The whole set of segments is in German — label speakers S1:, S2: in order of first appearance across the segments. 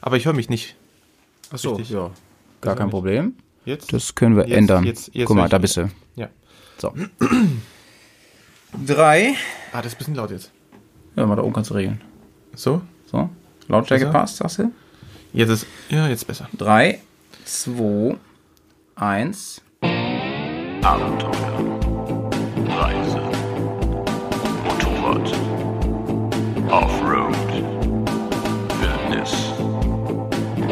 S1: Aber ich höre mich nicht.
S2: Ach so,
S1: Richtig.
S2: ja.
S1: Weiß
S3: Gar
S1: ich
S3: kein
S1: nicht.
S3: Problem.
S1: Jetzt?
S3: Das können wir
S1: Jetzt-
S3: ändern.
S1: jetzt- jetzt
S3: Guck
S1: will
S3: mal,
S1: ich-
S3: da bist du.
S1: ja.
S3: So.
S2: Drei.
S1: Ah, das ist ein bisschen laut jetzt.
S3: Ja, mal da oben kannst du regeln.
S1: So?
S3: So. Lautstärke
S1: Besser?
S3: passt, sagst du?
S1: Jetzt ist. Ja, jetzt besser.
S3: Drei, zwei, eins.
S4: Abenteuer, Reise, Motorrad, Offroad, Wildnis,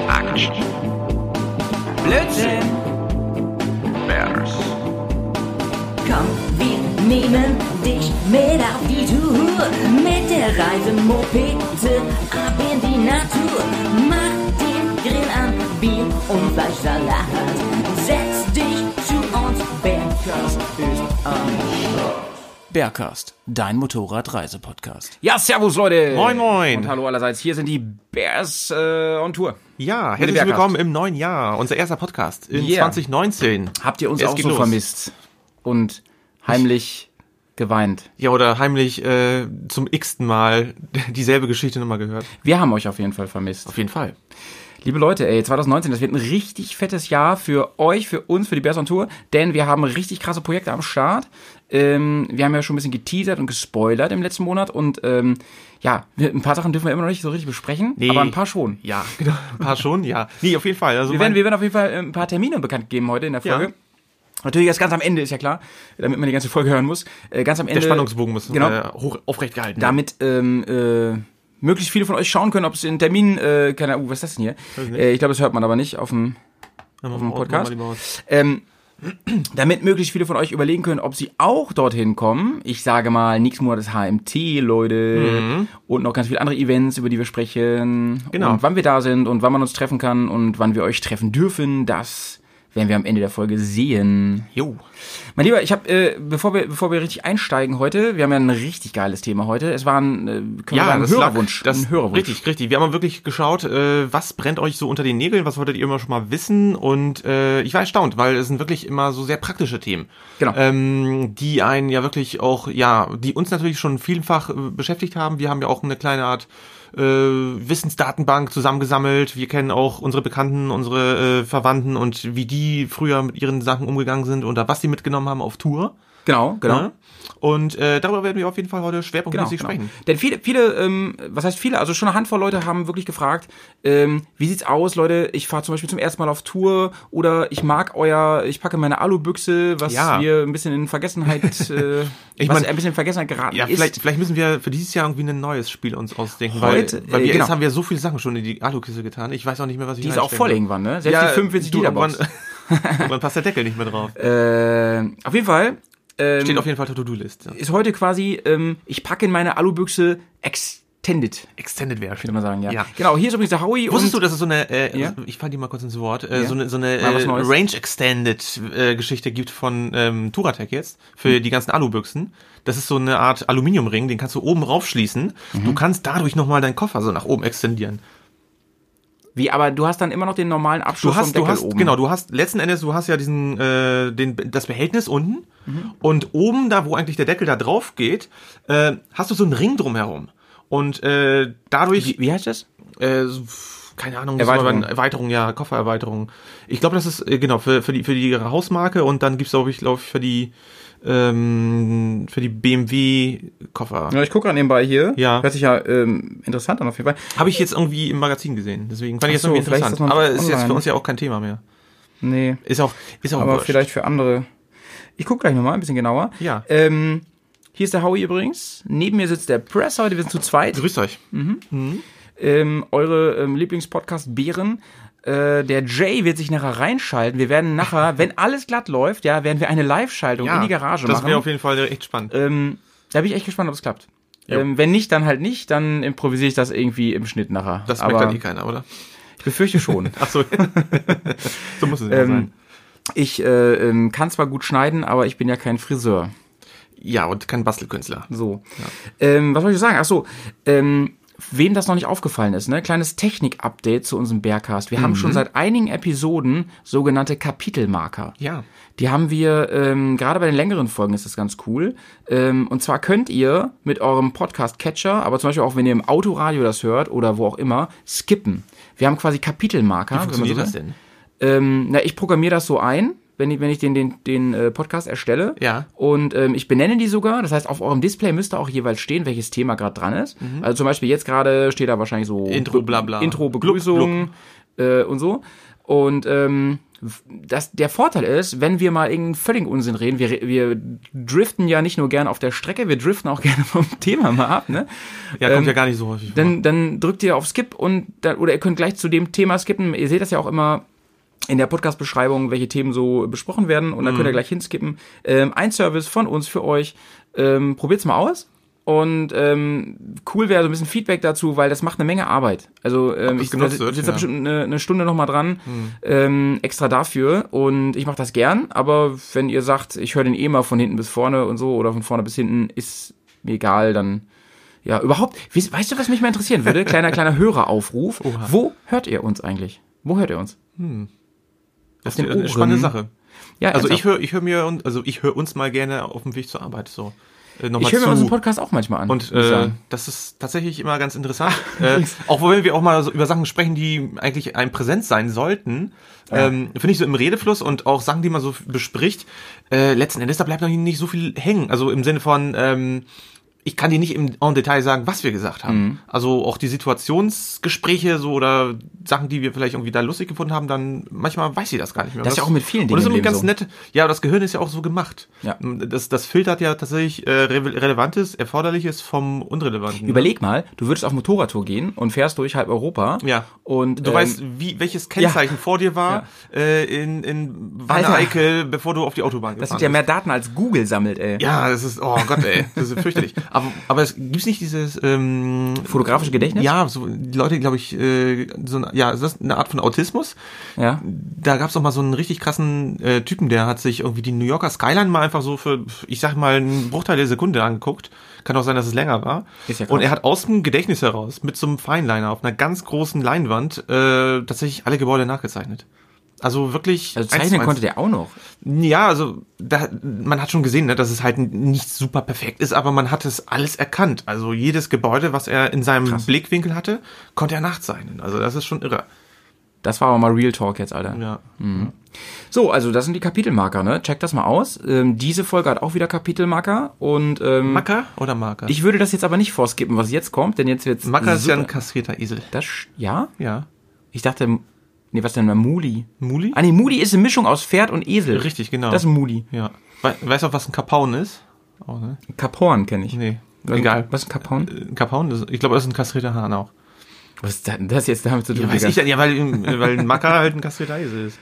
S4: Action,
S5: Blödsinn!
S4: Bears,
S6: Komm, wir nehmen dich mit auf die Tour. Mit der Reisemopete ab in die Natur. Mach den Grill an, Bier und Fleischsalat. Setz dich zu uns, Bergkast ist am
S2: Bergcast, dein Motorradreise-Podcast.
S3: Ja, servus, Leute.
S1: Moin, moin.
S3: Und hallo allerseits. Hier sind die Bears äh, on Tour.
S1: Ja,
S3: dem
S1: herzlich
S3: Bergkast.
S1: willkommen im neuen Jahr. Unser erster Podcast in
S3: Yeah.
S1: 2019.
S3: Habt ihr uns
S1: Es
S3: auch
S1: geht
S3: so
S1: los.
S3: vermisst und heimlich geweint?
S1: Ja, oder heimlich äh, zum x-ten Mal dieselbe Geschichte nochmal gehört.
S3: Wir haben euch auf jeden Fall vermisst.
S1: Auf jeden Fall.
S3: Liebe Leute, ey, 2019, das wird ein richtig fettes Jahr für euch, für uns, für die Bears on Tour, denn wir haben richtig krasse Projekte am Start. Ähm, wir haben ja schon ein bisschen geteasert und gespoilert im letzten Monat und ähm, ja, wir- ein paar Sachen dürfen wir immer noch nicht so richtig besprechen, aber ein paar schon.
S1: Ja, genau. Ein paar schon, ja. Nee, auf jeden Fall. Also
S3: Wir werden, wir werden auf jeden Fall äh, ein paar Termine bekannt geben heute in der
S1: Ja.
S3: Folge. Natürlich erst ganz am Ende, ist ja klar, damit man die ganze Folge hören muss. Äh, ganz am Ende.
S1: der Spannungsbogen muss
S3: Genau.
S1: äh, hoch aufrecht gehalten werden.
S3: damit ähm, äh, möglichst viele von euch schauen können, ob es in Termin, äh, keine Ahnung, was ist das denn
S1: ich
S3: hier?
S1: nicht.
S3: Äh, ich glaube, das hört man aber nicht auf dem
S1: Ja, mach
S3: dem
S1: mal-
S3: Podcast.
S1: mach mal die Maus.
S3: Ähm, damit möglichst viele von euch überlegen können, ob sie auch dorthin kommen. Ich sage mal, nächsten Monat ist HMT, Leute. Und noch ganz viele andere Events, über die wir sprechen.
S1: Mhm. Genau.
S3: Und wann wir da sind und wann man uns treffen kann und wann wir euch treffen dürfen, das werden wir am Ende der Folge sehen.
S1: Jo.
S3: Mein Lieber, ich habe, äh, bevor wir bevor wir richtig einsteigen heute, wir haben ja ein richtig geiles Thema heute. Es war ein, äh, können wir sagen, ein
S1: das lag-
S3: Hörerwunsch.
S1: Das,
S3: ein Hörerwunsch.
S1: Richtig, richtig. Wir haben mal wirklich geschaut, äh, was brennt euch so unter den Nägeln, was wolltet ihr immer schon mal wissen und äh, ich war erstaunt, weil es sind wirklich immer so sehr praktische Themen.
S3: Genau.
S1: Ähm, die einen ja wirklich auch, ja, die uns natürlich schon vielfach äh, beschäftigt haben. Wir haben ja auch eine kleine Art äh, Wissensdatenbank zusammengesammelt. Wir kennen auch unsere Bekannten, unsere äh, Verwandten und wie die früher mit ihren Sachen umgegangen sind oder was sie mitgenommen haben auf Tour.
S3: Genau, genau.
S1: Ne? Und äh, darüber werden wir auf jeden Fall heute
S3: Genau,
S1: schwerpunktmäßig
S3: genau.
S1: sprechen.
S3: Denn viele, viele, ähm, was heißt viele, also schon eine Handvoll Leute haben wirklich gefragt, ähm, wie sieht's aus, Leute, ich fahre zum Beispiel zum ersten Mal auf Tour oder ich mag euer, ich packe meine Alubüchse, was
S1: Ja.
S3: wir ein bisschen in Vergessenheit, äh,
S1: Ich
S3: was
S1: mein,
S3: ein bisschen in Vergessenheit geraten
S1: Ja,
S3: ist.
S1: vielleicht, vielleicht müssen wir für dieses Jahr irgendwie ein neues Spiel uns ausdenken.
S3: Heute,
S1: weil, weil
S3: äh,
S1: wir,
S3: genau.
S1: jetzt haben wir so viele Sachen schon in die Alukiste getan. Ich weiß auch nicht mehr, was ich
S3: die ist auch voll irgendwann, ne? Selbst die 45 Liter Box.
S1: Man passt der Deckel nicht mehr drauf.
S3: Äh, auf jeden Fall. Ähm,
S1: Steht auf jeden Fall To-Do-List. Ja.
S3: ist heute quasi, ähm, ich packe in meine Alubüchse extended,
S1: Extended Version.
S3: würde man sagen, ja.
S1: Ja.
S3: Genau, hier ist übrigens der Howie
S1: Wusstest
S3: und
S1: du, dass es so eine, äh,
S3: Ja?
S1: ich falle dir mal kurz ins Wort, äh,
S3: Ja.
S1: so eine, so eine
S3: Mal was
S1: äh,
S3: Neues.
S1: Range-Extended-Geschichte gibt von ähm, Turatec jetzt
S3: Mhm.
S1: für die ganzen Alubüchsen. Das ist so eine Art Aluminiumring, den kannst du oben raufschließen.
S3: Mhm.
S1: Du kannst dadurch nochmal deinen Koffer so nach oben extendieren.
S3: wie, aber du hast dann immer noch den normalen Abschluss
S1: du hast,
S3: vom Deckel
S1: du hast,
S3: oben.
S1: Genau, du hast letzten Endes, du hast ja diesen, äh, den, das Behältnis unten
S3: Mhm.
S1: und oben da, wo eigentlich der Deckel da drauf geht, äh, hast du so einen Ring drumherum. Und äh,
S3: Wie,
S1: dadurch,
S3: wie heißt das?
S1: äh, so, pff, keine Ahnung, das
S3: Erweiterung.
S1: war aber eine Erweiterung, ja, Koffererweiterung. Ich glaube, das ist, äh, genau, für, für, die, für die ihre Hausmarke und dann gibt's glaube ich, glaube ich, für die, ähm, für die BMW-Koffer.
S3: Ja, ich gucke gerade nebenbei hier.
S1: Ja.
S3: Hört sich ja ähm, interessant an auf jeden Fall.
S1: Habe ich jetzt irgendwie im Magazin gesehen, deswegen fand ich das
S3: Ach so,
S1: irgendwie
S3: vielleicht ist
S1: interessant.
S3: das noch
S1: aber ist jetzt
S3: online.
S1: für uns ja auch kein Thema mehr.
S3: Nee,
S1: Ist auch, ist auch
S3: aber
S1: Oh, wurscht.
S3: vielleicht für andere. Ich gucke gleich nochmal ein bisschen genauer.
S1: Ja.
S3: Ähm, hier ist der Howie übrigens. Neben mir sitzt der Press heute. Wir sind zu zweit.
S1: Grüßt euch.
S3: Ähm, eure ähm, Lieblingspodcast-Bären. Äh, der Jay wird sich nachher reinschalten. Wir werden nachher, wenn alles glatt läuft, ja, werden wir eine Live-Schaltung in die Garage
S1: das
S3: machen.
S1: wäre auf jeden Fall echt spannend.
S3: ähm, da bin ich echt gespannt, ob es klappt. Ähm, wenn nicht, dann halt nicht. Dann improvisiere ich das irgendwie im Schnitt nachher.
S1: das merkt
S3: aber
S1: dann eh keiner, oder?
S3: ich befürchte schon.
S1: Achso. so muss es ja sein.
S3: Ich äh, ähm, kann zwar gut schneiden, aber ich bin ja kein Friseur.
S1: Ja, und kein Bastelkünstler.
S3: So. Ähm, was soll ich sagen? Ach so, ähm, wem das noch nicht aufgefallen ist, ne? Kleines Technik-Update zu unserem Bearcast. Wir haben schon seit einigen Episoden sogenannte Kapitelmarker.
S1: Ja.
S3: Die haben wir, ähm, gerade bei den längeren Folgen ist das ganz cool. Ähm, und zwar könnt ihr mit eurem Podcast-Catcher, aber zum Beispiel auch wenn ihr im Autoradio das hört oder wo auch immer, skippen. Wir haben quasi Kapitelmarker.
S1: Wie funktioniert
S3: wenn man
S1: das
S3: so will.
S1: denn?
S3: Ähm, na, ich programmiere das so ein, wenn ich, wenn ich den, den, den äh, Podcast erstelle.
S1: Ja.
S3: Und ähm, ich benenne die sogar. Das heißt, auf eurem Display müsste auch jeweils stehen, welches Thema gerade dran ist. Also zum Beispiel jetzt gerade steht da wahrscheinlich so
S1: Mhm. Intro, bla, bla.
S3: Intro,
S1: Blub, blub.
S3: Begrüßung Äh, und so. Und ähm, f- das, der Vorteil ist, wenn wir mal irgendeinen völligen Unsinn reden, wir, re- wir driften ja nicht nur gerne auf der Strecke, wir driften auch gerne vom Thema mal ab, ne?
S1: Ja, kommt
S3: Ähm,
S1: ja gar nicht so häufig vor.
S3: dann, dann drückt ihr auf Skip und dann, oder ihr könnt gleich zu dem Thema skippen. Ihr seht das ja auch immer in der Podcast-Beschreibung, welche Themen so besprochen werden und dann
S1: Mhm.
S3: könnt ihr gleich hinskippen. Ähm, ein Service von uns für euch. Ähm, probiert's mal aus. Und ähm, cool wäre so ein bisschen Feedback dazu, weil das macht eine Menge Arbeit. Also ähm,
S1: das
S3: ich
S1: genutzt
S3: sitze
S1: wird,
S3: da
S1: ja. Mhm.
S3: bestimmt eine, eine Stunde nochmal dran, ähm, extra dafür. Und ich mache das gern, aber wenn ihr sagt, ich höre den eh mal von hinten bis vorne und so oder von vorne bis hinten, ist mir egal, dann ja, überhaupt, weißt, weißt du, was mich mal interessieren würde? Kleiner, kleiner Höreraufruf. Wo hört ihr uns eigentlich? Wo hört ihr uns?
S1: das ist
S3: auf den
S1: eine spannende
S3: Ohren.
S1: Sache.
S3: Ja,
S1: Also ich
S3: ernsthaft.
S1: höre ich hör mir und also ich höre uns mal gerne auf dem Weg zur Arbeit so. Äh, noch
S3: ich
S1: mal
S3: höre mir
S1: zu.
S3: unseren Podcast auch manchmal an.
S1: und
S3: muss ich
S1: äh,
S3: sagen.
S1: das ist tatsächlich immer ganz interessant. äh, auch wenn wir auch mal so über Sachen sprechen, die eigentlich einem präsent sein sollten, ähm, finde ich so im Redefluss und auch Sachen, die man so f- bespricht, äh, letzten Endes, da bleibt noch nicht so viel hängen. Also im Sinne von, ähm, ich kann dir nicht im en Detail sagen, was wir gesagt haben.
S3: Mhm.
S1: Also auch die Situationsgespräche so oder Sachen, die wir vielleicht irgendwie da lustig gefunden haben, dann manchmal weiß sie das gar nicht mehr.
S3: Das ist ja auch mit vielen
S1: Und das ist
S3: Dingen
S1: irgendwie
S3: im
S1: ganz
S3: Leben
S1: nett. Ja, aber das Gehirn ist ja auch so gemacht.
S3: Ja.
S1: Das, das filtert ja tatsächlich äh, Re Relevantes, Erforderliches vom Unrelevanten.
S3: Überleg mal, du würdest auf Motorradtour gehen und fährst durch halb Europa.
S1: Ja.
S3: Und
S1: Du
S3: ähm,
S1: weißt, wie, welches Kennzeichen vor dir war äh, in, in Wanne
S3: Alter.
S1: Eickel, bevor du auf die Autobahn
S3: das
S1: gefahren
S3: sind ja mehr Daten als Google sammelt, ey.
S1: Ja, das ist, oh Gott, ey, das ist fürchterlich. Aber, aber es gibt's nicht dieses, ähm,
S3: Fotografische Gedächtnis?
S1: ja, so, die Leute, glaube ich, äh, so, eine- ja, ist das eine Art von Autismus?
S3: Ja.
S1: Da gab's doch mal so einen richtig krassen äh, Typen, der hat sich irgendwie die New Yorker Skyline mal einfach so für, ich sag mal, einen Bruchteil der Sekunde angeguckt. Kann auch sein, dass es länger war.
S3: Ist ja krass.
S1: Und er hat aus dem Gedächtnis heraus mit so einem Feinliner auf einer ganz großen Leinwand äh, tatsächlich alle Gebäude nachgezeichnet. Also wirklich.
S3: Also
S1: eins zu
S3: zeichnen
S1: eins.
S3: konnte der auch noch.
S1: Ja, also da, man hat schon gesehen, ne, dass es halt nicht super perfekt ist, aber man hat es alles erkannt. Also jedes Gebäude, was er in seinem Blickwinkel hatte, konnte er nachzeichnen. Also das ist schon irre.
S3: Das war aber mal Real Talk jetzt, Alter.
S1: Ja.
S3: So, also das sind die Kapitelmarker, ne? Check das mal aus. Ähm, diese Folge hat auch wieder Kapitelmarker und ähm,
S1: Macker oder Marker?
S3: ich würde das jetzt aber nicht vorskippen, was jetzt kommt, denn jetzt wird's
S1: Macker ist ja ein
S3: super-
S1: Kassiereresel.
S3: das sch- ja?
S1: Ja.
S3: Ich dachte, nee, was denn, Muli?
S1: Muli?
S3: Ah, nee, Muli ist eine Mischung aus Pferd und Esel.
S1: Richtig, genau.
S3: Das ist Muli.
S1: ja. We weißt du auch, was ein Kapaun ist? Auch, ne?
S3: Kaporn kenne ich.
S1: Nee.
S3: Was-
S1: Egal.
S3: Was ist ein Kaporn?
S1: Ein Kapaun, das, ich glaube, das ist ein kastrierter Hahn auch.
S3: Äh, Was ist denn das jetzt damit zu tun?
S1: Ja, weiß
S3: Digga?
S1: ich denn? Ja, weil, äh, weil ein Macker halt ein kastrierter Esel ist.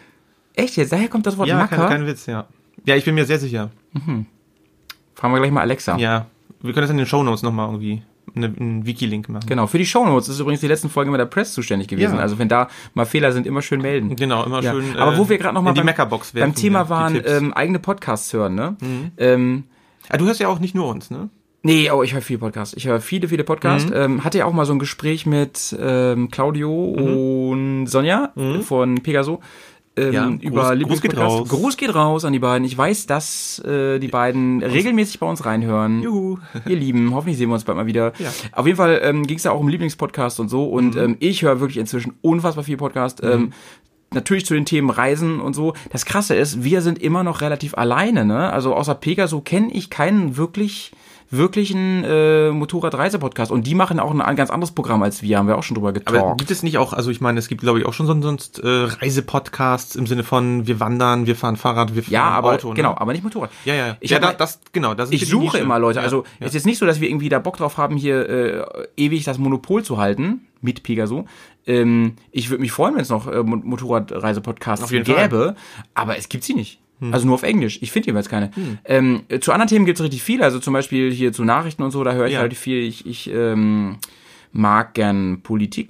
S3: Echt jetzt? Daher kommt das Wort
S1: Ja,
S3: Macker?
S1: Kein, kein Witz, ja. Ja, ich bin mir sehr sicher.
S3: Fragen wir gleich mal Alexa.
S1: Ja, wir können das in den Shownotes nochmal irgendwie eine, einen Wiki-Link machen.
S3: Genau, für die Shownotes ist übrigens die letzten Folgen immer der Press zuständig gewesen.
S1: Ja.
S3: Also wenn da mal Fehler sind, immer schön melden.
S1: Genau, immer
S3: Ja.
S1: schön.
S3: Aber wo wir gerade nochmal
S1: in die Meckerbox
S3: beim Thema waren,
S1: Ähm,
S3: ähm, eigene Podcasts hören, ne?
S1: Mhm.
S3: Ähm,
S1: ah, du hörst ja auch nicht nur uns, ne?
S3: Nee, oh, ich höre viel Podcast. Ich höre viele, viele Podcast.
S1: Mhm.
S3: Ähm, hatte ja auch mal so ein Gespräch mit ähm, Claudio
S1: Mhm.
S3: und Sonja von Pegaso. Ähm,
S1: Ja, Gruß-
S3: über
S1: Gruß
S3: Lieblingspodcast.
S1: geht raus.
S3: Gruß geht raus an die beiden. Ich weiß, dass äh, die beiden regelmäßig bei uns reinhören.
S1: Juhu.
S3: Ihr Lieben, hoffentlich sehen wir uns bald mal wieder.
S1: Ja. Mhm.
S3: Auf jeden Fall ähm, ging es ja auch um Lieblingspodcast und so. Und ähm, ich höre wirklich inzwischen unfassbar viel Podcast. Ähm, natürlich zu den Themen Reisen und so. Das Krasse ist, wir sind immer noch relativ alleine. Ne? Also außer Pegaso kenne ich keinen wirklich wirklichen äh, Motorradreise-Podcast. Und die machen auch ein, ein ganz anderes Programm als wir. Haben wir auch schon drüber
S1: Aber
S3: getalkt.
S1: gibt es nicht auch, also ich meine, es gibt glaube ich auch schon son- sonst äh, Reisepodcasts im Sinne von wir wandern, wir fahren Fahrrad, wir fahren
S3: Ja, aber
S1: Auto. ne?
S3: genau, aber nicht Motorrad.
S1: Ja, ja.
S3: Ich
S1: ja,
S3: hab
S1: da,
S3: mal-
S1: das, genau, das
S3: ich suche immer Leute.
S1: Ja,
S3: also
S1: ja.
S3: es ist jetzt nicht so, dass wir irgendwie da Bock drauf haben, hier äh, ewig das Monopol zu halten mit Pegaso. Ähm, ich würde mich freuen, wenn es noch äh, Mo- Motorradreise-Podcasts
S1: Auf jeden Fall. Hm.
S3: gäbe, aber es gibt sie nicht. Also nur auf Englisch. Ich finde jeweils keine. Ähm, äh, zu anderen Themen gibt es richtig viel. Also zum Beispiel hier zu Nachrichten und so, da höre ich
S1: Ja.
S3: halt viel. Ich, ich ähm, mag gern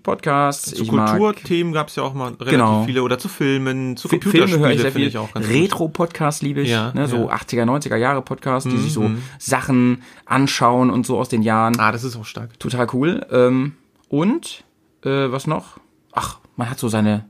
S3: Politik-Podcasts.
S1: zu
S3: ich mag-
S1: Kulturthemen gab es ja auch mal relativ
S3: Genau.
S1: viele oder zu Filmen, zu
S3: Fi- Filme höre ich
S1: Computerspielen
S3: sehr
S1: finde
S3: viel.
S1: ich auch ganz gut.
S3: Retro-Podcasts liebe ich.
S1: Ja,
S3: ne, so
S1: ja. Mhm.
S3: 80er, 90er Jahre Podcasts, die sich so Sachen anschauen und so aus den Jahren.
S1: Ah, das ist auch stark.
S3: Total cool. Ähm, und äh, was noch? Ach, man hat so seine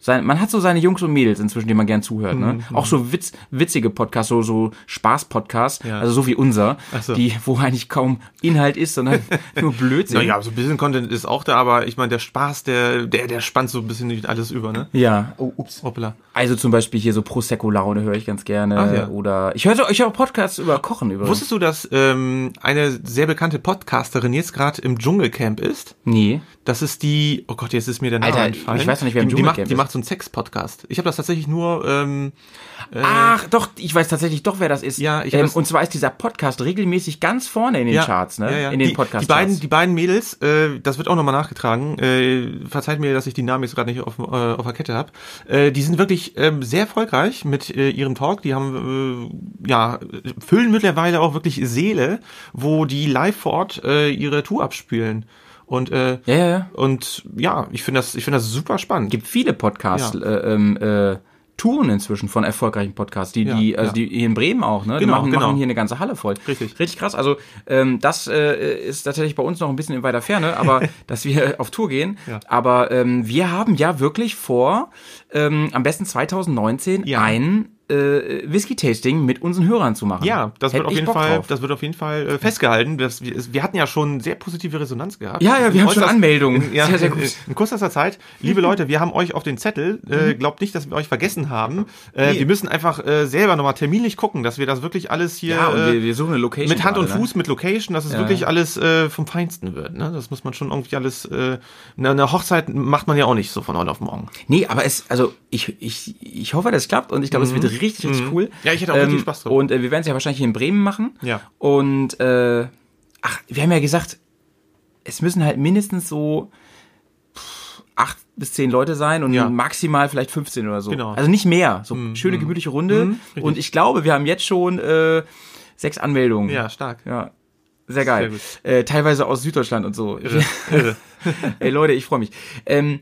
S3: Sein, man hat so seine Jungs und Mädels inzwischen, die man gern zuhört. Ne?
S1: Mhm,
S3: Auch so witz, witzige Podcasts, so, so Spaß-Podcasts,
S1: Ja.
S3: also so wie unser,
S1: Ach so.
S3: die, wo eigentlich kaum Inhalt ist, sondern nur Blödsinn.
S1: Naja, so ein bisschen Content ist auch da, aber ich meine, der Spaß, der, der, der spannt so ein bisschen durch alles über, ne?
S3: Ja,
S1: Oh, ups. Hoppala.
S3: also zum Beispiel hier so Prosecco-Laune höre ich ganz gerne.
S1: Ach ja.
S3: Oder ich höre so- ich höre Podcasts über Kochen übrigens.
S1: Wusstest du, dass ähm, eine sehr bekannte Podcasterin jetzt gerade im Dschungelcamp ist?
S3: Nee.
S1: Das ist die, oh Gott, jetzt ist mir der Name
S3: Alter,
S1: entfallen.
S3: ich weiß noch nicht, wer im
S1: die, die macht,
S3: Dschungelcamp
S1: Die
S3: ist.
S1: macht so einen Sex-Podcast. Ich habe das tatsächlich nur, ähm,
S3: Ach, doch, ich weiß tatsächlich doch, wer das ist.
S1: Ja, ich
S3: ähm,
S1: weiß-
S3: Und zwar ist dieser Podcast regelmäßig ganz vorne in den Charts, ne?
S1: ja, ja.
S3: In den
S1: die,
S3: Podcast-Charts.
S1: die beiden, die beiden Mädels, äh, das wird auch nochmal nachgetragen. Äh, verzeiht mir, dass ich die Namen jetzt gerade nicht auf, äh, auf der Kette habe. Äh, die sind wirklich ähm, sehr erfolgreich mit äh, ihrem Talk. Die haben äh, ja füllen mittlerweile auch wirklich Seele, wo die live vor Ort äh, ihre Tour abspielen. Und äh,
S3: ja, ja, ja.
S1: und ja, ich finde das, ich finde das super spannend.
S3: gibt viele Podcasts,
S1: Ja.
S3: äh, ähm, äh, Touren inzwischen von erfolgreichen Podcasts, die,
S1: Ja,
S3: die, also
S1: ja.
S3: die hier in Bremen auch, ne? die
S1: Genau,
S3: machen,
S1: genau.
S3: machen hier eine ganze Halle voll.
S1: Richtig.
S3: Richtig krass. Also ähm, das äh, ist tatsächlich bei uns noch ein bisschen in weiter Ferne, aber dass wir auf Tour gehen.
S1: Ja.
S3: Aber ähm, wir haben ja wirklich vor, ähm, am besten 2019
S1: Ja.
S3: ein äh, Whisky-Tasting mit unseren Hörern zu machen.
S1: ja, das
S3: Hätt
S1: wird auf
S3: Hm. ich
S1: jeden
S3: Bock
S1: Fall,
S3: drauf.
S1: das wird auf jeden Fall äh, festgehalten. Das, wir, es- wir hatten ja schon sehr positive Resonanz gehabt.
S3: Ja, ja, wir
S1: In
S3: haben schon
S1: äußerst-
S3: Anmeldungen.
S1: Ja,
S3: Sehr, sehr
S1: in-
S3: gut. Mhm.
S1: In kurzer Zeit. Liebe Leute, wir haben euch auf den Zettel. Äh, glaubt nicht, dass wir euch vergessen haben. Äh, Wir müssen einfach äh, selber nochmal terminlich gucken, dass wir das wirklich alles hier
S3: Ja, und
S1: äh,
S3: wir, wir suchen eine Location.
S1: mit Hand und
S3: gerade, ne?
S1: Fuß, mit Location, dass es wirklich alles äh, vom Feinsten wird. Ne? Das muss man schon irgendwie alles. Äh, eine, eine Hochzeit macht man ja auch nicht so von heute auf morgen.
S3: Nee, aber es, also ich, ich, ich hoffe, das klappt und ich glaube, es wird richtig, richtig cool.
S1: Mhm. Ja, ich hätte auch richtig Spaß drauf.
S3: Und äh, wir werden es ja wahrscheinlich hier in Bremen machen.
S1: Ja.
S3: Und äh, ach, wir haben ja gesagt, es müssen halt mindestens so pff, acht bis zehn Leute sein und
S1: Ja.
S3: maximal vielleicht 15 oder so.
S1: Genau. Mhm.
S3: Also nicht mehr. So schöne, gemütliche Runde. und ich glaube, wir haben jetzt schon äh, sechs Anmeldungen.
S1: Ja, stark.
S3: Ja. Sehr geil.
S1: gut.
S3: äh, teilweise aus Süddeutschland und so.
S1: Irre.
S3: Ey Leute, ich freue mich. Ähm,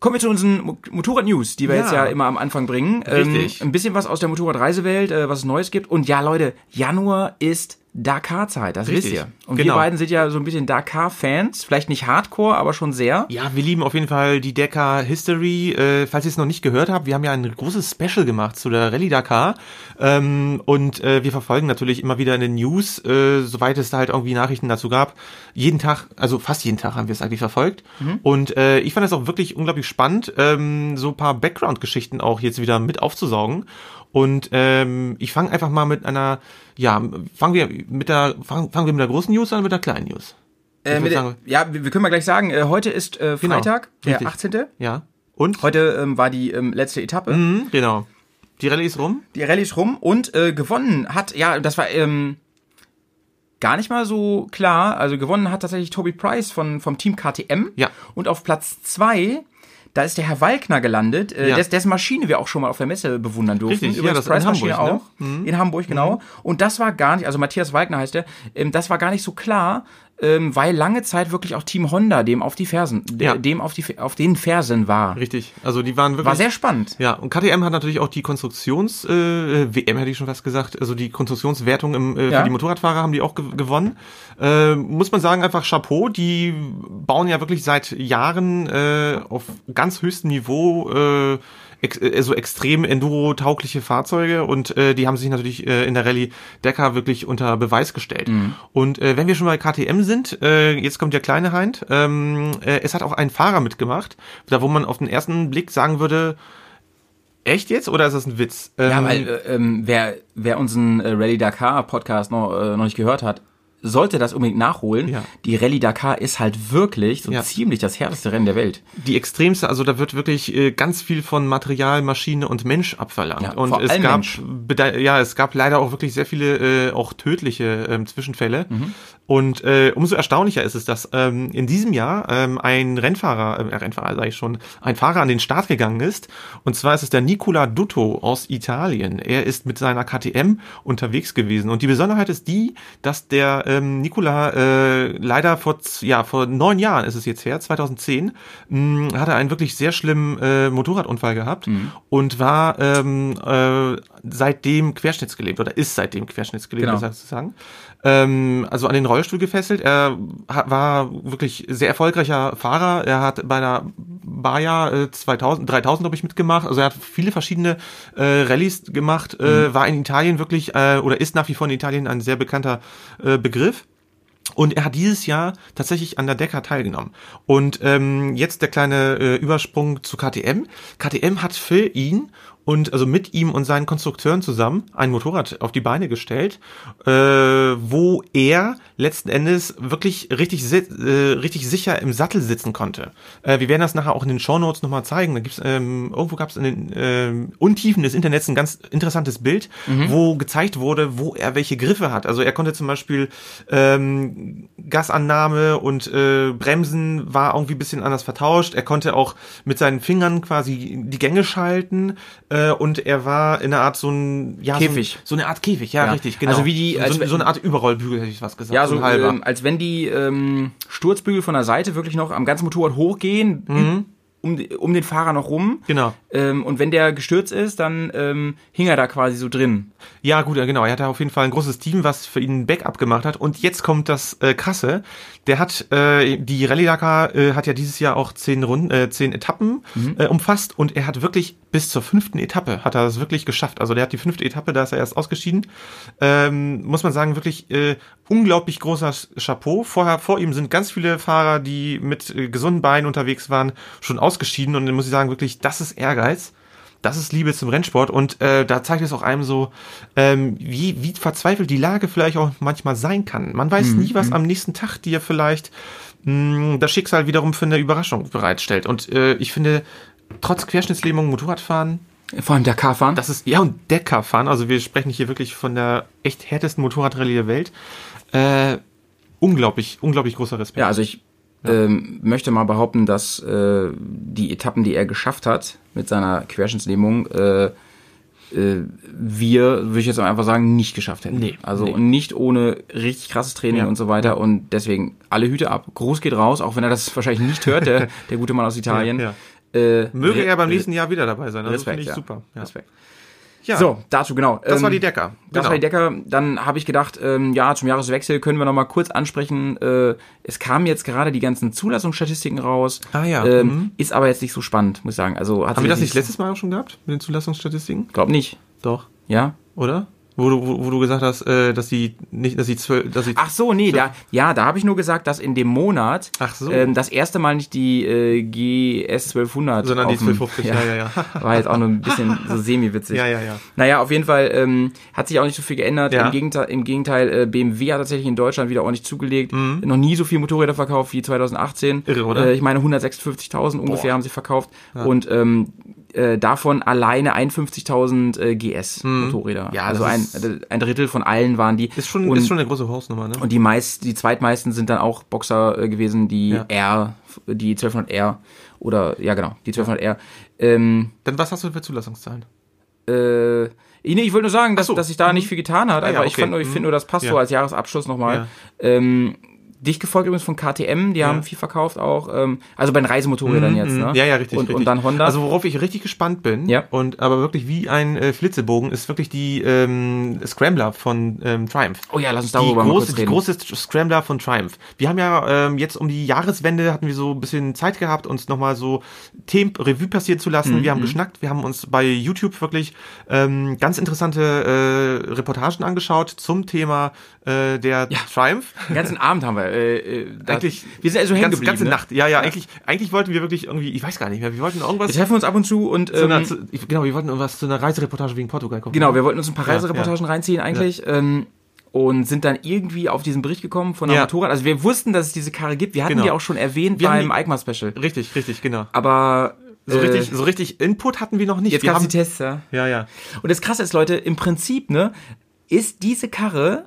S3: kommen wir zu unseren Mo- Motorrad-News, die wir
S1: Ja.
S3: jetzt ja immer am Anfang bringen.
S1: Richtig.
S3: Ähm, ein bisschen was aus der Motorradreisewelt, äh, was es Neues gibt. Und ja, Leute, Januar ist Dakar-Zeit, das
S1: Richtig.
S3: wisst ihr. Und wir
S1: Genau.
S3: beiden sind ja so ein bisschen Dakar-Fans. Vielleicht nicht Hardcore, aber schon sehr.
S1: Ja, wir lieben auf jeden Fall die Dakar History. Äh, falls ihr es noch nicht gehört habt, wir haben ja ein großes Special gemacht zu der Rallye Dakar. Ähm, und äh, wir verfolgen natürlich immer wieder in den News, äh, soweit es da halt irgendwie Nachrichten dazu gab. Jeden Tag, also fast jeden Tag haben wir es eigentlich verfolgt. Und äh, ich fand das auch wirklich unglaublich spannend, ähm, so ein paar Background-Geschichten auch jetzt wieder mit aufzusaugen. Und ähm, ich fange einfach mal mit einer, ja, fangen wir mit der, fangen fangen wir mit der großen News an, oder mit der kleinen News.
S3: Äh,
S1: würd
S3: mit,
S1: sagen- Genau.
S3: ja, wir, wir können mal gleich sagen, äh, heute ist äh, Freitag, der
S1: Richtig.
S3: 18.
S1: Ja. Und?
S3: Heute ähm, war die ähm, letzte Etappe.
S1: Mhm, genau. Die Rallye ist rum.
S3: die Rallye ist rum und äh, gewonnen hat, ja, das war ähm, gar nicht mal so klar. Also gewonnen hat tatsächlich Toby Price von, vom Team KTM.
S1: Ja.
S3: Und auf Platz zwei da ist der Herr Walkner gelandet, äh,
S1: Ja.
S3: des, dessen Maschine wir auch schon mal auf der Messe bewundern durften.
S1: Richtig, ja, das in
S3: Price-Maschine
S1: Hamburg, ne? Mhm.
S3: In Hamburg, genau. Und das war gar nicht, also Matthias Walkner heißt er, ähm, das war gar nicht so klar, ähm, weil lange Zeit wirklich auch Team Honda dem auf die Fersen,
S1: Ja.
S3: dem auf, die, auf den Fersen war.
S1: Richtig. Also die waren wirklich.
S3: War sehr spannend.
S1: ja, und KTM hat natürlich auch die Konstruktions-WM, äh, WM hätte ich schon fast gesagt, also die Konstruktionswertung im, äh,
S3: Ja.
S1: für die Motorradfahrer haben die auch ge gewonnen. Äh, muss man sagen, einfach Chapeau, die bauen ja wirklich seit Jahren äh, auf ganz höchstem Niveau äh, ex äh, so extrem Enduro-taugliche Fahrzeuge und äh, die haben sich natürlich äh, in der Rallye Dakar wirklich unter Beweis gestellt. Und äh, wenn wir schon bei KTM sind, äh, jetzt kommt der kleine Heind, ähm, äh, es hat auch ein Fahrer mitgemacht, da wo man auf den ersten Blick sagen würde, Echt jetzt oder ist das ein Witz?
S3: Ja,
S1: Ähm,
S3: weil äh, ähm, wer, wer unseren äh, Rally Dakar Podcast noch, äh, noch nicht gehört hat, sollte das unbedingt nachholen.
S1: Ja.
S3: Die Rally Dakar ist halt wirklich so
S1: Ja.
S3: ziemlich das härteste Rennen der Welt.
S1: die extremste, also da wird wirklich äh, ganz viel von Material, Maschine und Mensch abverlangt.
S3: Ja,
S1: und
S3: vor
S1: es
S3: allem
S1: gab
S3: Mensch.
S1: bede- ja, es gab leider auch wirklich sehr viele äh, auch tödliche ähm, Zwischenfälle.
S3: Mhm.
S1: Und äh, umso erstaunlicher ist es, dass ähm, in diesem Jahr ähm, ein Rennfahrer, äh, Rennfahrer sage ich schon, ein Fahrer an den Start gegangen ist. Und zwar ist es der Nicola Dutto aus Italien. Er ist mit seiner KTM unterwegs gewesen. Und die Besonderheit ist die, dass der ähm, Nicola äh, leider vor, z- ja, vor neun Jahren ist es jetzt her, 2010, mh, hat er einen wirklich sehr schlimmen äh, Motorradunfall gehabt und war ähm, äh, seitdem querschnittsgelähmt oder ist seitdem querschnittsgelähmt,
S3: Genau.
S1: besser zu sagen. Ähm, also an den Rollstuhl gefesselt. Er ha- war wirklich sehr erfolgreicher Fahrer. Er hat bei der Baja äh, 2000, 3000 glaube ich mitgemacht. Also er hat viele verschiedene äh, Rallyes gemacht. Äh, War in Italien wirklich äh, oder ist nach wie vor in Italien ein sehr bekannter äh, Begriff. Und er hat dieses Jahr tatsächlich an der Decker teilgenommen. Und ähm, jetzt der kleine äh, Übersprung zu KTM. KTM hat für ihn und also mit ihm und seinen Konstrukteuren zusammen ein Motorrad auf die Beine gestellt, äh, wo er letzten Endes wirklich richtig, si- äh, richtig sicher im Sattel sitzen konnte. Äh, wir werden das nachher auch in den Shownotes nochmal zeigen. Da gibt's, ähm, irgendwo gab es in den ähm, Untiefen des Internets ein ganz interessantes Bild, wo gezeigt wurde, wo er welche Griffe hat. Also er konnte zum Beispiel ähm, Gasannahme und äh, Bremsen war irgendwie ein bisschen anders vertauscht. Er konnte auch mit seinen Fingern quasi die Gänge schalten äh, und er war in einer Art so ein ja,
S3: Käfig.
S1: So, ein, so eine Art Käfig, ja,
S3: Ja.
S1: richtig, genau.
S3: Also wie die-
S1: so,
S3: als
S1: so, so eine Art Überrollbügel hätte ich was gesagt.
S3: Ja, so
S1: ein halber.
S3: ähm, als wenn die ähm, Sturzbügel von der Seite wirklich noch am ganzen Motorrad hochgehen, um, um den Fahrer noch rum.
S1: Mhm. Genau.
S3: Ähm, und wenn der gestürzt ist, dann ähm, hing er da quasi so drin.
S1: Ja, gut, ja, genau. Er hatte auf jeden Fall ein großes Team, was für ihn ein Backup gemacht hat. Und jetzt kommt das äh, Krasse. Der hat, äh, die Rallye Dakar äh, hat ja dieses Jahr auch zehn Runden, äh, zehn Etappen äh, umfasst und er hat wirklich bis zur fünften Etappe hat er das wirklich geschafft. Also der hat die fünfte Etappe, da ist er erst ausgeschieden. Ähm, muss man sagen, wirklich äh, unglaublich großer Chapeau. Vorher, vor ihm sind ganz viele Fahrer, die mit äh, gesunden Beinen unterwegs waren, schon ausgeschieden. Und dann muss ich sagen, wirklich, das ist Ehrgeiz. Das ist Liebe zum Rennsport und äh, da zeigt es auch einem so, ähm, wie, wie verzweifelt die Lage vielleicht auch manchmal sein kann. Man weiß
S3: Mhm,
S1: nie, was am nächsten Tag dir vielleicht mh, das Schicksal wiederum für eine Überraschung bereitstellt. Und äh, ich finde, trotz Querschnittslähmung Motorradfahren,
S3: Vor allem der K-Fahren.
S1: das ist ja und Deckerfahren, also wir sprechen hier wirklich von der echt härtesten Motorradrallye der Welt. Äh, unglaublich, unglaublich großer Respekt.
S3: Ja, also ich ähm, möchte mal behaupten, dass äh, die Etappen, die er geschafft hat mit seiner Querschnittslähmung, äh, äh, wir, würde ich jetzt einfach sagen, nicht geschafft hätten.
S1: Nee,
S3: also
S1: nee.
S3: nicht ohne richtig krasses Training
S1: Ja.
S3: und so weiter. Und deswegen alle Hüte ab. Gruß geht raus, auch wenn er das wahrscheinlich nicht hört, der, der gute Mann aus Italien.
S1: Ja,
S3: Äh,
S1: Möge
S3: Re-
S1: er beim
S3: Re-
S1: nächsten Jahr wieder dabei sein. Also
S3: Respekt,
S1: finde ich
S3: ja.
S1: super. Ja.
S3: Respekt.
S1: Ja,
S3: So, dazu genau.
S1: das war
S3: Ähm,
S1: die Decker.
S3: das war die Decker. Dann habe ich gedacht, ähm, ja, zum Jahreswechsel können wir noch mal kurz ansprechen. Äh, es kamen jetzt gerade die ganzen Zulassungsstatistiken raus.
S1: Ah ja,
S3: Ähm,
S1: mhm.
S3: Ist aber jetzt nicht so spannend, muss ich sagen. Also hat
S1: Haben wir das nicht letztes Mal auch schon gehabt mit den Zulassungsstatistiken?
S3: Glaub nicht.
S1: Doch.
S3: Ja.
S1: Oder? Wo du, wo, wo du gesagt hast, äh, dass sie nicht, dass sie zwölf, dass sie.
S3: Ach so, nee, da, ja, da habe ich nur gesagt, dass in dem Monat
S1: Ach so.
S3: ähm, das erste Mal nicht die äh, GS 1200,
S1: Sondern die
S3: auf dem-
S1: 1250, ja, ja, ja.
S3: War jetzt auch nur ein bisschen so semi-witzig.
S1: Ja, ja, ja.
S3: Naja, auf jeden Fall ähm, hat sich auch nicht so viel geändert.
S1: Ja.
S3: Im Gegenteil, im Gegenteil äh, BMW hat tatsächlich in Deutschland wieder ordentlich zugelegt. Noch nie so viel Motorräder verkauft wie 2018.
S1: Mhm. Irre, oder?
S3: Äh, ich meine, 156.000 ungefähr haben sie verkauft. Und ähm, äh, davon alleine 51.000 äh, GS-Motorräder.
S1: Mhm. Ja,
S3: also
S1: das
S3: ein,
S1: ist-
S3: ein Drittel von allen waren die.
S1: ist schon,
S3: und,
S1: ist schon eine große Hausnummer, ne?
S3: und die meist, die zweitmeisten sind dann auch Boxer äh, gewesen, die
S1: Ja.
S3: R, die 1200R oder ja genau, die 1200R. Ähm,
S1: Dann was hast du für Zulassungszahlen?
S3: äh, nee, ich wollte nur sagen, dass,
S1: so.
S3: dass sich da nicht viel getan hat,
S1: Ah ja,
S3: aber ich
S1: okay.
S3: fand nur, ich
S1: Mhm.
S3: finde nur, das passt
S1: Ja.
S3: so als Jahresabschluss nochmal. Ähm, dich gefolgt übrigens von KTM, die haben viel verkauft auch, ähm, also bei den Reisemotorrädern jetzt, ne?
S1: Mhm, Ja, ja, richtig,
S3: Und,
S1: richtig.
S3: und dann Honda.
S1: Also worauf ich richtig gespannt bin,
S3: Ja.
S1: und aber wirklich wie ein äh, Flitzebogen, ist wirklich die ähm, Scrambler von ähm, Triumph.
S3: oh ja, lass uns
S1: die
S3: darüber mal
S1: große,
S3: kurz
S1: die
S3: reden.
S1: große Scrambler von Triumph. Wir haben ja ähm, jetzt um die Jahreswende hatten wir so ein bisschen Zeit gehabt, uns nochmal so Themen Revue passieren zu
S3: Mhm,
S1: lassen. Wir haben geschnackt, wir haben uns bei YouTube wirklich ähm, ganz interessante äh, Reportagen angeschaut zum Thema äh, der Triumph.
S3: Den ganzen Abend haben wir. Äh, äh, da-
S1: Eigentlich
S3: wir sind also hängen
S1: Ganz,
S3: geblieben.
S1: ganze
S3: ne?
S1: Nacht. Ja, ja, eigentlich, eigentlich wollten wir wirklich irgendwie, ich weiß gar nicht mehr, wir wollten irgendwas
S3: Wir treffen uns ab und zu und
S1: zu einer,
S3: ähm,
S1: zu, ich, genau, wir wollten irgendwas zu einer Reisereportage wegen Portugal kommen.
S3: Genau, wir wollten uns ein paar
S1: Ja,
S3: Reisereportagen reinziehen eigentlich ähm, und sind dann irgendwie auf diesen Bericht gekommen von der
S1: Ja.
S3: Motorrad. Also wir wussten, dass es diese Karre gibt. Wir hatten
S1: Genau.
S3: die auch schon erwähnt
S1: Wir haben
S3: beim EICMA-Special.
S1: Richtig, richtig, genau.
S3: Aber
S1: So
S3: äh,
S1: richtig, so richtig Input hatten wir noch nicht.
S3: jetzt
S1: wir
S3: gab es die
S1: haben,
S3: Tests, ja.
S1: ja, ja.
S3: Und das Krasse ist, Leute, im Prinzip ne, ist diese Karre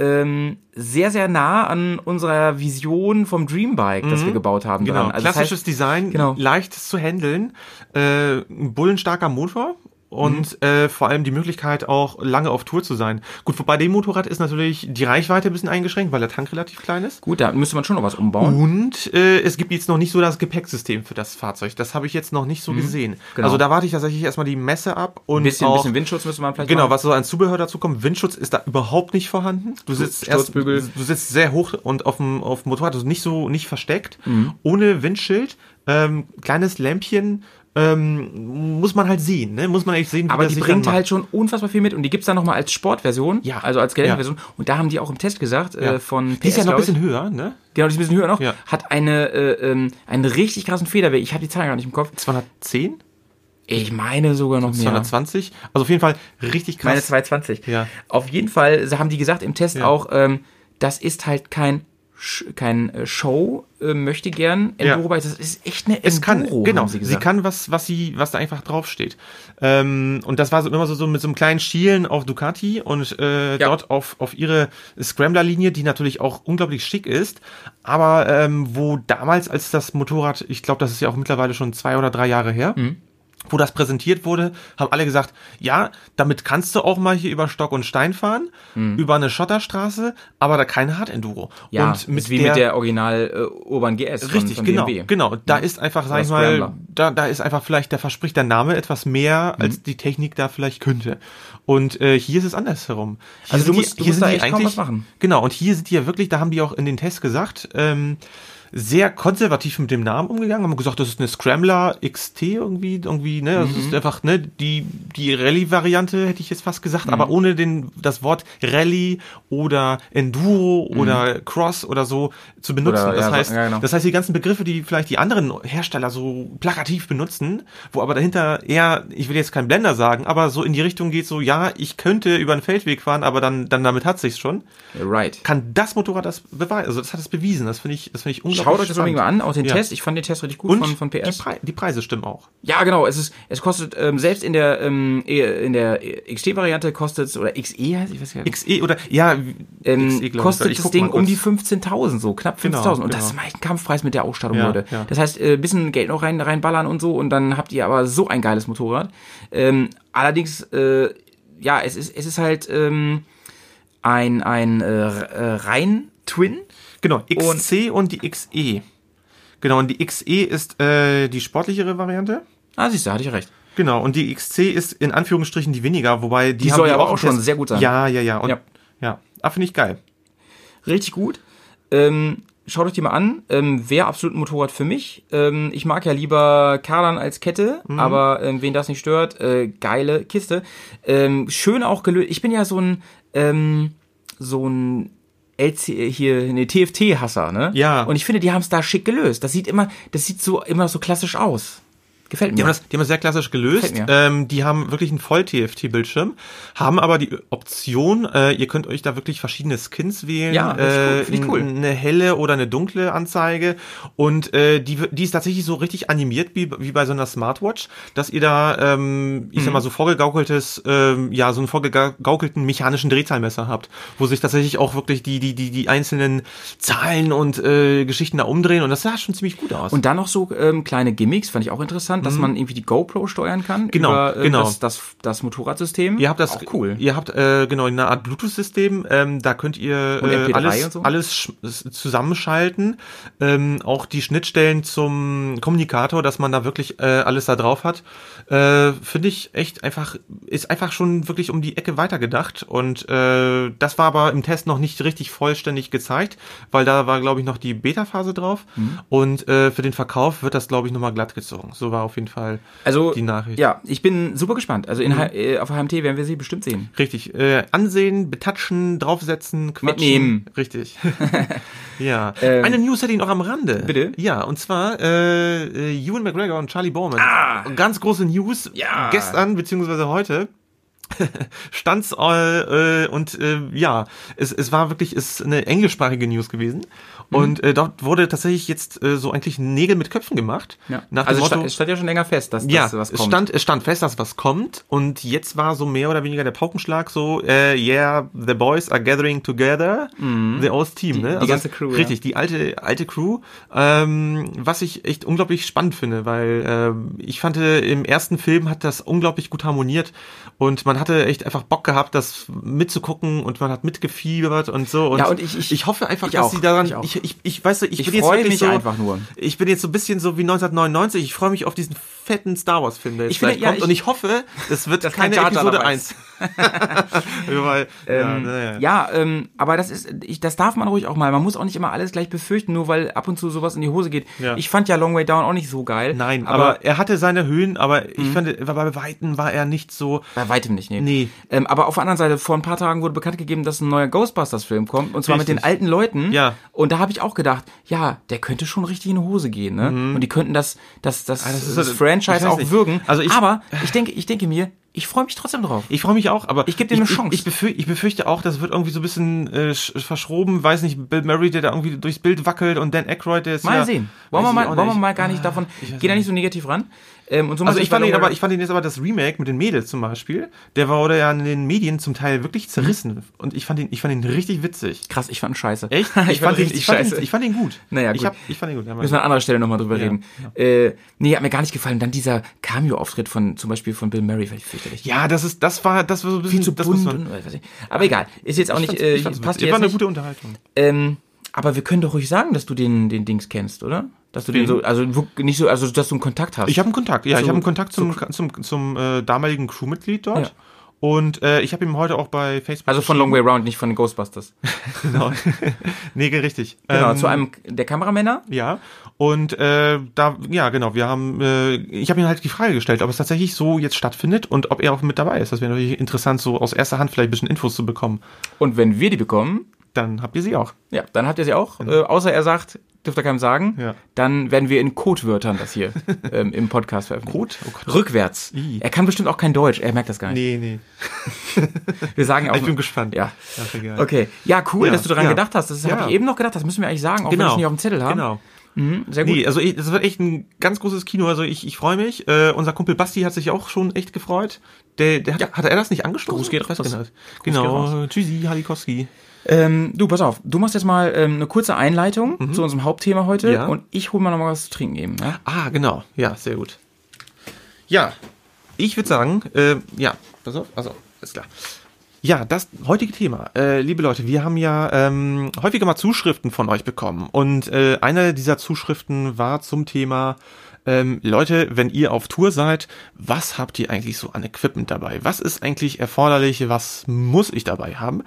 S3: ähm, sehr, sehr nah an unserer Vision vom Dreambike, das wir gebaut haben.
S1: Genau,
S3: dran. Also das
S1: klassisches
S3: heißt,
S1: Design,
S3: genau.
S1: leicht zu handeln, äh, ein bullenstarker Motor und
S3: Mhm.
S1: äh, vor allem die Möglichkeit auch lange auf Tour zu sein. Gut, wobei dem Motorrad ist natürlich die Reichweite ein bisschen eingeschränkt, weil der Tank relativ klein ist.
S3: Gut, da müsste man schon noch was umbauen.
S1: Und äh, es gibt jetzt noch nicht so das Gepäcksystem für das Fahrzeug. Das habe ich jetzt noch nicht so gesehen.
S3: genau.
S1: Also da warte ich tatsächlich erstmal die Messe ab und
S3: Ein bisschen,
S1: auch,
S3: bisschen Windschutz müsste man vielleicht
S1: Genau,
S3: machen.
S1: was so an Zubehör dazu kommt, Windschutz ist da überhaupt nicht vorhanden. Du sitzt erst,
S3: Sturzbügel.
S1: du sitzt sehr hoch und auf dem, auf dem Motorrad, also nicht so nicht versteckt,
S3: Mhm.
S1: ohne Windschild, ähm, kleines Lämpchen, ähm, muss man halt sehen, ne? muss man echt sehen. Wie
S3: Aber
S1: das
S3: die
S1: sich dann
S3: bringt
S1: macht.
S3: halt schon unfassbar viel mit und die gibt's dann nochmal als Sportversion,
S1: Ja.
S3: also als Geländeversion. Und da haben die auch im Test gesagt, äh,
S1: Ja.
S3: von
S1: die ist ja noch ein
S3: glaub ich,
S1: bisschen höher, ne?
S3: genau, die ist ein bisschen höher noch,
S1: Ja.
S3: hat eine, äh, ähm, einen richtig krassen Federweg. Ich habe die Zahl gar nicht im Kopf.
S1: 210,
S3: Ich meine sogar noch mehr.
S1: 220, also auf jeden Fall richtig krass.
S3: Meine 220.
S1: Ja.
S3: Auf jeden Fall haben die gesagt im Test
S1: Ja.
S3: auch, ähm, das ist halt kein Sch- kein äh, Show äh, möchte gern Enduro,
S1: Ja.
S3: weil das ist echt eine Enduro,
S1: es kann, genau,
S3: haben
S1: sie,
S3: sie gesagt.
S1: kann was, was sie, was da einfach draufsteht. Ähm, und das war so immer so, so mit so einem kleinen Schielen auf Ducati und äh,
S3: Ja.
S1: dort auf, auf ihre Scrambler-Linie, die natürlich auch unglaublich schick ist, aber ähm, wo damals, als das Motorrad, ich glaube, das ist ja auch mittlerweile schon zwei oder drei Jahre her,
S3: Mhm.
S1: wo das präsentiert wurde, haben alle gesagt, ja, damit kannst du auch mal hier über Stock und Stein fahren, über eine Schotterstraße, aber da kein Hard-Enduro.
S3: Mhm. ja,
S1: und mit
S3: ist wie
S1: der,
S3: mit der Original äh, Urban GS von,
S1: Richtig,
S3: von
S1: genau,
S3: BMW.
S1: genau. Da ist einfach, sag
S3: Oder
S1: ich mal,
S3: Scrambler. Mhm.
S1: da, da ist einfach vielleicht, da verspricht der Name etwas mehr, als die Technik da vielleicht könnte. Und äh, hier ist es andersherum. Hier
S3: Also du
S1: sind die-
S3: musst- du musst da echt kaum was machen.
S1: Genau, und hier sind die ja wirklich, da haben die auch in den Tests gesagt, ähm, sehr konservativ mit dem Namen umgegangen, haben gesagt, das ist eine Scrambler XT irgendwie, irgendwie, ne, das
S3: Mhm.
S1: ist einfach, ne, die, die Rallye-Variante hätte ich jetzt fast gesagt,
S3: Mhm.
S1: aber ohne den, das Wort Rallye oder Enduro oder Cross oder so zu benutzen.
S3: Mhm. Oder,
S1: das
S3: ja, so-
S1: heißt,
S3: ja, genau.
S1: das heißt, die ganzen Begriffe, die vielleicht die anderen Hersteller so plakativ benutzen, wo aber dahinter eher, ich will jetzt keinen Blender sagen, aber so in die Richtung geht so, ja, ich könnte über einen Feldweg fahren, aber dann, dann damit hat sich's schon
S3: Right.
S1: kann das Motorrad das beweisen. Also das hat es bewiesen. Das finde ich, das finde ich unglaublich
S3: Schaut euch das unbedingt mal an, auch den
S1: Ja.
S3: Test. Ich fand den Test richtig gut
S1: Und
S3: von, von PS.
S1: Die, Pre die Preise stimmen auch.
S3: Ja, genau. Es ist, es kostet ähm, selbst in der ähm, eh- in der XT-Variante kostet oder XE heißt ich weiß gar nicht.
S1: XE oder ja, XE,
S3: ähm,
S1: glaub E, ich.
S3: kostet
S1: Ich
S3: das
S1: guck
S3: Ding
S1: mal kurz.
S3: um die 15.000 so knapp 15.000
S1: Genau,
S3: und das
S1: genau.
S3: ist mal ein Kampfpreis mit der Ausstattung
S1: Ja,
S3: wurde.
S1: ja.
S3: Das heißt, äh, bisschen Geld noch rein reinballern und so und dann habt ihr aber so ein geiles Motorrad. Ähm, allerdings äh, ja, es ist es ist halt ähm, ein ein äh, äh, rein Twin
S1: Genau, XC und, die XE. Genau, und die XE ist äh, die sportlichere Variante.
S3: Ah, siehst du, hatte ich recht.
S1: Genau, und die XC ist in Anführungsstrichen die weniger, wobei die,
S3: Die
S1: haben
S3: soll ja aber
S1: im
S3: auch schon
S1: Test-
S3: sehr gut sein.
S1: Ja, ja, ja. Und,
S3: Ja.
S1: ja. Ah, finde ich geil.
S3: Richtig gut. Ähm, schaut euch die mal an. Ähm, Wäre absolut ein Motorrad für mich. Ähm, ich mag ja lieber Kardan als Kette,
S1: Mhm.
S3: aber ähm, wen das nicht stört, äh, geile Kiste. Ähm, schön auch gelöst. Ich bin ja so ein ähm, so ein LC hier eine TFT-Hasser, ne?
S1: Ja.
S3: Und ich finde, die haben es da schick gelöst. Das sieht immer, das sieht so immer so klassisch aus. Gefällt mir.
S1: Die haben das, die haben das sehr klassisch gelöst.
S3: Gefällt mir.
S1: Ähm, die haben wirklich einen Voll-TFT-Bildschirm, haben aber die Option, äh, ihr könnt euch da wirklich verschiedene Skins wählen.
S3: Ja, find ich cool,
S1: äh,
S3: find ich cool.
S1: n- Eine helle oder eine dunkle Anzeige. Und äh, die, w- die ist tatsächlich so richtig animiert, wie, wie bei so einer Smartwatch, dass ihr da, ähm,
S3: Mhm.
S1: ich sag mal, so vorgegaukeltes, ähm, ja, so einen vorgegaukelten mechanischen Drehzahlmesser habt, wo sich tatsächlich auch wirklich die, die, die, die einzelnen Zahlen und äh, Geschichten da umdrehen. Und das sah schon ziemlich gut aus.
S3: Und dann noch so ähm, kleine Gimmicks, fand ich auch interessant, dass man irgendwie die GoPro steuern kann.
S1: Mhm. Genau,
S3: über, äh,
S1: genau.
S3: Das, das, das Motorradsystem.
S1: Ihr habt das
S3: Mhm. auch cool.
S1: Ihr habt äh, genau eine Art Bluetooth-System. Ähm, da könnt ihr
S3: Und MP3
S1: äh, alles,
S3: und so?
S1: alles sch- s- zusammenschalten. Ähm, auch die Schnittstellen zum Kommunikator, dass man da wirklich äh, alles da drauf hat, äh, finde ich echt einfach ist einfach schon wirklich um die Ecke weitergedacht. Und äh, das war aber im Test noch nicht richtig vollständig gezeigt, weil da war glaube ich noch die Beta-Phase drauf.
S3: Mhm.
S1: Und äh, für den Verkauf wird das glaube ich nochmal glatt gezogen. So war auf jeden Fall
S3: Also,
S1: die Nachricht.
S3: ja, ich bin super gespannt. Also in, H- äh, auf HMT werden wir sie bestimmt sehen.
S1: Richtig. Äh, ansehen, betatschen, draufsetzen, quatschen.
S3: Mitnehmen. Ähm.
S1: Richtig. ja. Eine News hätte ich noch am Rande.
S3: Bitte?
S1: Ja, und zwar äh, äh, Ewan McGregor und Charlie Bowman. Ah. Ganz große News
S3: Ja.
S1: gestern beziehungsweise heute. stand's all äh, und äh, ja, es, es war wirklich es ist eine englischsprachige News gewesen
S3: Mhm.
S1: und äh, dort wurde tatsächlich jetzt äh, so eigentlich Nägel mit Köpfen gemacht.
S3: Ja.
S1: Nach
S3: also
S1: dem
S3: es sta-
S1: Motto,
S3: es stand ja schon länger fest, dass,
S1: ja,
S3: dass was
S1: es
S3: kommt.
S1: stand es stand fest, dass was kommt und jetzt war so mehr oder weniger der Paukenschlag so äh, yeah, the boys are gathering together, the old team, ne?
S3: Mhm. die ganze Crew, ja.
S1: Richtig, die alte alte Crew, ähm, was ich echt unglaublich spannend finde, weil ähm, ich fand im ersten Film hat das unglaublich gut harmoniert und man hatte echt einfach Bock gehabt, das mitzugucken und man hat mitgefiebert und so und,
S3: Ja, und ich- ich-
S1: ich hoffe einfach,
S3: ich
S1: dass
S3: auch,
S1: sie daran
S3: ich auch.
S1: ich ich, ich weiß so, ich,
S3: Ich
S1: bin jetzt
S3: freu
S1: wirklich
S3: mich
S1: so,
S3: einfach nur.
S1: ich bin jetzt so ein bisschen so wie 1999. Ich freue mich auf diesen fetten Star Wars Film, der jetzt
S3: Ich finde,
S1: gleich
S3: ja,
S1: kommt.
S3: ich-
S1: und ich hoffe, es wird
S3: Dass kein
S1: keine
S3: Jar Jar
S1: Episode
S3: dabei
S1: 1.
S3: ist.
S1: Weil,
S3: Ähm,
S1: ja,
S3: ja,
S1: naja.
S3: ähm, aber das ist, ich, das darf man ruhig auch mal. Man muss auch nicht immer alles gleich befürchten, nur weil ab und zu sowas in die Hose geht.
S1: Ja.
S3: Ich fand ja Long Way Down auch nicht so geil.
S1: Nein, aber, er hatte seine Höhen, aber
S3: Mhm.
S1: ich fand, bei Weitem war er nicht so.
S3: bei weitem nicht, nee.
S1: Nee.
S3: Ähm, aber auf der anderen Seite, vor ein paar Tagen wurde bekannt gegeben, dass ein neuer Ghostbusters-Film kommt. Und zwar mit
S1: Richtig.
S3: den alten Leuten.
S1: Ja.
S3: Und da habe ich auch gedacht, ja, der könnte schon richtig in die Hose gehen, ne? Und die könnten das, das, das,
S1: Mhm. Ah, das
S3: das,
S1: ist so- ich
S3: Franchise
S1: weiß
S3: auch
S1: nicht.
S3: würgen.
S1: Also ich-
S3: aber ich denke, ich denke mir, ich freue mich trotzdem drauf.
S1: Ich freue mich auch, aber ich
S3: geb dem eine Chance.
S1: Ich, ich, befür, ich befürchte auch, das wird irgendwie so ein bisschen äh, sch- verschroben. Weiß nicht, Bill Murray, der da irgendwie durchs Bild wackelt und Dan Aykroyd, der ist
S3: Mal
S1: ja,
S3: sehen. Wollen wir
S1: Weiß ich
S3: mal,
S1: auch
S3: wollen wir
S1: nicht. Ah,
S3: mal gar nicht davon, geh da nicht so negativ ran. Ähm, und so
S1: Also ich fand, ihn aber, ich fand ihn jetzt aber das Remake mit den Mädels zum Beispiel, der wurde ja in den Medien zum Teil
S3: Mhm.
S1: wirklich zerrissen. Und ich fand ihn, ich fand ihn richtig witzig.
S3: krass, ich fand ihn scheiße.
S1: Echt? Ich
S3: ich,
S1: fand ihn, ich fand ihn,
S3: scheiße.
S1: ich fand ihn gut.
S3: Naja,
S1: Ich,
S3: gut.
S1: hab, ich fand ihn gut. Ja,
S3: Müssen wir an anderer Stelle nochmal drüber
S1: Ja,
S3: reden. Äh, nee, hat mir gar nicht gefallen. Und dann dieser Cameo-Auftritt von, zum Beispiel von Bill Murray, fand ich fürchterlich.
S1: ja, das ist, das war, das war so ein bisschen,
S3: Viel zu
S1: Hm, das
S3: bunt
S1: muss man-
S3: und, weiß ich. aber egal. Ist jetzt auch
S1: Ich
S3: nicht,
S1: fand's-
S3: äh,
S1: ich fand's
S3: passt
S1: witzig.
S3: jetzt
S1: war eine
S3: nicht.
S1: gute Unterhaltung.
S3: Ähm, aber wir können doch ruhig sagen, dass du den, den Dings kennst, oder? Dass du den so, also wirk- nicht so, also dass du einen Kontakt hast.
S1: Ich habe einen Kontakt. Ja,
S3: Zu-
S1: ich habe einen Kontakt zum, zum, zum äh, damaligen Crewmitglied dort.
S3: Ja.
S1: Und äh, ich habe ihm heute auch bei Facebook.
S3: also von Long Way Round, nicht von Ghostbusters.
S1: genau. nee, ge- richtig.
S3: Genau,
S1: Ähm,
S3: zu einem der Kameramänner.
S1: Ja, und äh, da, ja, genau, wir haben, äh, ich habe ihn halt die Frage gestellt, ob es tatsächlich so jetzt stattfindet und ob er auch mit dabei ist. Das wäre natürlich interessant, so aus erster Hand vielleicht ein bisschen Infos zu bekommen.
S3: Und wenn wir die bekommen,
S1: Dann habt ihr sie auch.
S3: ja, dann habt ihr sie auch. Äh, außer er sagt, dürft ihr keinem sagen,
S1: Genau. Ja.
S3: dann werden wir in Codewörtern das hier ähm, im Podcast veröffentlichen.
S1: Code? Oh Gott.
S3: Rückwärts.
S1: Ih.
S3: Er kann bestimmt auch kein Deutsch, er merkt das gar nicht.
S1: Nee, nee.
S3: Wir sagen auch
S1: Ich bin gespannt.
S3: Ja.
S1: Ach, egal.
S3: Okay. Ja, cool,
S1: Ja,
S3: dass du daran
S1: ja.
S3: gedacht hast. Das
S1: Ja.
S3: habe ich eben noch gedacht, das müssen wir eigentlich sagen, auch wenn ich
S1: Genau.
S3: nicht auf dem Zettel habe.
S1: Genau.
S3: Sehr gut.
S1: Nee, also ich, das wird echt ein ganz großes Kino. Also ich, ich freue mich. Äh, unser Kumpel Basti hat sich auch schon echt gefreut. Der, der hat, hat er das nicht angestoßen?
S3: Gruß geht
S1: Ich weiß
S3: raus.
S1: gar nicht.
S3: geht
S1: Genau. Tschüssi, Halikowski.
S3: Ähm, du, pass auf, du machst jetzt mal ähm, eine kurze Einleitung zu unserem Hauptthema heute
S1: Mhm. Ja.
S3: und ich hole mir noch mal was zu trinken eben. ne? Ja?
S1: Ah, genau. Ja, sehr gut. Ja, ich würde sagen, äh, ja, pass auf, also, ist klar. Ja, das heutige Thema. Äh, liebe Leute, wir haben ja ähm, häufiger mal Zuschriften von euch bekommen. Und äh, eine dieser Zuschriften war zum Thema, ähm, Leute, wenn ihr auf Tour seid, was habt ihr eigentlich so an Equipment dabei? Was ist eigentlich erforderlich? Was muss ich dabei haben?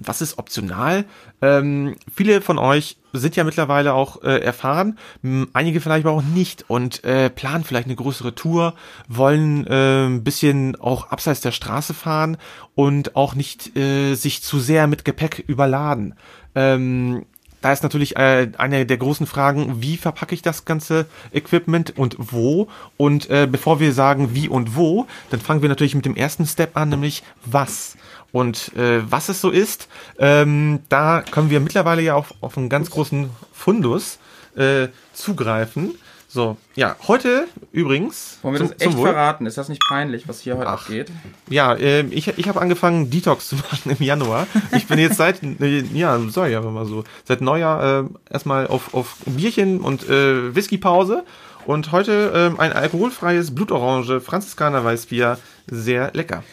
S1: was ist optional? Ähm, viele von euch sind ja mittlerweile auch äh, erfahren, m, einige vielleicht aber auch nicht und äh, planen vielleicht eine größere Tour, wollen äh, ein bisschen auch abseits der Straße fahren und auch nicht äh, sich zu sehr mit Gepäck überladen. Ähm, da ist natürlich äh, eine der großen Fragen, wie verpacke ich das ganze Equipment und wo? Und äh, bevor wir sagen, wie und wo, dann fangen wir natürlich mit dem ersten Step an, nämlich was. Und äh, was es so ist, ähm, da können wir mittlerweile ja auf, auf einen ganz großen Fundus äh, zugreifen. So, ja, heute übrigens.
S3: Wollen wir
S1: zum-
S3: das
S1: zum
S3: echt
S1: Wohl.
S3: verraten? Ist das nicht peinlich, was hier heute
S1: Ach.
S3: abgeht?
S1: Ja, ähm, ich, ich habe angefangen, Detox zu machen im Januar. Ich bin jetzt seit, äh, ja, sorry, aber mal so, seit Neujahr äh, erstmal auf, auf Bierchen und äh, Whiskypause. Und heute ähm, ein alkoholfreies Blutorange Franziskaner Weißbier. Sehr lecker.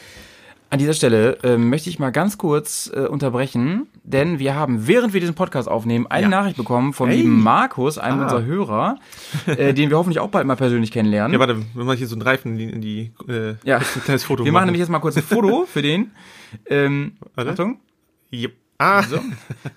S3: An dieser Stelle ähm, möchte ich mal ganz kurz äh, unterbrechen, denn wir haben, während wir diesen Podcast aufnehmen, eine
S1: Ja.
S3: Nachricht bekommen vom
S1: Hey.
S3: lieben Markus, einem
S1: Ah.
S3: unserer Hörer, äh, den wir hoffentlich auch bald mal persönlich kennenlernen.
S1: Ja, warte, wir machen hier so einen Reifen in die, in die äh,
S3: Hm? Ja.
S1: ein kleines Foto.
S3: wir machen nämlich jetzt mal kurz ein Foto für den. Ähm,
S1: Warte.
S3: Achtung.
S1: Yep. Ah,
S3: So.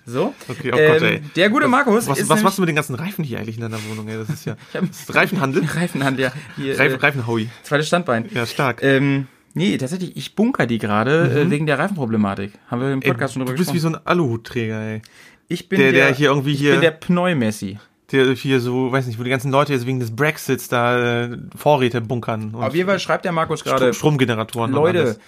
S3: So. Ähm,
S1: Okay, oh Gott, ey.
S3: Der gute Markus
S1: was,
S3: ist
S1: was
S3: nämlich-
S1: machst du mit den ganzen Reifen hier eigentlich in deiner Wohnung? Ey? Das ist ja das ist Reifenhandel.
S3: Reifenhand, ja. Hier,
S1: Reif,
S3: äh,
S1: Reifenhaui.
S3: zweites Standbein.
S1: Ja, stark.
S3: Ähm, nee, tatsächlich, ich bunker die gerade äh, wegen der Reifenproblematik. Haben wir im
S1: Mhm. Ey,
S3: Podcast schon drüber
S1: du bist
S3: gesprochen.
S1: wie so ein Aluhutträger, ey.
S3: ich bin
S1: der- der hier irgendwie hier-
S3: Ich bin der Pneumessi.
S1: der hier so, weiß nicht, wo die ganzen Leute jetzt wegen des Brexits da äh, Vorräte bunkern und
S3: Auf jeden Fall schreibt der Markus
S1: Stro-
S3: gerade,
S1: Stromgeneratoren. und
S3: Leute,
S1: alles.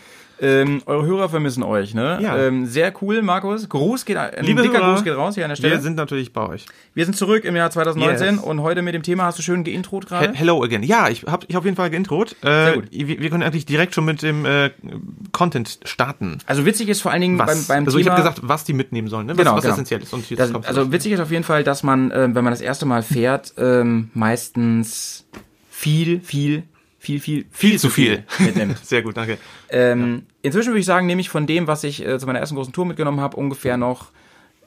S3: Ähm, eure Hörer vermissen euch, ne?
S1: Ja.
S3: Ähm, sehr cool, Markus. Gruß geht, ein
S1: Liebe
S3: dicker
S1: Hörer,
S3: Gruß geht raus hier an der Stelle.
S1: Wir sind natürlich bei euch.
S3: Wir sind zurück im Jahr 2019
S1: Yes.
S3: und heute mit dem Thema hast du schön geintrot
S1: He-
S3: gerade.
S1: Hello again. Ja, ich habe ich auf jeden Fall geintrot. Äh,
S3: gut.
S1: Wir, wir können eigentlich direkt schon mit dem äh, Content starten.
S3: Also witzig ist vor allen Dingen beim, beim
S1: also ich
S3: Thema...
S1: habe gesagt, was die mitnehmen sollen, ne? was,
S3: Genau,
S1: was
S3: genau.
S1: essentiell ist. Und jetzt
S3: das,
S1: kommst du.
S3: also witzig ist auf jeden Fall, dass man, ähm, wenn man das erste Mal fährt, ähm, meistens viel, viel, viel, viel, viel
S1: zu viel.
S3: mitnimmt.
S1: sehr gut, danke.
S3: Ähm, Inzwischen würde ich sagen, nehme ich von dem, was ich äh, zu meiner ersten großen Tour mitgenommen habe, ungefähr noch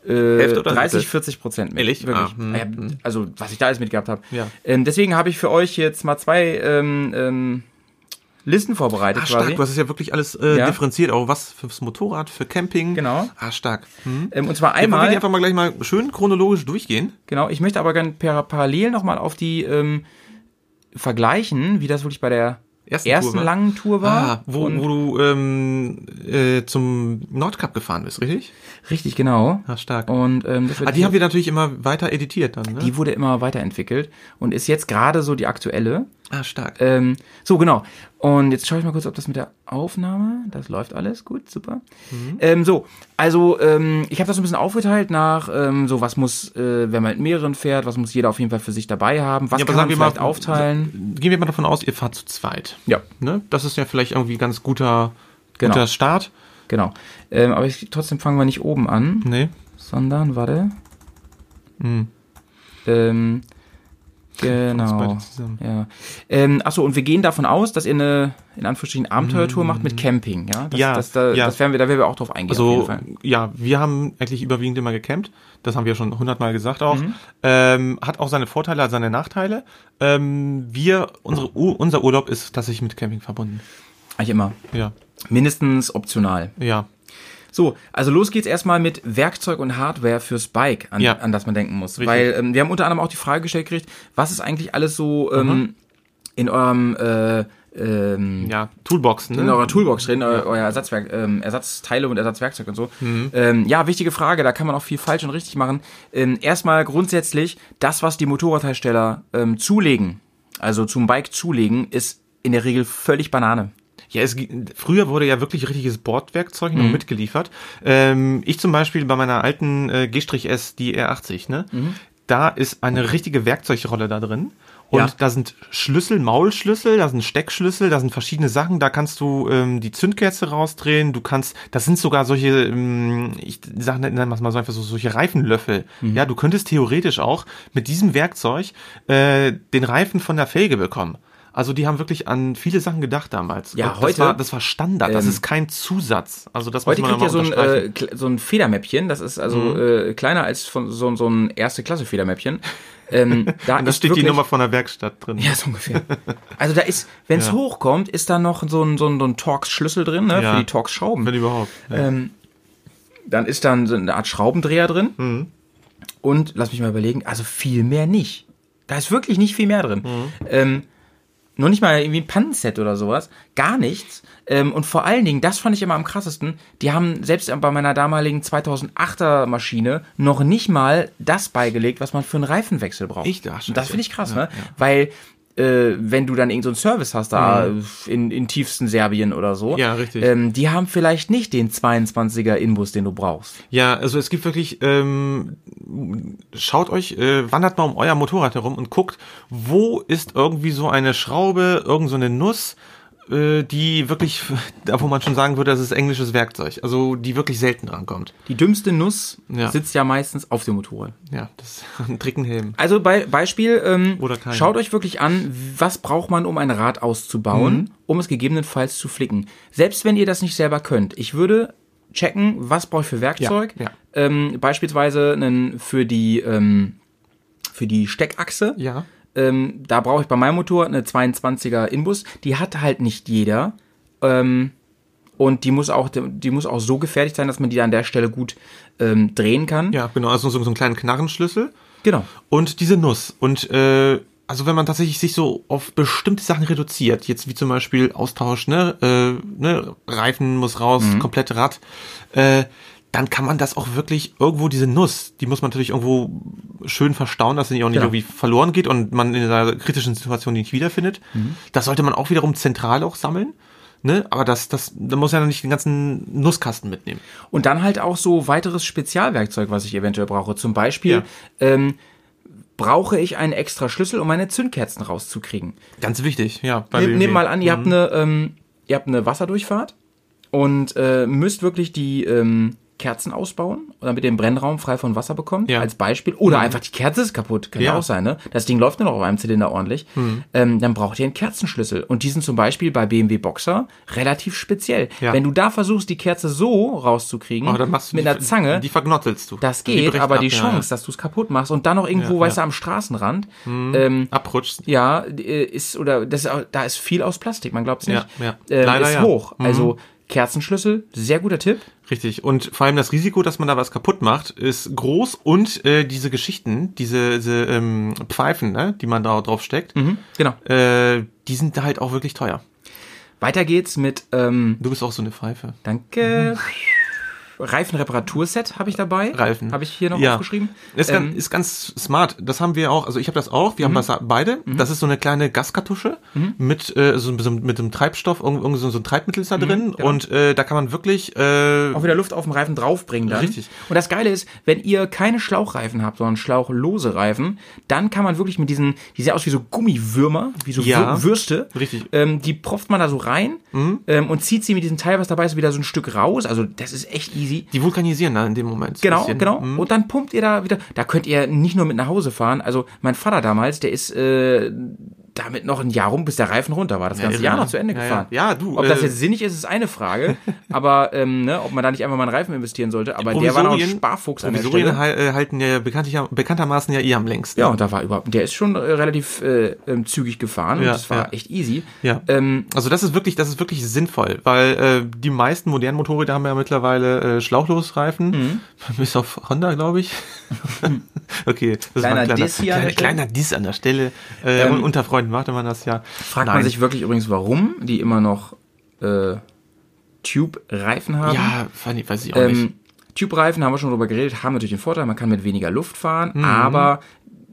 S3: äh,
S1: Hälfte oder
S3: 30,
S1: Hälfte?
S3: 40 Prozent mit.
S1: Ehrlich?
S3: Wirklich.
S1: Ah, hm,
S3: Ja, also, was ich da alles mitgehabt habe.
S1: Ja.
S3: Ähm, deswegen habe ich für euch jetzt mal zwei ähm, ähm, Listen vorbereitet
S1: Ah,
S3: quasi.
S1: stark, du hast es ja wirklich alles äh,
S3: Ja.
S1: differenziert, auch was fürs Motorrad, für Camping.
S3: Genau.
S1: Ah, stark. Hm.
S3: Ähm, und zwar
S1: Wir wollen die
S3: einmal,
S1: einfach mal gleich mal schön chronologisch durchgehen.
S3: genau, ich möchte aber gerne per parallel nochmal auf die ähm, vergleichen, wie das wirklich bei der
S1: Ersten
S3: ersten
S1: Tour war-
S3: langen Tour war.
S1: Ah, wo,
S3: Und-
S1: wo du ähm, äh, zum Nordcup gefahren bist, richtig?
S3: richtig, genau.
S1: Ah, stark.
S3: Und ähm, das wird
S1: ah, die haben wir natürlich immer weiter editiert dann, ne?
S3: die wurde immer weiterentwickelt und ist jetzt gerade so die aktuelle.
S1: ah, stark.
S3: Ähm, so, genau. Und jetzt schaue ich mal kurz, ob das mit der Aufnahme, das läuft alles gut, super.
S1: Mhm.
S3: Ähm, so, also ähm, ich habe das so ein bisschen aufgeteilt nach, ähm, so was muss, äh, wenn man mit mehreren fährt, was muss jeder auf jeden Fall für sich dabei haben, was
S1: Ja, aber
S3: kann
S1: sagen
S3: man
S1: wir mal-
S3: vielleicht aufteilen.
S1: Gehen wir mal davon aus, ihr fahrt zu zweit.
S3: Ja,
S1: Ne? Das ist ja vielleicht irgendwie ein ganz guter,
S3: Genau.
S1: guter Start.
S3: genau. Ähm, aber ich, trotzdem fangen wir nicht oben an,
S1: Nee.
S3: sondern, warte. Ähm,
S1: Hm. uns beide
S3: genau.
S1: zusammen.
S3: Ja. Ähm, achso, und wir gehen davon aus, dass ihr eine, in Anführungsstrichen, Abenteuertour macht mit Camping, ja? Das,
S1: Hm. Ja,
S3: Das, da,
S1: ja.
S3: Das werden wir, da werden wir auch drauf eingehen.
S1: Also, ja, wir haben eigentlich überwiegend immer gecampt. Das haben wir schon hundertmal gesagt auch. Ähm, hat auch seine Vorteile, hat seine Nachteile. Ähm, wir, unsere, Ur- unser Urlaub ist tatsächlich mit Camping verbunden.
S3: Eigentlich immer.
S1: Ja,
S3: Mindestens optional.
S1: ja.
S3: So, also los geht's erstmal mit Werkzeug und Hardware fürs Bike, an,
S1: Ja.
S3: an das man denken muss.
S1: Richtig.
S3: Weil ähm, wir haben unter anderem auch die Frage gestellt gekriegt, was ist eigentlich alles so ähm, in eurem äh, ähm,
S1: Ja, Toolboxen. Ne?
S3: in eurer Toolbox drin, eu- euer Ersatzwerk, ähm, Ersatzteile und Ersatzwerkzeug und so.
S1: Hm.
S3: Ähm, ja, wichtige Frage, da kann man auch viel falsch und richtig machen. Ähm, erstmal grundsätzlich, das, was die Motorradhersteller ähm, zulegen, also zum Bike zulegen, ist in der Regel völlig Banane.
S1: Ja, es, gi- früher wurde ja wirklich richtiges Bordwerkzeug noch mitgeliefert. Ähm, ich zum Beispiel bei meiner alten äh, G-S, die R80, ne? Da ist eine richtige Werkzeugrolle da drin. Und
S3: Ja.
S1: da sind Schlüssel, Maulschlüssel, da sind Steckschlüssel, da sind verschiedene Sachen. Da kannst du ähm, die Zündkerze rausdrehen. Du kannst, das sind sogar solche, ähm, ich sage mal so einfach so solche Reifenlöffel. Ja, du könntest theoretisch auch mit diesem Werkzeug äh, den Reifen von der Felge bekommen. Also die haben wirklich an viele Sachen gedacht damals.
S3: Ja,
S1: Und
S3: heute-
S1: Das war, das war Standard, das
S3: Ähm,
S1: ist kein Zusatz. Also das
S3: Heute
S1: muss man
S3: kriegt ihr so
S1: nochmal
S3: ein, äh,
S1: unterstreichen. Mhm.
S3: kle- so ein Federmäppchen, das ist also äh, kleiner als von, so, so ein Erste-Klasse-Federmäppchen. Ähm, da
S1: Und da
S3: ist
S1: steht
S3: wirklich,
S1: die Nummer von der Werkstatt drin.
S3: Ja, so ungefähr. Also da ist, wenn es hochkommt, ist da noch so ein, so ein, so ein Torx-Schlüssel drin, ne,
S1: Ja.
S3: für die Torx-Schrauben.
S1: Wenn überhaupt. Ja.
S3: Dann ist dann so eine Art Schraubendreher drin.
S1: Mhm.
S3: Und lass mich mal überlegen, also viel mehr nicht. Da ist wirklich nicht viel mehr drin.
S1: Mhm.
S3: Ähm, noch nicht mal irgendwie ein Pannenset oder sowas. Gar nichts. Ähm, und vor allen Dingen, das fand ich immer am krassesten, die haben selbst bei meiner damaligen 2008er Maschine noch nicht mal das beigelegt, was man für einen Reifenwechsel braucht.
S1: Echt? Ah, scheiße.
S3: Und das finde ich krass, ne? Weil, äh, wenn du dann irgendeinen so einen Service hast da in, in tiefsten Serbien oder so,
S1: Ja, richtig.
S3: Ähm, die haben vielleicht nicht den 22er Inbus, den du brauchst.
S1: ja, also es gibt wirklich, ähm, schaut euch, äh, wandert mal um euer Motorrad herum und guckt, wo ist irgendwie so eine Schraube, irgend so eine Nuss, äh, die wirklich, da wo man schon sagen würde, das ist englisches Werkzeug. Also die wirklich selten rankommt.
S3: Die dümmste Nuss
S1: Ja.
S3: sitzt ja meistens auf dem Motorrad.
S1: Ja, das ist ein dicken Helm.
S3: Also bei, Beispiel, ähm,
S1: Oder keine.
S3: schaut euch wirklich an, was braucht man, um ein Rad auszubauen, um es gegebenenfalls zu flicken. Selbst wenn ihr das nicht selber könnt, ich würde checken, was brauche ich für Werkzeug.
S1: ja.
S3: Ähm, beispielsweise einen für die ähm, für die Steckachse.
S1: Ja.
S3: Ähm, da brauche ich bei meinem Motor eine 22er Inbus. Die hat halt nicht jeder. Ähm, und die muss auch die muss auch so gefertigt sein, dass man die an der Stelle gut ähm, drehen kann.
S1: Ja, genau, also so, so einen kleinen Knarrenschlüssel.
S3: Genau.
S1: Und diese Nuss. Und äh, also wenn man tatsächlich sich so auf bestimmte Sachen reduziert, jetzt wie zum Beispiel Austausch, ne, äh, ne Reifen muss raus,
S3: Mhm.
S1: komplett Rad, äh, dann kann man das auch wirklich irgendwo diese Nuss, die muss man natürlich irgendwo schön verstauen, dass sie auch nicht
S3: Genau.
S1: irgendwie verloren geht
S3: Mhm.
S1: und man in einer kritischen Situation die nicht wiederfindet. Das sollte man auch wiederum zentral auch sammeln. Ne? Aber das, das, da muss ja noch nicht den ganzen Nusskasten mitnehmen.
S3: Und dann halt auch so weiteres Spezialwerkzeug, was ich eventuell brauche. Zum Beispiel, ähm, brauche ich einen extra Schlüssel, um meine Zündkerzen rauszukriegen.
S1: Ganz wichtig, ja. bei
S3: Nehmt
S1: BMW.
S3: nehm mal an, ihr,
S1: Mhm.
S3: habt eine, ähm, ihr habt eine Wasserdurchfahrt und äh, müsst wirklich die ähm, Kerzen ausbauen, damit ihr den Brennraum frei von Wasser bekommt,
S1: Ja. Mhm.
S3: als Beispiel. Oder einfach die Kerze ist kaputt, kann ja,
S1: Ja. Mhm.
S3: auch sein. Ne? Das Ding läuft nur noch auf einem Zylinder ordentlich. Ähm, dann braucht ihr einen Kerzenschlüssel. Und die sind zum Beispiel bei BMW Boxer relativ speziell.
S1: Ja.
S3: Wenn du da versuchst, die Kerze so rauszukriegen,
S1: Aber dann machst du
S3: mit
S1: die,
S3: einer Zange,
S1: Die verknottelst du.
S3: das
S1: Die
S3: geht,
S1: bricht
S3: aber
S1: ab,
S3: die
S1: ja,
S3: Chance, dass du es kaputt machst und dann noch irgendwo,
S1: Ja,
S3: weißt
S1: ja.
S3: du, am Straßenrand, ähm,
S1: Ja. Abrutschst.
S3: ja, äh, ist oder das ist auch, da ist viel aus Plastik, man glaubt es nicht.
S1: Ja, ja.
S3: Ähm,
S1: Leider
S3: ist
S1: ja. Mhm.
S3: hoch. Also Kerzenschlüssel, sehr guter Tipp.
S1: Richtig. Und vor allem das Risiko, dass man da was kaputt macht, ist groß und äh, diese Geschichten, diese, diese ähm, Pfeifen, ne, die man da drauf steckt,
S3: Genau.
S1: äh, die sind halt auch wirklich teuer.
S3: Weiter geht's mit ähm,
S1: Du bist auch so eine Pfeife.
S3: Danke. Reifenreparaturset habe ich dabei.
S1: Reifen.
S3: Habe ich hier noch
S1: Ja.
S3: aufgeschrieben.
S1: Ist,
S3: Ähm, Mhm.
S1: ganz, ist ganz smart. Das haben wir auch, also ich habe das auch, wir haben das beide. Das ist so eine kleine Gaskartusche mit, äh, so, so, mit einem Treibstoff, irgend, irgend so, so ein Treibmittel ist da drin und äh, da kann man wirklich äh,
S3: auch wieder Luft Mhm. Genau. auf dem Reifen draufbringen dann.
S1: Richtig.
S3: Und das Geile ist, wenn ihr keine Schlauchreifen habt, sondern schlauchlose Reifen, dann kann man wirklich mit diesen, die sehen aus wie so Gummiwürmer, wie so
S1: Ja.
S3: Wür- Würste.
S1: Richtig. Mhm.
S3: Ähm, die propft man da so rein ähm, und zieht sie mit diesem Teil, was dabei ist, wieder so ein Stück raus. Also das ist echt easy.
S1: die vulkanisieren da in dem Moment. so ein
S3: Genau,
S1: bisschen. Mhm.
S3: genau. Und dann pumpt ihr da wieder. Da könnt ihr nicht nur mit nach Hause fahren. Also mein Vater damals, der ist äh, damit noch ein Jahr rum, bis der Reifen runter war. Das ganze
S1: irre,
S3: Jahr
S1: ne?
S3: noch zu Ende
S1: Ja,
S3: gefahren.
S1: ja. Ja, du,
S3: Ob das
S1: äh,
S3: jetzt sinnig ist, ist eine Frage. aber ähm, ne, ob man da nicht einfach mal einen Reifen investieren sollte. Aber der war noch ein
S1: Provisorien-
S3: Sparfuchs an der
S1: Provisorien
S3: Stelle.
S1: hal- äh, halten ja bekanntlicher- bekanntermaßen ja eh am längsten.
S3: Ja, und da war überhaupt, der ist schon äh, relativ äh, ähm, zügig gefahren und
S1: Ja,
S3: das war
S1: ja.
S3: echt easy.
S1: Ja.
S3: Ähm,
S1: Also das ist wirklich, das ist wirklich sinnvoll, weil äh, die meisten modernen Motorräder haben ja mittlerweile äh, Schlauchlosreifen,
S3: Mhm.
S1: bis auf Honda, glaube ich. okay, das
S3: Kleiner
S1: ein kleiner,
S3: Diss hier an
S1: kleiner,
S3: der Stelle.
S1: kleiner Diss an der Stelle. Äh,
S3: Ähm,
S1: unter Freunden machte man das ja.
S3: fragt man sich wirklich übrigens, warum die immer noch äh, Tube-Reifen haben.
S1: ja, fand ich- weiß ich auch nicht.
S3: Ähm, Typreifen haben wir schon drüber geredet, haben natürlich den Vorteil, man kann mit weniger Luft fahren,
S1: Mhm.
S3: aber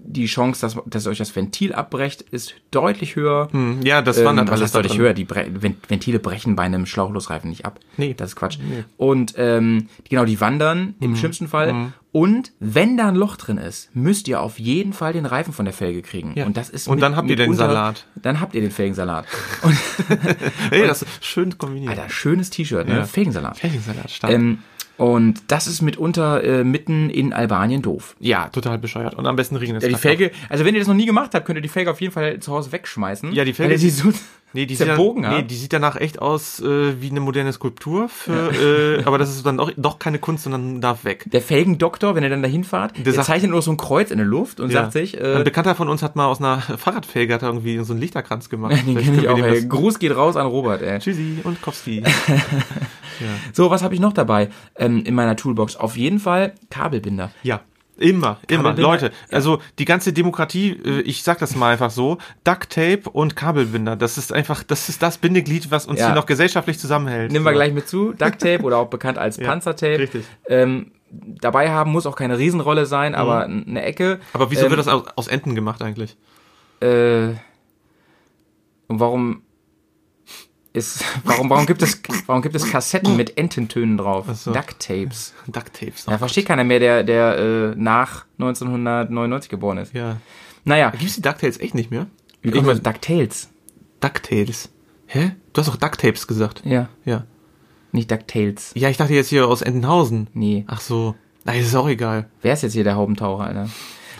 S3: die Chance, dass, dass euch das Ventil abbrecht, ist deutlich höher.
S1: Hm, Ja, das waren
S3: Ähm,
S1: dann
S3: was
S1: alles
S3: heißt deutlich
S1: daran.
S3: höher? Die Bre Ven- Ventile brechen bei einem Schlauchlosreifen nicht ab.
S1: Nee. Mhm.
S3: Das ist Quatsch. Und ähm, genau, die wandern im schlimmsten Fall. Und wenn da ein Loch drin ist, müsst ihr auf jeden Fall den Reifen von der Felge kriegen.
S1: Ja.
S3: Und das ist
S1: Und dann habt ihr den
S3: mitunter-
S1: Salat.
S3: Dann habt ihr den Felgensalat. Und,
S1: Ey, das ist schön kombiniert.
S3: Alter, schönes T-Shirt, ne?
S1: Ja.
S3: Felgensalat.
S1: Felgensalat, stark.
S3: Ähm, und das ist mitunter äh, mitten in Albanien doof.
S1: ja, total bescheuert. Und am besten regnet es
S3: Die
S1: gleich noch.
S3: Felge, also wenn ihr das noch nie gemacht habt, könnt ihr die Felge auf jeden Fall zu Hause wegschmeißen.
S1: Ja, die Felge-
S3: Weil ihr die so
S1: Nee, die, sieht
S3: zerbogen
S1: dann, nee,
S3: habt.
S1: die sieht danach echt aus äh, wie eine moderne Skulptur, für, äh, aber das ist dann doch, doch keine Kunst, sondern darf weg.
S3: der Felgendoktor, wenn ihr dann dahin fahrt, der,
S1: sagt-
S3: zeichnet nur so ein Kreuz in der Luft und sagt sich,
S1: ein
S3: äh,
S1: Bekannter von uns hat mal aus einer Fahrradfelge hat er irgendwie so einen Lichterkranz gemacht.
S3: den
S1: Vielleicht
S3: kenn ich auch,
S1: können wir dem das-
S3: ey. Gruß geht raus an Robert, ey.
S1: Tschüssi und Kowski.
S3: So, was habe ich noch dabei ähm, in meiner Toolbox? Auf jeden Fall Kabelbinder.
S1: ja. Immer, immer.
S3: Kabelbinder?
S1: Leute, also die ganze Demokratie, äh, ich sag das mal einfach so, Duct Tape und Kabelbinder, das ist einfach, das ist das Bindeglied, was uns
S3: Ja.
S1: hier noch gesellschaftlich zusammenhält.
S3: Nehmen wir
S1: So.
S3: gleich mit zu. Duct Tape oder auch bekannt als Panzertape.
S1: richtig.
S3: Ähm, dabei haben muss auch keine Riesenrolle sein, aber eine Ecke.
S1: Aber wieso
S3: Ähm,
S1: wird das aus, aus Enten gemacht eigentlich?
S3: äh, und warum ist, warum, warum gibt es, warum gibt es Kassetten mit Ententönen drauf?
S1: so.
S3: Duct Tapes.
S1: Duct Tapes.
S3: Da versteht keiner mehr, der, der äh, nach 1999 geboren ist.
S1: Ja.
S3: Naja,
S1: Gibt's die Duct Tails echt nicht mehr?
S3: ich
S1: Ich mein,
S3: Duct Tales.
S1: Duct Tails. Hä? Du hast doch Duct Tapes gesagt.
S3: Ja,
S1: Ja.
S3: nicht Duct Tales.
S1: Ja, ich dachte jetzt hier aus Entenhausen.
S3: Nee.
S1: Ach so. Nein, ist auch egal.
S3: Wer ist jetzt hier der Haubentaucher, Alter?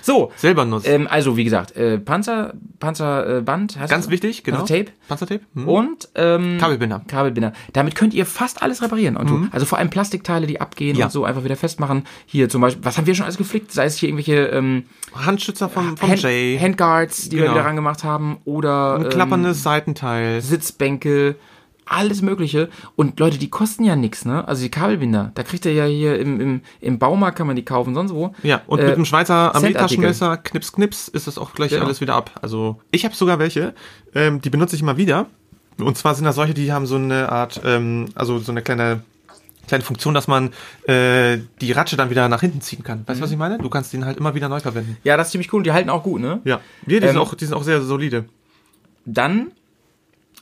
S3: So,
S1: Selber nutzt.
S3: ähm, also wie gesagt, äh, Panzer, Panzerband. hast
S1: Ganz
S3: du-
S1: wichtig, genau.
S3: Panzertape.
S1: Panzertape. Hm.
S3: Und ähm,
S1: Kabelbinder.
S3: Kabelbinder. Damit könnt ihr fast alles reparieren. Und du, also vor allem Plastikteile, die abgehen
S1: Mhm. Ja.
S3: und so einfach wieder festmachen. Hier zum Beispiel, was haben wir schon alles geflickt? Sei es hier irgendwelche ähm,
S1: Handschützer vom, vom
S3: Hand,
S1: Jay.
S3: Handguards, die wir
S1: Genau.
S3: wieder rangemacht haben. Oder ähm,
S1: ein klapperndes Seitenteil.
S3: Sitzbänke, alles Mögliche. Und Leute, die kosten ja nichts, ne? Also die Kabelbinder, da kriegt ihr ja hier im, im, im Baumarkt kann man die kaufen, sonst wo.
S1: Ja, und
S3: Äh,
S1: mit dem Schweizer
S3: Centartikel.
S1: Armeetaschenmesser, knips, knips, ist das auch gleich
S3: Genau.
S1: alles wieder ab. Also, ich habe sogar welche, ähm, die benutze ich immer wieder. Und zwar sind das solche, die haben so eine Art, ähm, also so eine kleine, kleine Funktion, dass man äh, die Ratsche dann wieder nach hinten ziehen kann. Weißt du,
S3: Mhm.
S1: was ich meine? Du kannst den halt immer wieder neu verwenden.
S3: Ja, das ist ziemlich cool und die halten auch gut, ne?
S1: Ja, ja die,
S3: Ähm,
S1: sind auch, die sind auch sehr solide.
S3: Dann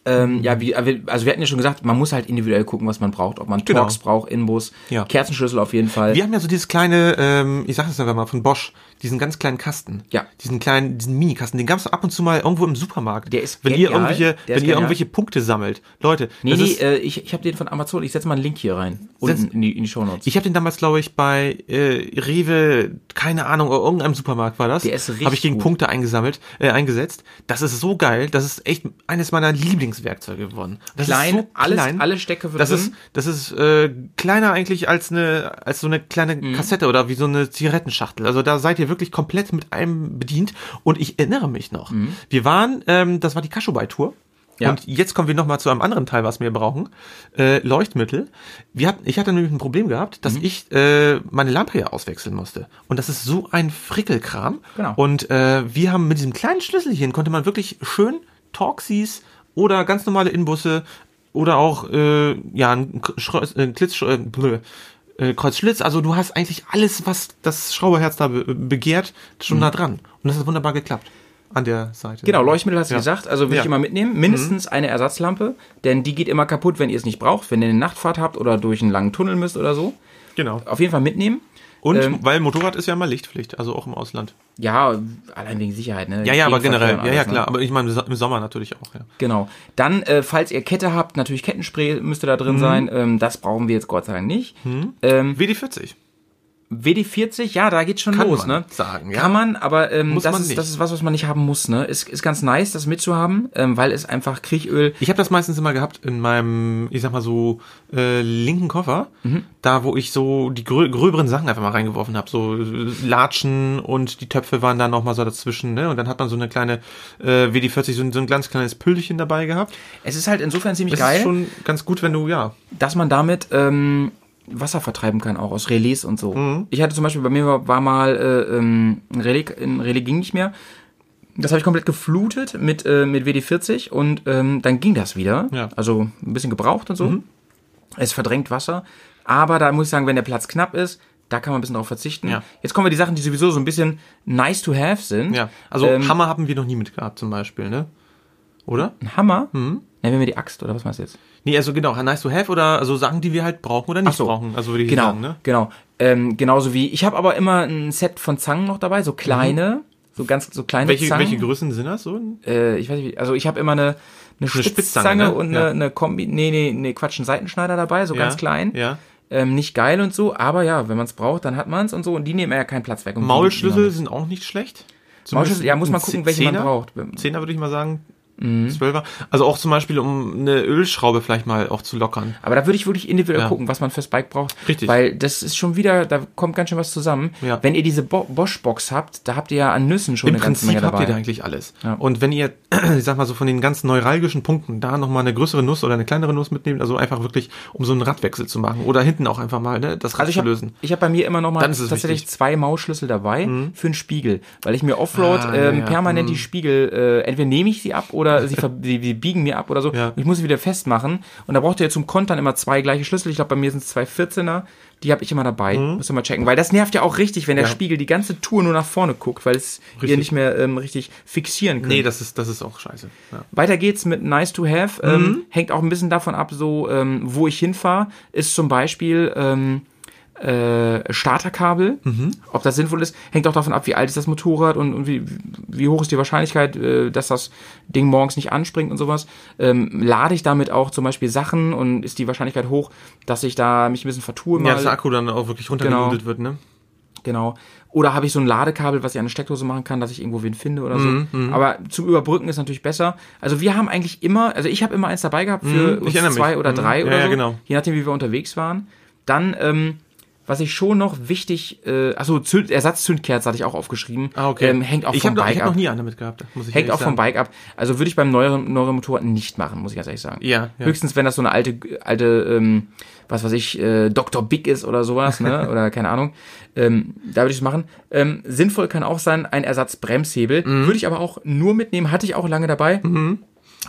S3: Ähm, ja, wie, also wir hatten ja schon gesagt, man muss halt individuell gucken, was man braucht, ob man
S1: Genau.
S3: Torx braucht, Inbus,
S1: Ja.
S3: Kerzenschlüssel auf jeden Fall.
S1: Wir haben ja so dieses kleine, ähm, ich sag das einfach mal, von Bosch, diesen ganz kleinen Kasten.
S3: Ja.
S1: Diesen kleinen, diesen Minikasten, den gab es ab und zu mal irgendwo im Supermarkt.
S3: Der ist
S1: Wenn ihr
S3: genial,
S1: irgendwelche,
S3: der ist
S1: wenn ihr
S3: genial.
S1: irgendwelche Punkte sammelt. Leute,
S3: nee,
S1: das
S3: nee,
S1: ist,
S3: äh, ich, ich habe den von Amazon, ich setze mal einen Link hier rein, unten in die, in die Shownotes.
S1: ich habe den damals, glaube ich, bei äh, Rewe, keine Ahnung, oder irgendeinem Supermarkt war das.
S3: Der ist richtig
S1: Habe ich gegen
S3: gut.
S1: Punkte eingesammelt, äh, eingesetzt. Das ist so geil, das ist echt eines meiner Lieblingswerkzeuge geworden. Das
S3: Klein,
S1: ist so
S3: alles-
S1: klein.
S3: alle Stecker
S1: das
S3: drin.
S1: ist, das ist äh, kleiner eigentlich als eine, als so eine kleine
S3: Hm.
S1: Kassette oder wie so eine Zigarettenschachtel. Also da seid ihr wirklich komplett mit allem bedient. Und ich erinnere mich noch, wir waren, ähm, das war die Kaschubai-Tour.
S3: Hm. Ja.
S1: Und jetzt kommen wir nochmal zu einem anderen Teil, was wir brauchen. Äh, Leuchtmittel. Wir hatten, ich hatte nämlich ein Problem gehabt,
S3: Hm.
S1: dass ich äh, meine Lampe ja auswechseln musste. Und das ist so ein Frickelkram.
S3: Genau.
S1: Und äh, wir haben mit diesem kleinen Schlüsselchen konnte man wirklich schön Torxis oder ganz normale Inbusse oder auch äh, ja ein, K- Schro- äh, ein Klitz, äh, blö, äh, Kreuzschlitz. Also du hast eigentlich alles, was das Schrauberherz da be begehrt, schon da dran. Und das hat wunderbar geklappt an der Seite.
S3: Mhm. Genau, Leuchtmittel hast du
S1: Ja.
S3: gesagt, also will
S1: Ja.
S3: ich immer mitnehmen. Mindestens eine Ersatzlampe, denn die geht immer kaputt, wenn ihr es nicht braucht, wenn ihr eine Nachtfahrt habt oder durch einen langen Tunnel müsst oder so.
S1: Genau.
S3: Auf jeden Fall mitnehmen.
S1: Und
S3: Ähm,
S1: weil Motorrad ist ja immer Lichtpflicht, also auch im Ausland.
S3: Ja, allein wegen Sicherheit, ne?
S1: Ja, ja, aber
S3: Gegenverkehr
S1: generell.
S3: und
S1: Ja, ja,
S3: alles, ne?
S1: klar. Aber ich meine, im So- im Sommer natürlich auch, ja.
S3: Genau. Dann, äh, falls ihr Kette habt, natürlich Kettenspray müsste da drin sein. Ähm, das brauchen wir jetzt Gott sei Dank nicht. Ähm,
S1: WD-40.
S3: WD40, ja, da geht schon
S1: Kann
S3: los,
S1: man
S3: ne?
S1: sagen, ja.
S3: Kann man, aber ähm,
S1: Muss
S3: das,
S1: man
S3: ist,
S1: nicht.
S3: das ist was, was man nicht haben muss, ne? Ist, ist ganz nice, das mitzuhaben, ähm, weil es einfach Kriechöl.
S1: Ich habe das meistens immer gehabt in meinem, ich sag mal so, äh, linken Koffer,
S3: Mhm.
S1: da wo ich so die grö gröberen Sachen einfach mal reingeworfen habe. So äh, Latschen und die Töpfe waren dann nochmal so dazwischen, ne? Und dann hat man so eine kleine äh, WD-40, so, ein- so ein ganz kleines Püllchen dabei gehabt.
S3: Es ist halt insofern ziemlich
S1: Das
S3: geil.
S1: ist schon ganz gut, wenn du, ja.
S3: dass man damit ähm, Wasser vertreiben kann, auch aus Relais und so.
S1: Mhm.
S3: Ich hatte zum Beispiel, bei mir war, war mal äh, ähm, ein Relais, ein Relais ging nicht mehr. Das habe ich komplett geflutet mit, äh, mit WD-40 und ähm, dann ging das wieder.
S1: Ja. Mhm.
S3: Also ein bisschen gebraucht und so. Es verdrängt Wasser. Aber da muss ich sagen, wenn der Platz knapp ist, da kann man ein bisschen drauf verzichten.
S1: Ja.
S3: Jetzt kommen wir die Sachen, die sowieso so ein bisschen nice to have sind.
S1: ja. Also
S3: Ähm,
S1: Hammer haben wir noch nie mitgehabt zum Beispiel, ne? Oder?
S3: ein Hammer?
S1: Mhm.
S3: Nennen wir mir die Axt, oder was meinst du jetzt?
S1: Nee, also genau, nice to have oder also Sachen, die wir halt brauchen oder nicht brauchen. Also würde ich
S3: genau,
S1: sagen, ne?
S3: Genau. Ähm, genauso wie, ich habe aber immer ein Set von Zangen noch dabei, so kleine, so ganz, so kleine
S1: Mhm. Welche,
S3: Zangen.
S1: welche Größen sind das so?
S3: äh, ich weiß nicht, wie- also ich habe immer eine, eine Spitzzange,
S1: Spitzzange, ne?
S3: und eine,
S1: Ja.
S3: eine Kombi, nee, nee, nee, Quatsch, einen Seitenschneider dabei, so ganz klein.
S1: Ja.
S3: Ähm, nicht geil und so, aber ja, wenn man es braucht, dann hat man es und so und die nehmen ja keinen Platz weg. Und die-
S1: Maulschlüssel sind auch nicht schlecht.
S3: Genau. Maulschlüssel, ja, muss man
S1: ein
S3: gucken, welchen man
S1: Zehner.
S3: braucht. Mhm.
S1: Zehner würde ich mal sagen. Zwölfer. Also auch zum Beispiel, um eine Ölschraube vielleicht mal auch zu lockern.
S3: Aber da würde ich wirklich individuell
S1: Ja.
S3: gucken, was man fürs Bike braucht.
S1: Richtig.
S3: Weil das ist schon wieder, da kommt ganz schön was zusammen.
S1: Ja.
S3: Wenn ihr diese Bo Bosch-Box habt, da habt ihr ja an Nüssen schon
S1: Im
S3: eine ganze
S1: Prinzip
S3: Menge
S1: habt
S3: dabei.
S1: ihr da eigentlich alles.
S3: Ja.
S1: Und wenn ihr, ich sag mal so, von den ganzen neuralgischen Punkten da nochmal eine größere Nuss oder eine kleinere Nuss mitnehmt, also einfach wirklich, um so einen Radwechsel zu machen oder hinten auch einfach mal ne, das Rad
S3: Also ich
S1: zu
S3: habe
S1: lösen.
S3: ich hab bei mir immer noch mal
S1: Dann ist es
S3: tatsächlich
S1: wichtig. Mhm.
S3: zwei Maulschlüssel dabei für einen Spiegel, weil ich mir Offroad
S1: Ah,
S3: ähm,
S1: ja, ja.
S3: permanent die Spiegel, äh, entweder nehme ich sie ab oder sie, ver- sie, sie biegen mir ab oder so.
S1: Ja.
S3: Und ich muss sie wieder festmachen. Und da braucht ihr zum Kontern immer zwei gleiche Schlüssel. Ich glaube, bei mir sind es zwei 14er. Die habe ich immer dabei.
S1: Mhm.
S3: Müsst ihr mal checken. Weil das nervt ja auch richtig, wenn der Spiegel die ganze Tour nur nach vorne guckt, weil es ihr
S1: Richtig.
S3: nicht mehr ähm, richtig fixieren könnt.
S1: Nee, das ist, das ist auch scheiße. Ja.
S3: Weiter geht's mit Nice to Have. Ähm, hängt auch ein bisschen davon ab, so ähm, wo ich hinfahre, ist zum Beispiel ähm, äh, Starterkabel. Ob das sinnvoll ist, hängt auch davon ab, wie alt ist das Motorrad und, und wie, wie hoch ist die Wahrscheinlichkeit, äh, dass das Ding morgens nicht anspringt und sowas. Ähm, lade ich damit auch zum Beispiel Sachen und ist die Wahrscheinlichkeit hoch, dass ich da mich ein bisschen vertue
S1: Ja,
S3: mal.
S1: dass der Akku dann auch wirklich runtergenudelt wird, ne?
S3: Genau. Oder habe ich so ein Ladekabel, was ich an eine Steckdose machen kann, dass ich irgendwo wen finde oder so.
S1: Mhm,
S3: Aber zum Überbrücken ist natürlich besser. Also wir haben eigentlich immer, also ich habe immer eins dabei gehabt für
S1: Mhm, ich
S3: uns
S1: erinnere mich.
S3: zwei oder
S1: Mhm.
S3: drei
S1: Ja,
S3: oder
S1: ja,
S3: so.
S1: genau.
S3: Je nachdem, wie wir unterwegs waren. Dann, ähm, was ich schon noch wichtig, äh, achso, Zünd, Ersatzzündkerze hatte ich auch aufgeschrieben. Ähm, hängt auch
S1: Ah, ich
S3: vom
S1: hab noch, ich
S3: Bike
S1: hab noch
S3: ab.
S1: nie eine mitgehabt, muss ich
S3: Hängt
S1: ehrlich
S3: auch vom
S1: sagen.
S3: Bike ab. Also würde ich beim neueren, neueren Motorrad nicht machen, muss ich ganz ehrlich sagen.
S1: Ja, ja.
S3: Höchstens, wenn das so eine alte, alte, ähm, was weiß ich, äh, Dr. Big ist oder sowas, ne? Oder keine Ahnung. Ähm, da würde ich es machen. Ähm,
S1: Mhm.
S3: sinnvoll kann auch sein, ein Ersatzbremshebel. Würde ich aber auch nur mitnehmen, hatte ich auch lange dabei.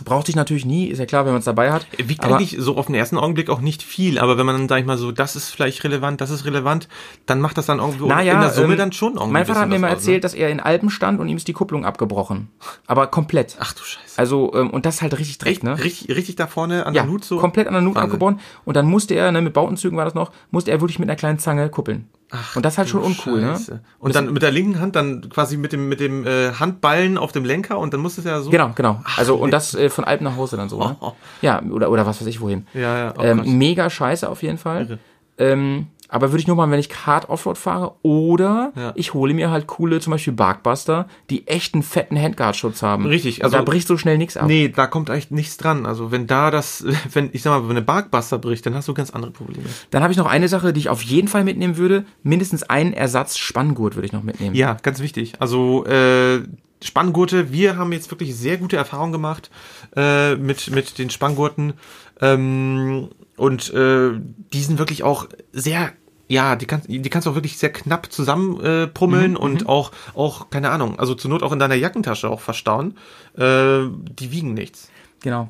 S3: Braucht sich natürlich nie, ist ja klar, wenn man es dabei hat.
S1: Wiegt
S3: aber-
S1: eigentlich so auf den ersten Augenblick auch nicht viel, aber wenn man dann, sag ich mal, so, das ist vielleicht relevant, das ist relevant, dann macht das dann irgendwo
S3: Naja,
S1: in der Summe
S3: ähm,
S1: dann schon irgendwie.
S3: Mein Vater
S1: ein
S3: hat mir
S1: bisschen
S3: mal
S1: was aus, ne?
S3: erzählt, dass er in Alpen stand und ihm ist die Kupplung abgebrochen. Aber komplett.
S1: Ach du Scheiße.
S3: Also, ähm, und das halt richtig
S1: Echt,
S3: direkt, ne?
S1: richtig, richtig da vorne an
S3: Ja,
S1: der Nut so.
S3: komplett an der Nut
S1: Wahnsinn.
S3: abgebrochen. Und dann musste er, ne, mit Bauenzügen war das noch, musste er wirklich mit einer kleinen Zange kuppeln. und das ist halt schon uncool,
S1: Scheiße.
S3: ne?
S1: Und dann mit der linken Hand dann quasi mit dem, mit dem äh, Handballen auf dem Lenker und dann muss es ja so.
S3: Genau, genau. Also, und das äh, von Alpen nach Hause dann so, ne?
S1: Oh, oh.
S3: Ja, oder, oder was weiß ich wohin.
S1: Ja, ja, oh Gott.
S3: ähm, mega scheiße auf jeden Fall. Ähm, aber würde ich nur mal, wenn ich hart Offroad fahre oder
S1: Ja.
S3: ich hole mir halt coole, zum Beispiel Barkbuster, die echt einen fetten Handguard-Schutz haben.
S1: Richtig,
S3: Also
S1: also-
S3: da bricht so schnell nichts ab.
S1: Nee, da kommt echt nichts dran. Also wenn da das, wenn, ich sag mal, wenn eine Barkbuster bricht, dann hast du ganz andere Probleme.
S3: Dann habe ich noch eine Sache, die ich auf jeden Fall mitnehmen würde. Mindestens einen Ersatz-Spanngurt würde ich noch mitnehmen.
S1: Ja, ganz wichtig. Also äh, Spanngurte, wir haben jetzt wirklich sehr gute Erfahrungen gemacht äh, mit, mit den Spanngurten. Ähm, und äh, die sind wirklich auch sehr, ja, die, kannst die kannst du auch wirklich sehr knapp zusammen äh, pummeln und auch, auch, keine Ahnung, also zur Not auch in deiner Jackentasche auch verstauen. Äh, die wiegen nichts.
S3: Genau.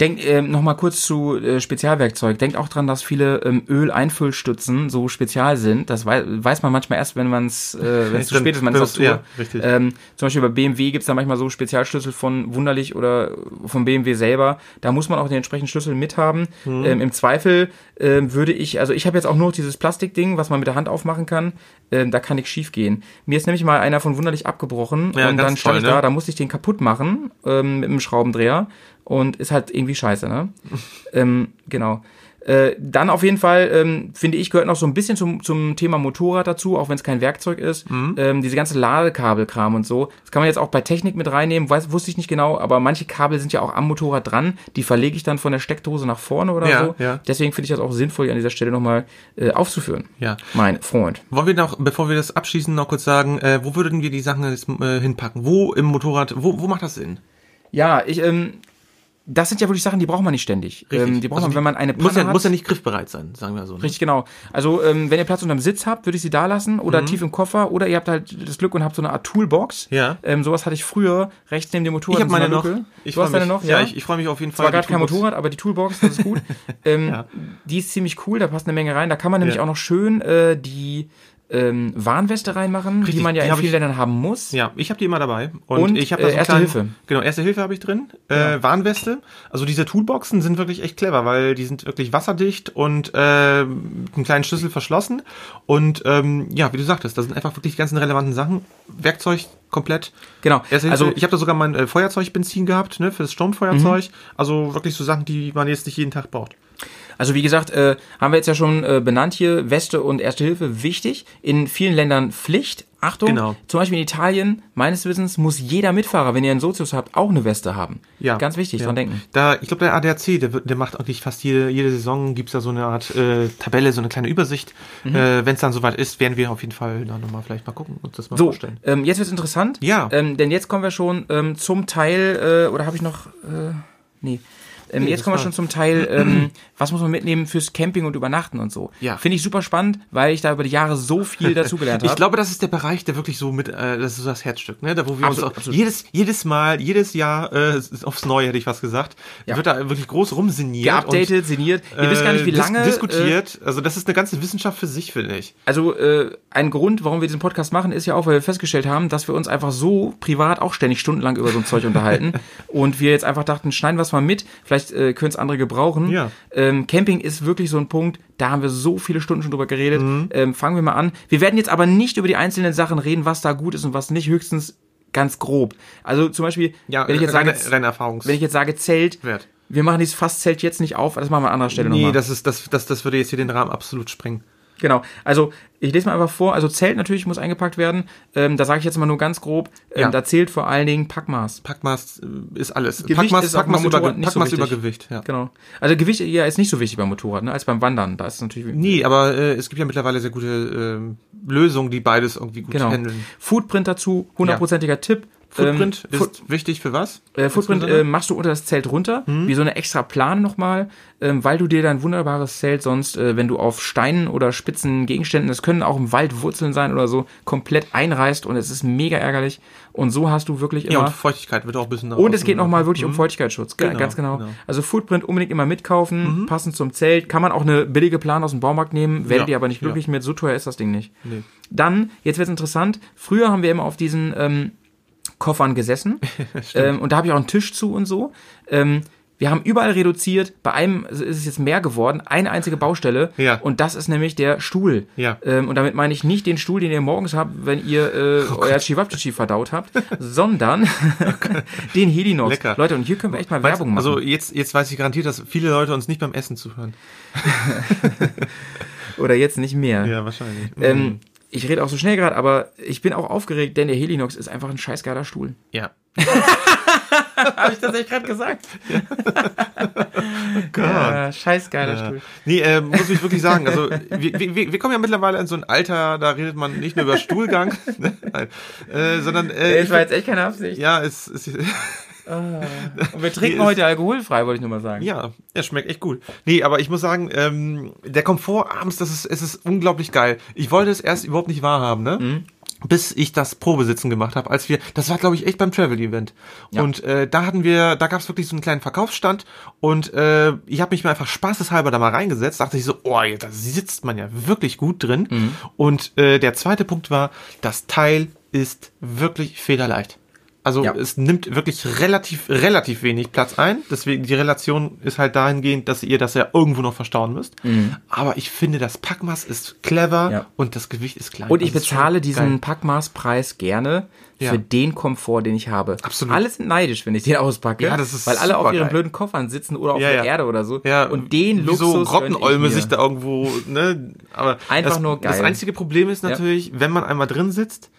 S3: Denkt ähm, noch mal kurz zu äh, Spezialwerkzeug. Denkt auch dran, dass viele ähm, Öleinfüllstützen so spezial sind. Das wei weiß man manchmal erst, wenn man es äh, wenn's zu
S1: Wenn-
S3: spät ist, man
S1: wenn
S3: ist auf
S1: es-
S3: Tour.
S1: ja, richtig.
S3: Ähm, zum Beispiel bei BMW gibt's da manchmal so Spezialschlüssel von Wunderlich oder von BMW selber. Da muss man auch den entsprechenden Schlüssel mithaben.
S1: Mhm.
S3: Ähm, Im Zweifel ähm, würde ich, also ich habe jetzt auch nur noch dieses Plastikding, was man mit der Hand aufmachen kann. Ähm, da kann nichts schief gehen. Mir ist nämlich mal einer von Wunderlich abgebrochen
S1: Ja, ganz
S3: und dann stand
S1: toll,
S3: ich
S1: ne?
S3: da, da musste ich den kaputt machen ähm, mit dem Schraubendreher und ist halt irgendwie scheiße, ne? ähm, genau. Äh, Dann auf jeden Fall, ähm, finde ich, gehört noch so ein bisschen zum, zum Thema Motorrad dazu, auch wenn es kein Werkzeug ist.
S1: Mhm.
S3: Ähm, diese ganze Ladekabelkram und so. Das kann man jetzt auch bei Technik mit reinnehmen, weiß, wusste ich nicht genau, aber manche Kabel sind ja auch am Motorrad dran. Die verlege ich dann von der Steckdose nach vorne oder
S1: Ja,
S3: so.
S1: ja.
S3: Deswegen finde ich das auch sinnvoll, hier an dieser Stelle nochmal äh, aufzuführen.
S1: Ja.
S3: Mein Freund.
S1: Wollen wir noch, bevor wir das abschließen, noch kurz sagen, äh, wo würden wir die Sachen jetzt äh, hinpacken? Wo im Motorrad, wo, wo macht das Sinn?
S3: Ja, ich, ähm, das sind ja wirklich Sachen, die braucht man nicht ständig. Ähm, die braucht
S1: Also
S3: man, wenn man eine
S1: muss ja,
S3: hat.
S1: muss ja nicht griffbereit sein, sagen wir so. ne?
S3: Richtig, genau. Also, ähm, wenn ihr Platz unterm Sitz habt, würde ich sie da lassen oder
S1: Mhm.
S3: tief im Koffer oder ihr habt halt das Glück und habt so eine Art Toolbox.
S1: Ja.
S3: Ähm, sowas hatte ich früher rechts neben dem Motorrad.
S1: Ich habe
S3: in so
S1: meine
S3: einer
S1: noch.
S3: Luke.
S1: Ich
S3: du
S1: freu
S3: hast deine
S1: mich.
S3: noch?
S1: Ja, ich, ich freue mich auf jeden Fall.
S3: Zwar gerade
S1: Die
S3: kein
S1: Toolbox-
S3: Motorrad, aber die Toolbox, das ist gut. ähm, Die ist ziemlich cool, da passt eine Menge rein. Da kann man nämlich
S1: Ja.
S3: auch noch schön äh, die ähm, Warnweste reinmachen, die
S1: Richtig,
S3: man ja
S1: die
S3: in
S1: hab
S3: vielen
S1: ich-
S3: Ländern haben muss.
S1: Ja, ich habe die immer dabei.
S3: Und,
S1: ich hab
S3: äh,
S1: so einen
S3: Erste Hilfe.
S1: Genau, erste Hilfe habe ich drin. Äh, Warnweste. Also diese Toolboxen sind wirklich echt clever, weil die sind wirklich wasserdicht und äh, mit einem kleinen Schlüssel verschlossen. Und ähm, ja, wie du sagtest, da sind einfach wirklich die ganzen relevanten Sachen. Werkzeug komplett.
S3: Genau.
S1: Erste Hilfe.
S3: Also-
S1: Also ich habe da sogar mein äh, Feuerzeugbenzin gehabt, ne, fürs
S3: Mhm.
S1: Sturmfeuerzeug. Also wirklich so Sachen, die man jetzt nicht jeden Tag braucht.
S3: Also wie gesagt, äh, haben wir jetzt ja schon äh, benannt hier, Weste und Erste Hilfe wichtig. In vielen Ländern Pflicht. Achtung,
S1: Genau.
S3: zum Beispiel in Italien, meines Wissens, muss jeder Mitfahrer, wenn ihr einen Sozius habt, auch eine Weste haben. Ganz wichtig,
S1: ja.
S3: dran denken.
S1: Da, ich glaube, der ADAC, der, wird- der macht eigentlich fast jede, jede Saison, gibt's da so eine Art äh, Tabelle, so eine kleine Übersicht.
S3: Mhm.
S1: Äh, Wenn es dann soweit ist, werden wir auf jeden Fall da nochmal vielleicht mal gucken und das mal
S3: So,
S1: vorstellen.
S3: ähm, jetzt wird's interessant.
S1: Ja.
S3: Ähm, denn jetzt kommen wir schon ähm, zum Teil, äh, oder habe ich noch, äh, nee. Ähm, jetzt
S1: das
S3: kommen wir
S1: war-
S3: schon zum Teil, ähm, was muss man mitnehmen fürs Camping und Übernachten und so.
S1: Ja.
S3: Finde ich super spannend, weil ich da über die Jahre so viel dazugelernt habe.
S1: Ich glaube, das ist der Bereich, der wirklich so mit, äh, das ist so das Herzstück, ne? Da wo wir
S3: Absolut,
S1: uns auch
S3: absolut.
S1: jedes jedes Mal, jedes Jahr äh, aufs Neue hätte ich was gesagt,
S3: Ja.
S1: wird da wirklich groß rumsiniert, und,
S3: geupdatet, sinniert. Ihr wisst gar nicht, wie
S1: äh, dis-
S3: lange äh,
S1: diskutiert. also das ist eine ganze Wissenschaft für sich, finde ich.
S3: Also äh, ein Grund, warum wir diesen Podcast machen, ist ja auch, weil wir festgestellt haben, dass wir uns einfach so privat auch ständig stundenlang über so ein Zeug unterhalten und wir jetzt einfach dachten, schneiden wir es mal mit, vielleicht äh, können es andere gebrauchen.
S1: Ja.
S3: Ähm, Camping ist wirklich so ein Punkt, da haben wir so viele Stunden schon drüber geredet.
S1: Mhm.
S3: Ähm, fangen wir mal an. Wir werden jetzt aber nicht über die einzelnen Sachen reden, was da gut ist und was nicht, höchstens ganz grob. Also zum Beispiel, wenn ich jetzt
S1: reine,
S3: sage,
S1: reine Erfahrungs.
S3: wenn ich jetzt sage Zelt,
S1: Wert.
S3: wir machen dieses Fasszelt jetzt nicht auf, das machen wir an anderer Stelle
S1: nee,
S3: nochmal.
S1: das ist das das das würde jetzt hier den Rahmen absolut sprengen.
S3: Genau, also ich lese mal einfach vor, also Zelt natürlich muss eingepackt werden, ähm, da sage ich jetzt mal nur ganz grob, ähm,
S1: Ja.
S3: da zählt vor allen Dingen Packmaß.
S1: Packmaß äh, ist alles.
S3: Gewicht
S1: Packmaß,
S3: ist auf dem
S1: Packmaß, über,
S3: Motorrad nicht so
S1: Packmaß über
S3: wichtig.
S1: Gewicht, ja.
S3: Genau. Also Gewicht ja, ist nicht so wichtig beim Motorrad, ne, als beim Wandern, da ist es natürlich...
S1: Nee, aber äh, es gibt ja mittlerweile sehr gute ähm, Lösungen, die beides irgendwie gut
S3: Genau.
S1: handeln.
S3: Foodprint dazu, hundertprozentiger Tipp,
S1: Footprint
S3: ähm,
S1: ist wichtig für was?
S3: Äh, Footprint äh, machst du unter das Zelt runter,
S1: Mhm.
S3: wie so eine extra Plane nochmal, ähm, weil du dir dein wunderbares Zelt sonst, äh, wenn du auf Steinen oder spitzen Gegenständen, das können auch im Wald Wurzeln sein oder so, komplett einreißt und es ist mega ärgerlich. Und so hast du wirklich immer.
S1: Ja, und Feuchtigkeit wird auch ein bisschen nach
S3: Und es
S1: außen
S3: geht nochmal
S1: gebracht.
S3: wirklich um Feuchtigkeitsschutz, ge-
S1: Genau,
S3: ganz genau.
S1: genau. Mhm.
S3: Also Footprint unbedingt immer mitkaufen, passend zum Zelt. Kann man auch eine billige Plan aus dem Baumarkt nehmen, werdet
S1: Ja,
S3: ihr aber nicht
S1: ja.
S3: glücklich mit, so teuer ist das Ding nicht. Dann, jetzt wird's interessant, früher haben wir immer auf diesen ähm, Koffern gesessen ähm, und da habe ich auch einen Tisch zu und so. Ähm, wir haben überall reduziert, bei einem ist es jetzt mehr geworden, eine einzige Baustelle
S1: Ja.
S3: und das ist nämlich der Stuhl.
S1: Ja.
S3: Ähm, und damit meine ich nicht den Stuhl, den ihr morgens habt, wenn ihr äh,
S1: Oh
S3: euer Chivapchichi verdaut habt, sondern den Helinox.
S1: Lecker.
S3: Leute, und hier können wir echt mal Werbung machen.
S1: Also jetzt, jetzt weiß ich garantiert, dass viele Leute uns nicht beim Essen zuhören.
S3: Oder jetzt nicht mehr.
S1: Ja, Mhm. wahrscheinlich.
S3: Ähm, ich rede auch so schnell gerade, aber ich bin auch aufgeregt, denn der Helinox ist einfach ein scheißgeiler Stuhl.
S1: ja.
S3: Habe ich tatsächlich gerade gesagt.
S1: Gott.
S3: Ja, scheißgeiler
S1: Ja.
S3: Ah, Stuhl.
S1: Nee, äh, muss ich wirklich sagen. Also wir, wir, wir wir kommen ja mittlerweile in so ein Alter, da redet man nicht nur über Stuhlgang, ne? Nein. äh, sondern äh,
S3: Das war jetzt echt keine Absicht.
S1: ja, es, es
S3: Und wir
S1: Hier
S3: trinken
S1: ist-
S3: heute alkoholfrei, wollte ich nur mal sagen.
S1: ja, er schmeckt echt gut. Nee, aber ich muss sagen, ähm, der Komfort abends, das ist, es ist unglaublich geil. Ich wollte es erst überhaupt nicht wahrhaben, ne?
S3: Mhm.
S1: Bis ich das Probesitzen gemacht habe, als wir, das war glaube ich echt beim Travel-Event. Und äh, da hatten wir, da gab es wirklich so einen kleinen Verkaufsstand und äh, ich habe mich mal einfach spaßeshalber da mal reingesetzt, dachte ich so, oh, ja, da sitzt man ja wirklich gut drin.
S3: Mhm.
S1: Und äh, der zweite Punkt war, das Teil ist wirklich federleicht. Also
S3: Ja.
S1: es nimmt wirklich relativ, relativ wenig Platz ein. Deswegen die Relation ist halt dahingehend, dass ihr das ja irgendwo noch verstauen müsst. Aber ich finde, das Packmaß ist clever
S3: Mhm. Ja.
S1: und das Gewicht ist klein.
S3: Und ich
S1: Das ist halt schon
S3: bezahle diesen
S1: geil.
S3: Packmaßpreis gerne
S1: Ja.
S3: für den Komfort, den ich habe.
S1: Absolut.
S3: Alle sind neidisch, wenn ich den auspacke.
S1: Ja, das ist
S3: Weil alle auf
S1: supergeil.
S3: ihren blöden Koffern sitzen oder auf
S1: Ja,
S3: der
S1: ja.
S3: Erde oder so.
S1: Ja,
S3: und den
S1: wie
S3: Luxus.
S1: so
S3: gönn ich
S1: Grottenolme
S3: mir.
S1: sich da irgendwo, ne? Aber
S3: Einfach
S1: das,
S3: nur geil.
S1: Das einzige Problem ist
S3: Ja.
S1: natürlich, wenn man einmal drin sitzt,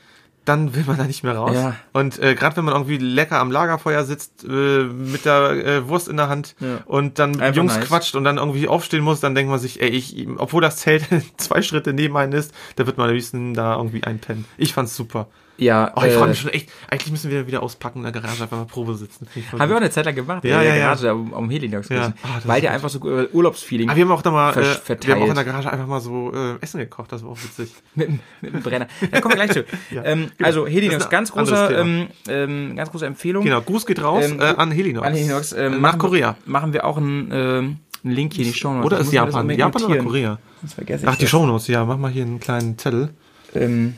S1: dann will man da nicht mehr raus.
S3: Ja.
S1: Und äh, gerade wenn man irgendwie lecker am Lagerfeuer sitzt, äh, mit der äh, Wurst in der Hand
S3: Ja.
S1: und dann mit
S3: Einfach
S1: Jungs
S3: nice.
S1: quatscht und dann irgendwie aufstehen muss, dann denkt man sich, ey, ich, obwohl das Zelt zwei Schritte neben einem ist, da wird man am liebsten da irgendwie einpennen. Ich fand's super.
S3: Ja,
S1: Oh, ich
S3: äh,
S1: freue mich schon echt. Eigentlich müssen wir wieder auspacken in der Garage, einfach mal Probe sitzen. Find ich voll
S3: Haben wir auch
S1: gut.
S3: eine Zeit lang gemacht,
S1: Ja,
S3: in
S1: ja,
S3: der
S1: ja.
S3: Garage da um, um Helinox
S1: Ja.
S3: gewesen,
S1: Ah, das
S3: weil
S1: ist
S3: der einfach so äh, Urlaubsfeeling
S1: Ah, wir haben auch da mal,
S3: Versch-
S1: äh, wir haben auch in der
S3: verteilt.
S1: Garage einfach mal so äh, Essen gekocht, das war auch witzig.
S3: mit, dem- mit dem Brenner. Da kommen wir gleich zu.
S1: Ja,
S3: ähm,
S1: genau.
S3: Also
S1: Das ist
S3: Helinox,
S1: ein
S3: ganz
S1: anderes
S3: großer,
S1: Thema.
S3: ähm, ähm, ganz große Empfehlung.
S1: Genau, Gruß geht raus
S3: Ähm,
S1: äh, an Helinox.
S3: An Helinox.
S1: Äh,
S3: Ähm,
S1: nach
S3: machen
S1: Korea.
S3: Wir, machen wir auch einen, ähm, einen Link hier in die Show Notes.
S1: Oder
S3: Ich
S1: ist
S3: muss mir das
S1: Japan?
S3: unbedingt
S1: Japan oder
S3: notieren.
S1: Korea?
S3: Sonst vergesse ich
S1: Ach, die
S3: das.
S1: Shownotes, ja. Mach mal hier einen kleinen Zettel.
S3: Ähm,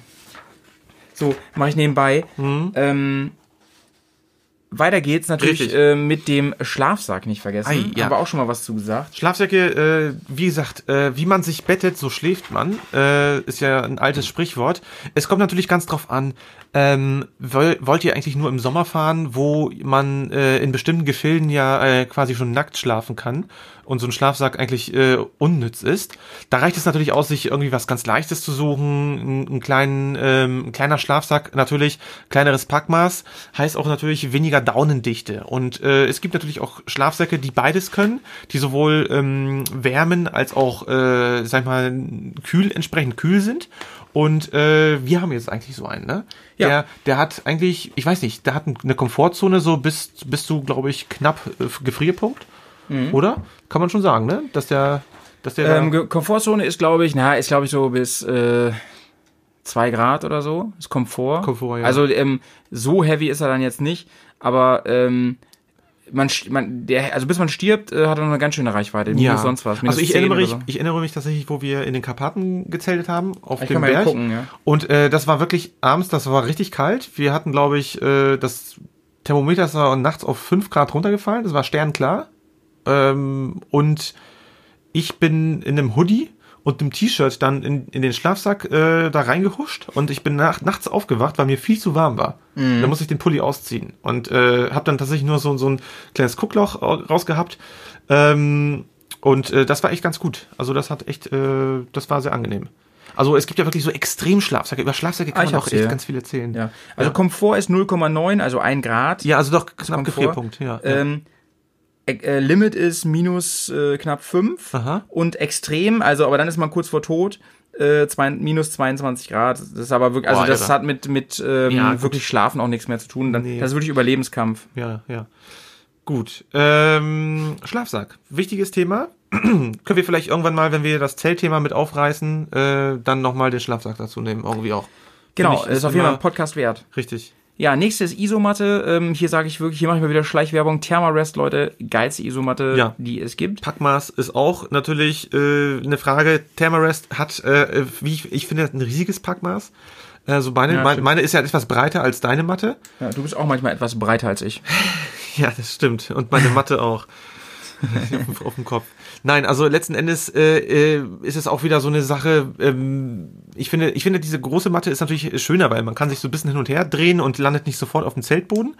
S3: so, mache ich nebenbei.
S1: Mhm.
S3: Ähm, weiter geht's natürlich
S1: Richtig.
S3: äh, mit dem Schlafsack, nicht vergessen.
S1: Ei, ja.
S3: Haben wir auch schon mal was zugesagt.
S1: Schlafsäcke, äh, wie gesagt, äh, wie man sich bettet, so schläft man, äh, ist ja ein altes Sprichwort. Es kommt natürlich ganz drauf an, ähm, woll, wollt ihr eigentlich nur im Sommer fahren, wo man äh, in bestimmten Gefilden ja äh, quasi schon nackt schlafen kann und so ein Schlafsack eigentlich äh, unnütz ist. Da reicht es natürlich aus, sich irgendwie was ganz Leichtes zu suchen, einen, einen kleinen, ähm, ein kleiner Schlafsack natürlich, kleineres Packmaß, heißt auch natürlich weniger Daunendichte. Und äh, es gibt natürlich auch Schlafsäcke, die beides können, die sowohl ähm, wärmen als auch, äh, sag ich mal, kühl, entsprechend kühl sind. Und äh, wir haben jetzt eigentlich so einen, ne?
S3: Ja.
S1: Der, der hat eigentlich, ich weiß nicht, der hat eine Komfortzone so bis, bis zu, glaube ich, knapp äh, Gefrierpunkt. Oder? Kann man schon sagen, ne? Dass der, dass der
S3: Mhm. Ähm,
S1: da,
S3: Ge- Komfortzone ist, glaube ich, na, ist, glaube ich, so bis äh, 2 Grad oder so. Ist Komfort.
S1: Komfort, ja.
S3: Also ähm, so heavy ist er dann jetzt nicht, aber ähm, man, st- man der, also bis man stirbt, äh, hat er noch eine ganz schöne Reichweite.
S1: ja.
S3: Minus sonst was. Minus
S1: also ich
S3: 10
S1: erinnere
S3: oder
S1: mich,
S3: So.
S1: ich erinnere mich tatsächlich, wo wir in den Karpaten gezeltet haben, auf
S3: Ich
S1: dem
S3: kann mal
S1: Berg.
S3: gucken, ja.
S1: Und äh, das war wirklich abends, das war richtig kalt. Wir hatten, glaube ich, äh, das Thermometer ist da nachts auf 5 Grad runtergefallen, das war sternklar. Ähm, und ich bin in einem Hoodie und einem T-Shirt dann in, in den Schlafsack äh, da reingehuscht und ich bin nach, nachts aufgewacht, weil mir viel zu warm war.
S3: Mhm.
S1: Da musste ich den Pulli ausziehen und äh, habe dann tatsächlich nur so, so ein kleines Guckloch au- rausgehabt. Ähm, und äh, das war echt ganz gut. Also das hat echt, äh, das war sehr angenehm. Also es gibt ja wirklich so Extremschlafsäcke. Über Schlafsäcke
S3: Ah,
S1: kann
S3: ich
S1: man auch
S3: hab's
S1: echt
S3: hier.
S1: ganz viel erzählen.
S3: Ja. Also Komfort ist 0,9, also 1 Grad.
S1: Ja, also doch knapp
S3: Komfort.
S1: Gefrierpunkt. Ja, ja.
S3: Ähm, e- äh, Limit ist minus äh, knapp 5
S1: Aha.
S3: und extrem, also aber dann ist man kurz vor Tod, äh, zwei, minus 22 Grad. Das ist aber wirklich, also
S1: Boah,
S3: das
S1: Alter.
S3: hat mit, mit ähm,
S1: Ja, gut.
S3: wirklich Schlafen auch nichts mehr zu tun. Dann,
S1: Nee.
S3: Das ist wirklich Überlebenskampf.
S1: Ja, ja. Gut. Ähm, Schlafsack. Wichtiges Thema. Können wir vielleicht irgendwann mal, wenn wir das Zeltthema mit aufreißen, äh, dann nochmal den Schlafsack dazu nehmen. Irgendwie auch.
S3: Genau,
S1: ich,
S3: ist
S1: ist
S3: auf jeden Fall
S1: immer-
S3: ein Podcast wert.
S1: Richtig.
S3: Ja, nächste ist Isomatte. Ähm, hier sage ich wirklich, hier mache ich mal wieder Schleichwerbung. Thermarest, Leute, geilste Isomatte,
S1: Ja.
S3: die es gibt.
S1: Packmaß ist auch natürlich äh, eine Frage. Tamarest hat, äh, wie ich, ich finde, ein riesiges Packmaß. Also meine,
S3: Ja,
S1: meine,
S3: stimmt.
S1: meine ist ja etwas breiter als deine Matte.
S3: Ja, du bist auch manchmal etwas breiter als ich.
S1: Ja, das stimmt. Und meine Matte auch. auf, auf dem Kopf. Nein, also letzten Endes äh, äh, ist es auch wieder so eine Sache. Ähm, ich finde, ich finde, diese große Matte ist natürlich schöner, weil man kann sich so ein bisschen hin und her drehen und landet nicht sofort auf dem Zeltboden.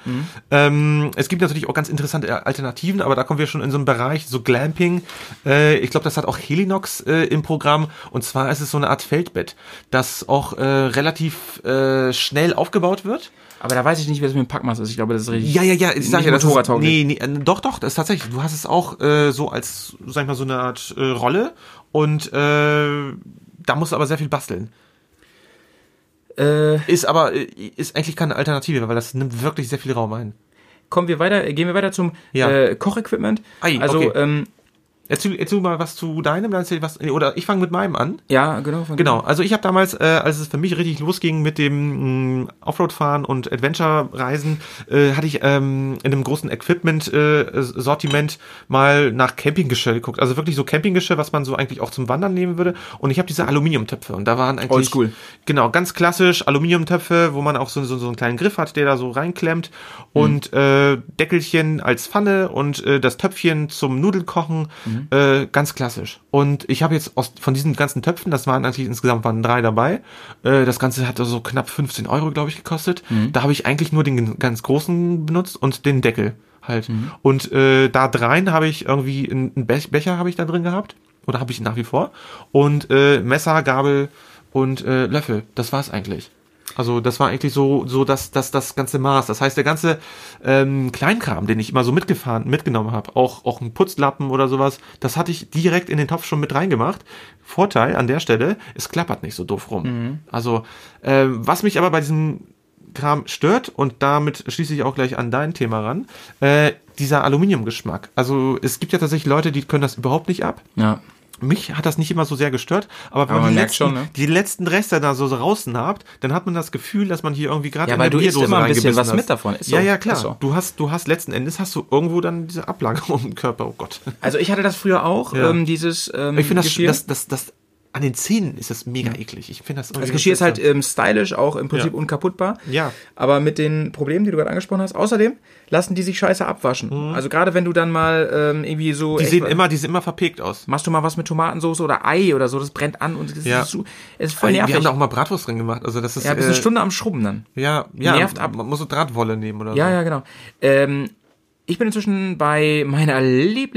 S1: Ähm, es gibt natürlich auch ganz interessante Alternativen, aber da kommen wir schon in so einen Bereich, so Glamping. Äh, ich glaube, das hat auch Helinox äh, im Programm. Und zwar ist es so eine Art Feldbett, das auch äh, relativ äh, schnell aufgebaut wird.
S3: Aber da weiß ich nicht, wie das mit dem Packmaß ist. Ich glaube, das ist richtig.
S1: Ja, ja, ja, ich sag
S3: nicht
S1: ja, das ist,
S3: motorradtauglich.
S1: nee, nee, äh, doch, doch, das ist tatsächlich, du hast es auch äh, so als, sag ich mal, so eine Art äh, Rolle und äh, da musst du aber sehr viel basteln.
S3: Äh,
S1: Ist aber, äh, ist eigentlich keine Alternative, weil das nimmt wirklich sehr viel Raum ein.
S3: kommen wir weiter, äh, gehen wir weiter zum
S1: Ja.
S3: äh, Kochequipment.
S1: Ei,
S3: also,
S1: okay.
S3: ähm,
S1: Erzähl, erzähl mal was zu deinem, dann erzähl was, nee, oder ich fange mit meinem an.
S3: ja, genau. von-
S1: Genau, also ich habe damals, äh, als es für mich richtig losging mit dem mh, Offroad-Fahren und Adventure-Reisen, äh, hatte ich ähm, in einem großen Equipment-Sortiment mal nach Campinggeschirr geguckt. Also wirklich so Campinggeschirr, was man so eigentlich auch zum Wandern nehmen würde. Und ich habe diese Aluminiumtöpfe und da waren eigentlich...
S3: Oldschool.
S1: Genau, ganz klassisch Aluminiumtöpfe, wo man auch so, so, so einen kleinen Griff hat, der da so reinklemmt und äh, Deckelchen als Pfanne und äh, das Töpfchen zum Nudelkochen, äh, ganz klassisch. Und ich habe jetzt aus, von diesen ganzen Töpfen, das waren eigentlich insgesamt waren drei dabei, äh, das Ganze hat also so knapp 15 Euro, glaube ich, gekostet. Da habe ich eigentlich nur den ganz großen benutzt und den Deckel halt. Und äh, da drein habe ich irgendwie einen einen Be Becher habe ich da drin gehabt oder habe ich nach wie vor und äh, Messer, Gabel und äh, Löffel. Das war's eigentlich. Also das war eigentlich so so das das das ganze Maß. Das heißt der ganze ähm, Kleinkram, den ich immer so mitgefahren mitgenommen habe, auch auch ein Putzlappen oder sowas, das hatte ich direkt in den Topf schon mit reingemacht. Vorteil an der Stelle, es klappert nicht so doof rum. Also ähm, was mich aber bei diesem Kram stört und damit schließe ich auch gleich an dein Thema ran. Äh, dieser Aluminiumgeschmack. Also es gibt ja tatsächlich Leute, die können das überhaupt nicht ab.
S3: Ja.
S1: Mich hat das nicht immer so sehr gestört, aber wenn
S3: Aber
S1: man
S3: man
S1: die
S3: merkt
S1: letzten,
S3: schon, ne?
S1: die letzten Reste da so draußen habt, dann hat man das Gefühl, dass man hier irgendwie gerade
S3: Ja,
S1: in
S3: weil
S1: eine
S3: du isst
S1: Bierdose
S3: immer ein bisschen
S1: reingebissen
S3: was
S1: hast.
S3: mit davon. Ist so.
S1: Ja, ja, klar.
S3: Ist so.
S1: Du hast, du hast letzten Endes hast du irgendwo dann diese Ablagerung im Körper. Oh Gott.
S3: Also, ich hatte das früher auch,
S1: Ja.
S3: ähm, dieses. Ähm,
S1: Ich finde das,
S3: Geschirr.
S1: das, das, das, an den Zähnen ist das mega eklig. Ich finde das.
S3: Das Geschirr ist halt ähm, stylisch, auch im Prinzip
S1: Ja.
S3: unkaputtbar.
S1: Ja.
S3: Aber mit den Problemen, die du gerade angesprochen hast, außerdem lassen die sich scheiße abwaschen. Also gerade wenn du dann mal ähm, irgendwie so.
S1: Die
S3: echt
S1: sehen
S3: mal-
S1: immer, die sehen immer verpegt aus.
S3: Machst du mal was mit Tomatensauce oder Ei oder so, das brennt an und es
S1: Ja.
S3: ist, so, es ist voll
S1: Wir
S3: nervig.
S1: haben da auch mal Bratwurst drin gemacht. Also das ist
S3: ja, bis eine
S1: äh,
S3: Stunde am Schrubben dann.
S1: Ja, ja,
S3: Nervt ab.
S1: Man muss so Drahtwolle nehmen oder
S3: Ja,
S1: so.
S3: ja, genau. Ähm, ich bin inzwischen bei meiner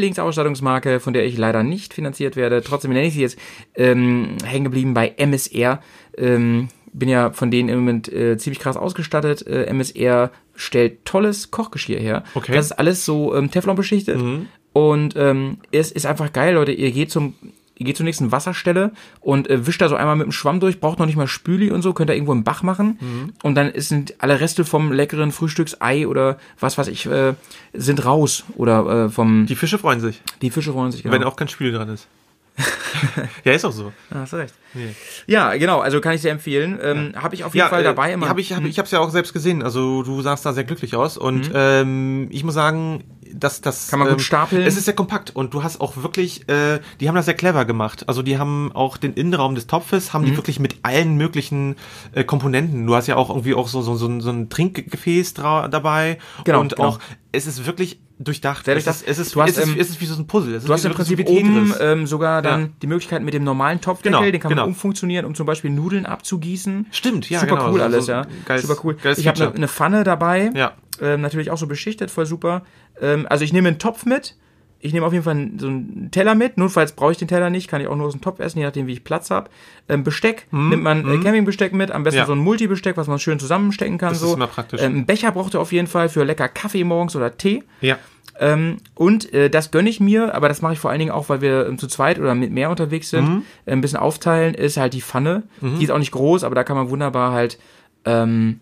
S3: Lieblingsausstattungsmarke, von der ich leider nicht finanziert werde. Trotzdem nenne ich sie jetzt ähm, hängen geblieben bei MSR. Ähm, bin ja von denen im Moment äh, ziemlich krass ausgestattet. Äh, MSR stellt tolles Kochgeschirr her.
S1: Okay.
S3: Das ist alles so ähm, Teflon beschichtet.
S1: Mhm.
S3: Und ähm, es ist einfach geil, Leute. Ihr geht zum ihr geht zur nächsten Wasserstelle und äh, wischt da so einmal mit dem Schwamm durch, braucht noch nicht mal Spüli und so, könnt ihr irgendwo im Bach machen.
S1: Mhm.
S3: Und dann ist- sind alle Reste vom leckeren Frühstücksei oder was weiß ich, äh, sind raus. Oder äh, vom, die,
S1: Die Fische freuen sich,
S3: Fische freuen sich. genau.
S1: wenn auch kein Spiel dran ist. ja, ist auch so.
S3: Ah, hast du recht. Ja, genau, also kann ich sehr empfehlen. Ähm, Habe ich auf jeden Fall dabei immer. Mhm.
S1: Habe ich, äh, hab, ich habe es ja auch selbst gesehen. Also du sahst da sehr glücklich aus und ähm, ich muss sagen, dass das
S3: Kann man
S1: ähm,
S3: gut stapeln.
S1: Es ist sehr kompakt und du hast auch wirklich, äh, die haben das sehr clever gemacht. Also die haben auch den Innenraum des Topfes,
S3: Mhm.
S1: haben die wirklich mit allen möglichen äh, Komponenten. Du hast ja auch irgendwie auch so so so, ein- so ein Trinkgefäß dra- dabei
S3: Genau,
S1: und
S3: genau.
S1: auch es ist wirklich durchdacht.
S3: Sehr
S1: es,
S3: durchdacht.
S1: ist, es, ist,
S3: Du hast,
S1: es, ist,
S3: ähm,
S1: es ist wie so ein Puzzle. Es
S3: Du hast im Prinzip oben ähm, sogar dann die Möglichkeit mit dem normalen Topfdeckel,
S1: Genau,
S3: den kann
S1: genau.
S3: man umfunktionieren, um zum Beispiel Nudeln abzugießen.
S1: Stimmt, ja,
S3: Super
S1: genau.
S3: cool
S1: So-
S3: alles,
S1: so
S3: ja.
S1: geiles-
S3: super cool.
S1: geiles
S3: Ich habe eine
S1: Feature.
S3: ne Pfanne dabei,
S1: Ja.
S3: ähm, natürlich auch so beschichtet, voll super. Ähm, also ich nehme einen Topf mit, ich nehme auf jeden Fall einen- so einen Teller mit, notfalls brauche ich den Teller nicht, kann ich auch nur aus dem Topf essen, je nachdem wie ich Platz habe. Ähm, Besteck, nimmt man äh, Campingbesteck mit, am besten
S1: Mhm, Ja.
S3: so ein Multibesteck, was man schön zusammenstecken kann.
S1: Das
S3: so.
S1: ist immer praktisch.
S3: Ähm, einen Becher braucht ihr auf jeden Fall für lecker Kaffee morgens oder Tee.
S1: ja.
S3: Ähm, und äh, das gönne ich mir, aber das mache ich vor allen Dingen auch, weil wir ähm, zu zweit oder mit mehr unterwegs sind.
S1: Mhm.
S3: Äh, ein bisschen aufteilen ist halt die Pfanne. Die ist auch nicht groß, aber da kann man wunderbar halt ähm,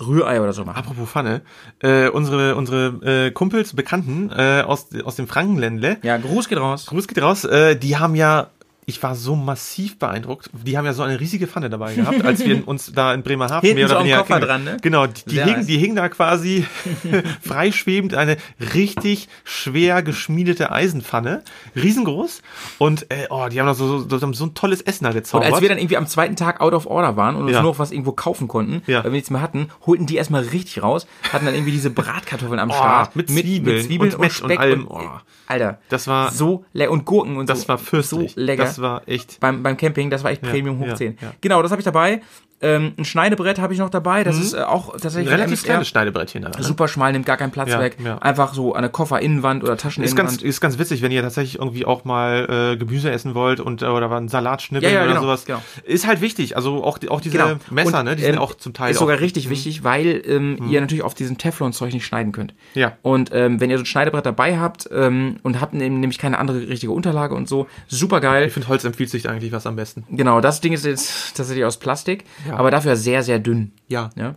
S3: Rührei oder so machen.
S1: Apropos Pfanne, äh, unsere, unsere äh, Kumpels, Bekannten äh, aus, aus dem Frankenländle,
S3: Ja, Gruß geht raus.
S1: Gruß geht raus, äh, die haben ja, ich war so massiv beeindruckt, die haben ja so eine riesige Pfanne dabei gehabt, als wir uns da in Bremerhaven
S3: Hinten so am Koffer
S1: kennengelernt-
S3: dran, ne?
S1: Genau, die, die,
S3: Sehr
S1: hingen,
S3: nice.
S1: die hingen da quasi freischwebend eine richtig schwer geschmiedete Eisenpfanne, riesengroß und äh, oh, die haben da so, so, so, so ein tolles Essen da
S3: Und
S1: gezaubert.
S3: als wir dann irgendwie am zweiten Tag out of order waren und uns
S1: Ja.
S3: nur noch was irgendwo kaufen konnten,
S1: Ja.
S3: weil wir nichts mehr hatten, holten die erstmal richtig raus, hatten dann irgendwie diese Bratkartoffeln am
S1: Oh,
S3: Start.
S1: mit Zwiebeln
S3: mit Zwiebeln
S1: und
S3: und,
S1: Met und
S3: Speck
S1: allem. Oh.
S3: Alter,
S1: Das war-
S3: so lecker. Und Gurken und
S1: das
S3: so.
S1: war fürstlich.
S3: So lecker.
S1: Das war echt
S3: beim, beim Camping, das war echt Premium hoch
S1: ja,
S3: 10.
S1: ja.
S3: Genau, das habe ich dabei. Ähm, ein Schneidebrett habe ich noch dabei. Das ist äh, auch
S1: ein
S3: tatsächlich
S1: Mhm. relativ
S3: eher
S1: kleines Schneidebrettchen. da, ne?
S3: Super schmal, nimmt gar keinen Platz
S1: Ja,
S3: weg.
S1: ja.
S3: Einfach so an der Kofferinnenwand oder
S1: Ist
S3: Tascheninnenwand.
S1: ganz, ist ganz witzig, wenn ihr tatsächlich irgendwie auch mal äh, Gemüse essen wollt und äh, oder einen Salat schnippeln
S3: Ja, ja,
S1: oder
S3: genau,
S1: sowas.
S3: genau.
S1: Ist halt wichtig. Also auch, die- auch diese
S3: Genau.
S1: Messer,
S3: Und,
S1: ne, die sind
S3: ähm,
S1: auch zum Teil
S3: Ist sogar
S1: auch, Mhm.
S3: richtig wichtig, weil ähm, ihr natürlich auf diesem Teflon-Zeug nicht schneiden könnt.
S1: Ja.
S3: Und ähm, wenn ihr so ein Schneidebrett dabei habt ähm, und habt neb- nämlich keine andere richtige Unterlage und so, super geil.
S1: Ich finde, Holz empfiehlt sich eigentlich was am besten.
S3: Genau, das Ding ist jetzt tatsächlich aus Plastik, aber dafür sehr, sehr dünn.
S1: Ja.
S3: Ja?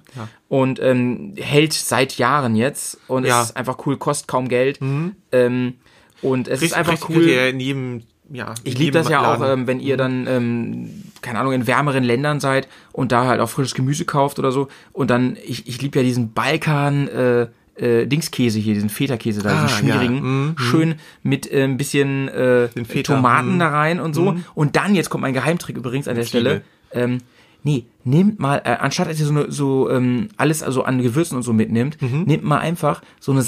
S3: Und ähm, hält seit Jahren jetzt und
S1: Ja. Mhm.
S3: es ist einfach cool, kostet kaum Geld. Ähm, und es ist einfach cool.
S1: Könnt ihr in jedem, ja,
S3: Ich liebe das ja auch, ähm, wenn
S1: Mhm.
S3: ihr dann, ähm, keine Ahnung, in wärmeren Ländern seid und da halt auch frisches Gemüse kauft oder so. Und dann, ich, ich liebe ja diesen Balkan. Äh, äh, Dingskäse hier, diesen Feta-Käse da,
S1: Ah,
S3: diesen schmierigen,
S1: ja.
S3: schön mit äh, ein bisschen äh,
S1: Feta, Mhm.
S3: Tomaten da rein und so. Und dann, jetzt kommt mein Geheimtrick übrigens an der Stelle. Ähm, nee, nehmt mal, äh, anstatt dass ihr so, eine, so ähm, alles also an Gewürzen und so mitnimmt,
S1: Mhm.
S3: nehmt mal einfach so eine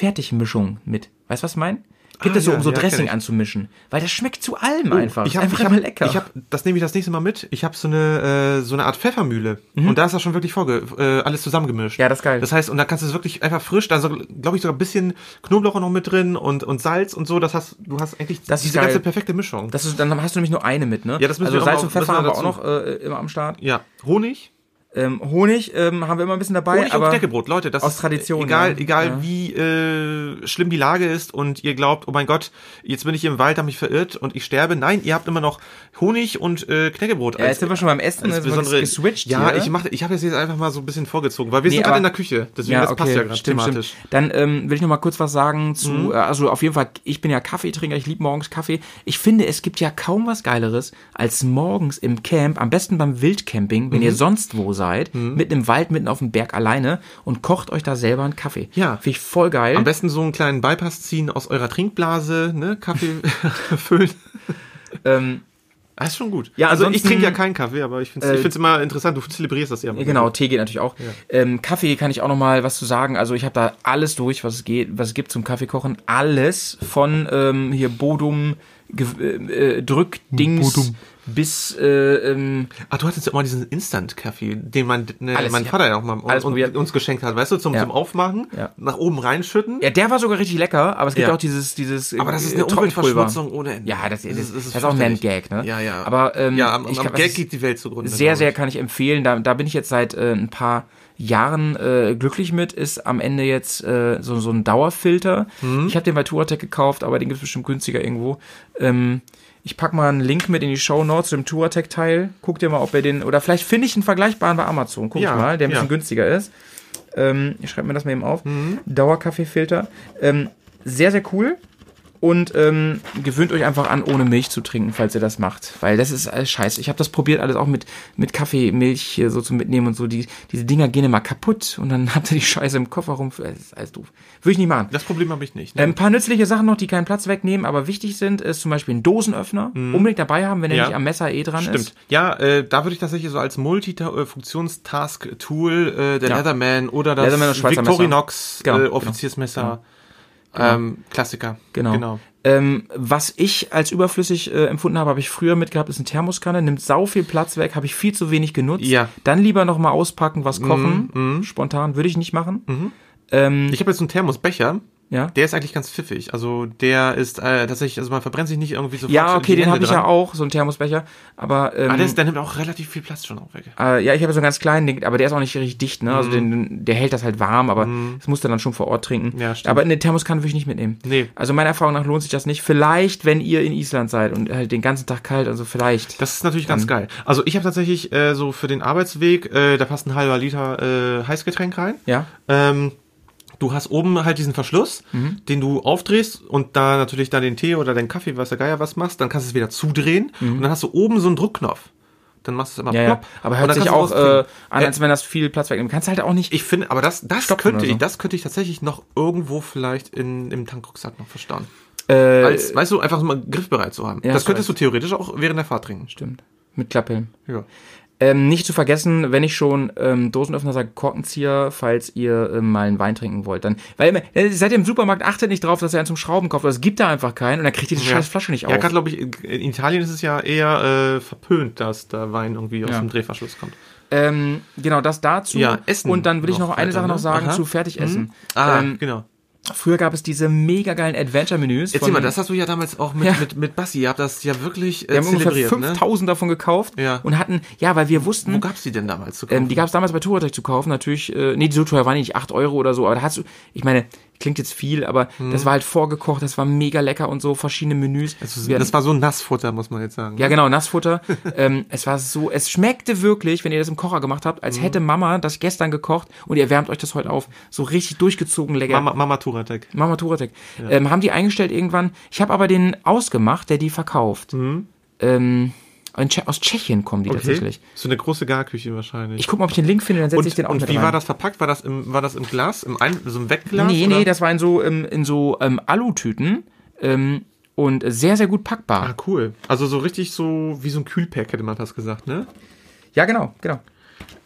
S3: Salat-Fertig-Mischung mit. Weißt du, was ich meine? Gibt
S1: Ah,
S3: es so,
S1: ja,
S3: um so
S1: ja, kenn
S3: Dressing
S1: ich.
S3: anzumischen. Weil das schmeckt zu allem
S1: Oh,
S3: einfach.
S1: Ich hab,
S3: einfach
S1: ich hab,
S3: immer lecker.
S1: Ich hab, das nehme ich das nächste Mal mit. Ich habe so eine äh, so eine Art Pfeffermühle und da ist das schon wirklich vorge äh, alles zusammengemischt.
S3: Mhm. Ja, das ist geil.
S1: Das heißt, und da kannst du es wirklich einfach frisch, also glaube ich sogar ein bisschen Knoblauch noch mit drin und und Salz und so. Das hast du hast eigentlich
S3: Das ist
S1: diese
S3: geil.
S1: ganze perfekte Mischung.
S3: das ist, dann hast du nämlich nur eine mit, ne?
S1: Ja, das müssen
S3: also
S1: wir auch
S3: Salz
S1: mal-
S3: und Pfeffer
S1: müssen
S3: haben
S1: wir
S3: wir auch noch äh, immer am Start.
S1: ja, Honig.
S3: Ähm, Honig ähm, haben wir immer ein bisschen dabei.
S1: Honig
S3: aber
S1: und Knäckebrot, Leute, das
S3: aus
S1: ist äh,
S3: Tradition,
S1: egal,
S3: ja.
S1: egal
S3: Ja.
S1: wie äh, schlimm die Lage ist und ihr glaubt, oh mein Gott, jetzt bin ich hier im Wald, habe mich verirrt und ich sterbe. Nein, ihr habt immer noch Honig und äh, Knäckebrot.
S3: Ja, jetzt sind wir schon beim Essen, jetzt sind wir ges- geswitcht
S1: Ja,
S3: hier.
S1: ich mache, ich habe das jetzt einfach mal so ein bisschen vorgezogen, weil wir
S3: Nee,
S1: sind gerade
S3: aber-
S1: in der Küche, deswegen das passt ja gerade
S3: stimmt,
S1: thematisch. Mhm.
S3: Stimmt. Dann ähm, will ich noch mal kurz was sagen zu, äh, also auf jeden Fall, ich bin ja Kaffeetrinker, ich liebe morgens Kaffee. Ich finde, es gibt ja kaum was Geileres, als morgens im Camp, am besten beim Wildcamping, wenn
S1: Mhm.
S3: ihr sonst wo seid, mitten im Wald, mitten auf dem Berg alleine und kocht euch da selber einen Kaffee.
S1: Ja.
S3: Finde ich voll geil.
S1: Am besten so einen kleinen Bypass ziehen aus eurer Trinkblase, ne, Kaffee füllen.
S3: Ähm,
S1: Ah, ist schon gut.
S3: Ja,
S1: also ich
S3: ansonsten-
S1: trinke ja keinen Kaffee, aber ich finde es
S3: Äh,
S1: find's immer interessant, du zelebrierst das ja.
S3: Ja, Genau, Tee geht natürlich auch. Ähm, Kaffee kann ich auch noch mal was zu sagen. Also ich habe da alles durch, was es geht, was es gibt zum Kaffeekochen. Alles von ähm, hier Bodum, Ge äh, äh, Drückdings
S1: Hm, Bodum.
S3: bis äh, ähm,
S1: Ah, du hattest ja immer diesen Instant-Kaffee, den mein, ne,
S3: Alles,
S1: mein
S3: ich
S1: Vater ja auch mal
S3: alles
S1: un-
S3: probiert.
S1: uns geschenkt hat, weißt du, zum,
S3: Ja.
S1: zum Aufmachen,
S3: Ja.
S1: nach oben reinschütten.
S3: ja, der war sogar richtig lecker. Aber es gibt
S1: Ja.
S3: auch dieses dieses. äh,
S1: Aber das ist eine
S3: äh, Trockenpulver.
S1: Umweltverschmutzung ohne Ende.
S3: Ja, das, das, das,
S1: das ist
S3: ist, auch ein
S1: fürchterlich.
S3: Gag, ne?
S1: Ja, ja.
S3: Aber ähm,
S1: ja, am,
S3: ich
S1: am
S3: glaub, das
S1: Geld
S3: ist-
S1: geht die Welt zugrunde.
S3: sehr, sehr
S1: glaub
S3: kann ich empfehlen. Da, da bin ich jetzt seit äh, ein paar Jahren äh, glücklich mit. Ist am Ende jetzt äh, so, so ein Dauerfilter.
S1: Mhm.
S3: Ich habe den bei Touratec gekauft, aber den gibt's bestimmt günstiger irgendwo. Ähm, ich pack mal einen Link mit in die Show Notes zu dem Touratec-Teil. Guck dir mal, ob ihr den. Oder vielleicht finde ich einen vergleichbaren bei Amazon. Guck
S1: Ja,
S3: ich mal, der ein
S1: ja. Mhm.
S3: bisschen günstiger ist. Ähm, ich schreibe mir das mal eben auf. Dauerkaffeefilter. Ähm, sehr, sehr cool. Und ähm, gewöhnt euch einfach an, ohne Milch zu trinken, falls ihr das macht. Weil das ist alles scheiße. Ich habe das probiert, alles auch mit, mit Kaffee, Milch hier so zu mitnehmen und so. Die, diese Dinger gehen immer kaputt und dann habt ihr die Scheiße im Koffer rum. Das ist alles doof. Würde ich nicht machen.
S1: ich. Das Problem habe ich nicht. Ne?
S3: Ein paar nützliche Sachen noch, die keinen Platz wegnehmen, aber wichtig sind, ist zum Beispiel ein Dosenöffner. Unbedingt dabei haben, wenn er
S1: Mhm. Ja.
S3: nicht am Messer eh dran ist.
S1: Stimmt. Ja, äh, da würde ich tatsächlich so als Multifunktionstask-Tool äh, der
S3: Ja.
S1: Leatherman oder das
S3: Leatherman und Schweizer Messer.
S1: Victorinox
S3: Genau,
S1: äh,
S3: genau.
S1: Offiziersmesser. Ähm, Klassiker.
S3: Genau. Ähm, was ich als überflüssig äh, empfunden habe, habe ich früher mitgehabt, ist eine Thermoskanne, nimmt sau viel Platz weg, habe ich viel zu wenig genutzt.
S1: Ja. Mhm,
S3: Dann lieber nochmal auspacken, was kochen. Spontan würde ich nicht machen.
S1: Ich habe jetzt so einen Thermosbecher,
S3: Ja.
S1: Mhm. Der ist eigentlich ganz pfiffig. Also der ist äh, tatsächlich, also man verbrennt sich nicht irgendwie so
S3: Ja, okay, den habe ich ja auch, so einen Thermosbecher. Aber, ähm,
S1: Ah, der, ist, der nimmt auch relativ viel Platz schon auch weg.
S3: äh, ja, ich habe so einen ganz kleinen, den- aber der ist auch nicht richtig dicht, ne?
S1: Mhm.
S3: Also den, der hält das halt warm, aber das musst du dann schon vor Ort trinken.
S1: Ja, stimmt.
S3: aber eine Thermoskanne würde ich nicht mitnehmen.
S1: Nee.
S3: Also meiner Erfahrung nach lohnt sich das nicht. Vielleicht, wenn ihr in Island seid und halt den ganzen Tag kalt, also vielleicht.
S1: Das ist natürlich ganz geil. Also ich habe tatsächlich äh, so für den Arbeitsweg, äh, da passt ein halber Liter äh, Heißgetränk rein.
S3: ja.
S1: Ähm, du hast oben halt diesen Verschluss,
S3: Mhm.
S1: den du aufdrehst und da natürlich dann den Tee oder den Kaffee, was der Geier was machst, dann kannst du es wieder zudrehen und dann hast du oben so einen Druckknopf. Dann machst du es immer
S3: Mhm. Ja, ja.
S1: plopp.
S3: Aber
S1: Und
S3: hört
S1: dann
S3: sich auch
S1: kannst du
S3: äh, an,
S1: Äh,
S3: als wenn das viel Platz wegnimmt. Kannst halt auch nicht.
S1: Ich finde, aber das, das
S3: Stopfen
S1: könnte
S3: oder
S1: ich,
S3: so.
S1: das könnte ich tatsächlich noch irgendwo vielleicht in, im Tankrucksack noch verstauen.
S3: äh,
S1: Als, weißt du, einfach so mal griffbereit zu haben.
S3: Ja,
S1: das
S3: das
S1: könntest
S3: weiß.
S1: du theoretisch auch während der Fahrt trinken.
S3: stimmt. Mit Klapphelm.
S1: Ja.
S3: Ähm, nicht zu vergessen, wenn ich schon ähm, Dosenöffner sage, Korkenzieher, falls ihr ähm, mal einen Wein trinken wollt, dann, weil immer, äh, seid ihr im Supermarkt, achtet nicht drauf, dass ihr einen zum Schrauben kauft, oder es gibt da einfach keinen und dann kriegt ihr die scheiß Flasche nicht
S1: Ja,
S3: auf.
S1: gerade glaube ich, in in Italien ist es ja eher äh, verpönt, dass der Wein irgendwie aus
S3: Ja.
S1: dem Drehverschluss kommt.
S3: Ähm, genau, das dazu.
S1: Ja, Essen
S3: Und dann will ich noch
S1: noch
S3: eine
S1: weiter,
S3: Sache
S1: ne?
S3: noch sagen
S1: Aha.
S3: zu Fertigessen.
S1: Ah,
S3: Ähm,
S1: genau.
S3: früher gab es diese mega geilen Adventure-Menüs.
S1: Erzähl
S3: von-
S1: mal, das hast du ja damals auch mit, mit, mit Bassi, ihr habt das ja wirklich äh,
S3: Wir haben ungefähr
S1: zelebriert, ne?
S3: 5000 davon gekauft
S1: Ja.
S3: und hatten, ja, weil wir wussten,
S1: Wo gab's die denn damals zu kaufen?
S3: Ähm, die gab es damals bei Touratech zu kaufen, natürlich, äh, nee, so teuer war die nicht, 8 Euro oder so, aber da hast du, ich meine, klingt jetzt viel, aber
S1: Hm.
S3: das war halt vorgekocht, das war mega lecker und so, verschiedene Menüs.
S1: also,
S3: Wir
S1: das
S3: hatten-
S1: war so Nassfutter, muss man jetzt sagen.
S3: ja, genau, Nassfutter. ähm, es war so, es schmeckte wirklich, wenn ihr das im Kocher gemacht habt,
S1: Hm.
S3: als hätte Mama das gestern gekocht und ihr wärmt euch das heute auf. So richtig durchgezogen lecker.
S1: Mama, Mama Turatek.
S3: Mama Touratec. Ähm, haben die eingestellt irgendwann. Ich habe aber den ausgemacht, der die verkauft.
S1: Hm.
S3: Ähm, in Tsche aus Tschechien kommen die tatsächlich.
S1: So eine große Garküche wahrscheinlich.
S3: Ich guck mal, ob ich den Link finde, dann setze ich
S1: und
S3: den auch
S1: und
S3: mit
S1: wie
S3: rein.
S1: war das verpackt? War das im, war das im Glas, im ein, so einem Wegglas?
S3: Nee,
S1: oder?
S3: nee, das war in so, ähm, in so ähm, Alutüten ähm, und sehr, sehr gut packbar.
S1: Ah, cool. Also so richtig so wie so ein Kühlpack, hätte man das gesagt, ne?
S3: Ja, genau, genau.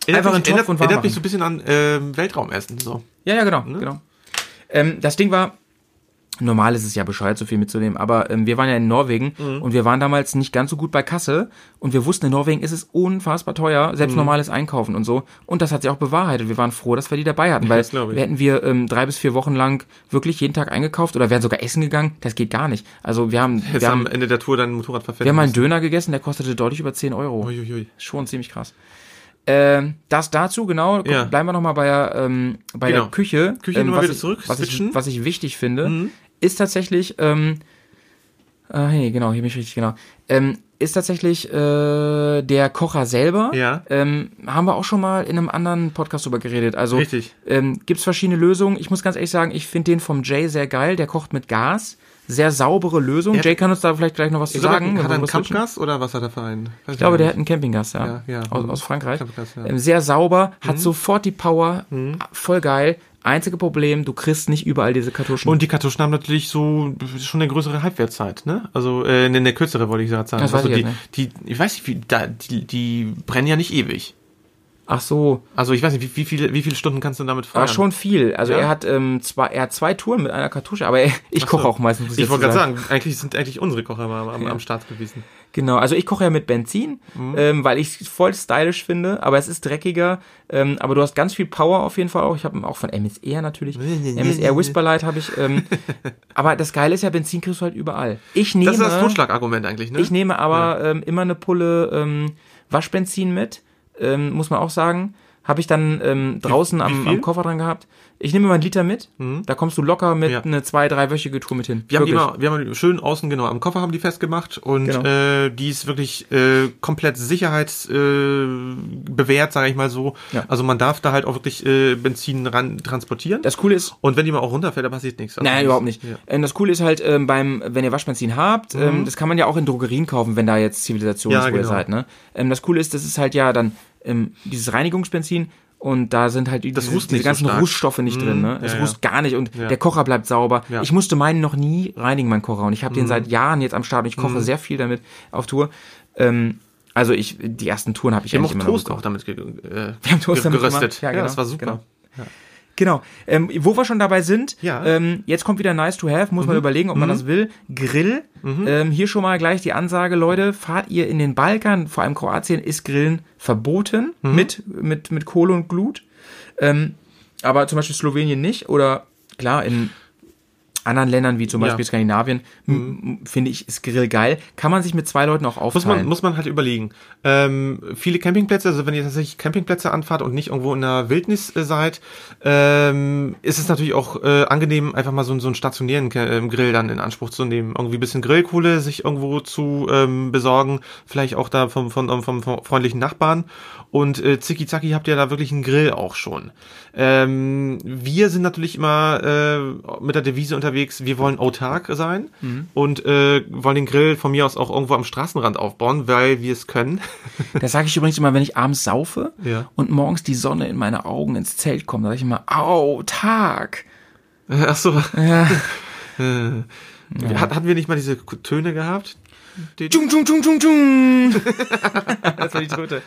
S1: Erinnert mich-
S3: Einfach in den Topf
S1: erinnert,
S3: und warm
S1: erinnert mich
S3: machen.
S1: so ein bisschen an ähm, Weltraumessen. So.
S3: Ja, ja, genau,
S1: Ne?
S3: genau. Ähm, das Ding war, normal ist es ja bescheuert, so viel mitzunehmen, aber ähm, wir waren ja in Norwegen
S1: Mhm.
S3: und wir waren damals nicht ganz so gut bei Kasse und wir wussten, in Norwegen ist es unfassbar teuer,
S1: Mhm.
S3: selbst normales Einkaufen und so. Und das hat sich auch bewahrheitet. Wir waren froh, dass wir die dabei hatten, weil
S1: das glaub ich.
S3: hätten wir ähm, drei bis vier Wochen lang wirklich jeden Tag eingekauft oder wären sogar essen gegangen, das geht gar nicht. Also wir haben,
S1: Jetzt
S3: wir
S1: am
S3: haben,
S1: Ende der Tour dein Motorrad verfällt.
S3: wir haben einen Döner gegessen, der kostete deutlich über 10 Euro.
S1: Uiuiui.
S3: Schon ziemlich krass. Ähm, das dazu, genau. Guck,
S1: Ja.
S3: Bleiben wir nochmal bei, der, ähm, bei
S1: Genau.
S3: der Küche.
S1: Küche
S3: ähm,
S1: nochmal
S3: was
S1: wieder
S3: ich,
S1: zurück,
S3: Was
S1: switchen. Mhm.
S3: ich, was ich wichtig finde, ist tatsächlich, ähm, ah, hey, genau, hier bin ich richtig, genau. Ähm, ist tatsächlich äh, der Kocher selber.
S1: Ja.
S3: Ähm, haben wir auch schon mal in einem anderen Podcast drüber geredet. Also
S1: Richtig.
S3: ähm, gibt es verschiedene Lösungen. Ich muss ganz ehrlich sagen, ich finde den vom Jay sehr geil. Der kocht mit Gas. Sehr saubere Lösung.
S1: Ja.
S3: Jay kann uns da vielleicht gleich noch was zu
S1: Ich glaube,
S3: sagen. wenn
S1: hat
S3: wir
S1: er einen
S3: rüber switchen.
S1: Kampfgas oder was hat er für einen?
S3: Ich glaube, der hat einen Campinggas, ja.
S1: Ähm, Ja, ja.
S3: Aus, aus Frankreich.
S1: Campinggas, ja. Mhm.
S3: Ähm, Sehr sauber, hat sofort die Power, voll geil. Einzige Problem, du kriegst nicht überall diese Kartuschen.
S1: Und die Kartuschen haben natürlich so schon eine größere Halbwertszeit, ne? Also äh, eine, eine kürzere wollte ich gerade sagen.
S3: Das weiß
S1: also die,
S3: ich jetzt
S1: die, ich weiß nicht, wie, da, die, die brennen ja nicht ewig.
S3: Ach so,
S1: Also ich weiß nicht, wie, wie viele, wie viele Stunden kannst du damit fahren?
S3: war schon viel. Also
S1: Ah. Ja.
S3: er hat ähm, zwei, er hat zwei Touren mit einer Kartusche, aber er, ich
S1: Ach so.
S3: koche auch meistens. muss
S1: Ich
S3: dazu
S1: wollte gerade sagen, eigentlich sind eigentlich unsere Kocher mal am, am Start gewesen.
S3: Genau, also ich koche ja mit Benzin,
S1: Mhm.
S3: ähm, weil ich es voll stylisch finde, aber es ist dreckiger. Ähm, aber du hast ganz viel Power auf jeden Fall auch. Ich habe auch von MSR natürlich. MSR Whisperlight habe ich. Ähm, aber das Geile ist ja, Benzin kriegst du halt überall. Ich nehme
S1: Das ist das Totschlagargument eigentlich, ne?
S3: Ich nehme aber ähm, immer eine Pulle ähm, Waschbenzin mit, ähm, muss man auch sagen. Habe ich dann ähm, draußen am,
S1: viel? Hm.
S3: am Koffer dran gehabt. Ich nehme mal einen Liter mit. Da kommst du locker mit
S1: Ja.
S3: eine zwei, dreiwöchige Tour mit hin.
S1: Wir haben, die immer, wir haben die schön außen, genau, am Koffer haben die festgemacht und
S3: Genau.
S1: äh, die ist wirklich äh, komplett sicherheitsbewährt, äh, bewährt, sage ich mal so.
S3: Ja.
S1: Also man darf da halt auch wirklich äh, Benzin ran transportieren.
S3: Das Coole ist,
S1: und wenn die mal auch runterfällt, da passiert nichts. Also
S3: Nein,
S1: das-
S3: überhaupt nicht.
S1: Ja. Mhm.
S3: Ähm, Das Coole ist halt, ähm, beim, wenn ihr Waschbenzin habt, ähm, das kann man ja auch in Drogerien kaufen, wenn da jetzt Zivilisation
S1: Ja,
S3: ist, wo ihr
S1: genau.
S3: seid. Ne? Ähm, das Coole ist, das ist halt ja dann ähm, dieses Reinigungsbenzin und da sind halt die,
S1: Das
S3: diese,
S1: rußt
S3: diese
S1: nicht so
S3: ganzen
S1: stark. Mhm.
S3: Rußstoffe nicht drin. Ne? Es
S1: ja,
S3: rußt gar nicht und der Kocher bleibt sauber.
S1: Ja. Mhm.
S3: Ich musste meinen noch nie reinigen, meinen Kocher. Und ich habe den seit Jahren jetzt am Start und ich koche sehr viel damit auf Tour. Ähm, also ich, die ersten Touren habe ich
S1: Wir haben
S3: eigentlich
S1: auch
S3: immer
S1: Toast
S3: noch
S1: auch damit ge äh,
S3: Wir haben Toast
S1: ge
S3: damit
S1: geröstet.
S3: gemacht. Ja,
S1: Ja,
S3: genau,
S1: das war super.
S3: genau. Genau. Ähm, wo wir schon dabei sind,
S1: Ja. Mhm.
S3: ähm, jetzt kommt wieder Nice to Have, muss man überlegen, ob man das will. Grill. Ähm, hier schon mal gleich die Ansage, Leute, fahrt ihr in den Balkan, vor allem Kroatien, ist Grillen verboten
S1: Mhm.
S3: mit, mit, mit Kohle und Glut. Ähm, aber zum Beispiel Slowenien nicht oder klar, in anderen Ländern, wie zum
S1: Ja. Mhm.
S3: Beispiel Skandinavien, m- m- finde ich, ist Grill geil. Kann man sich mit zwei Leuten auch
S1: Muss man,
S3: aufteilen.
S1: muss man halt überlegen. Ähm, viele Campingplätze, also wenn ihr tatsächlich Campingplätze anfahrt und nicht irgendwo in der Wildnis äh, seid, ähm, ist es natürlich auch äh, angenehm, einfach mal so, einen- so einen stationären Ke- ähm, Grill dann in Anspruch zu nehmen. Irgendwie ein bisschen Grillkohle sich irgendwo zu ähm, besorgen, vielleicht auch da vom, vom, vom, vom freundlichen Nachbarn. Und äh, zicki-zacki habt ihr da wirklich einen Grill auch schon. Ähm, wir sind natürlich immer äh, mit der Devise unterwegs, wir wollen autark sein
S3: Mhm.
S1: und äh, wollen den Grill von mir aus auch irgendwo am Straßenrand aufbauen, weil wir es können.
S3: Das sage ich übrigens immer, wenn ich abends saufe
S1: Ja.
S3: und morgens die Sonne in meine Augen ins Zelt kommt, sage ich immer, au, Tag.
S1: Ach so. Äh, Hat, hatten wir nicht mal diese K- Töne gehabt?
S3: Tschung, tschung, tschung, tschung, tschung.
S1: Das war die Tröte.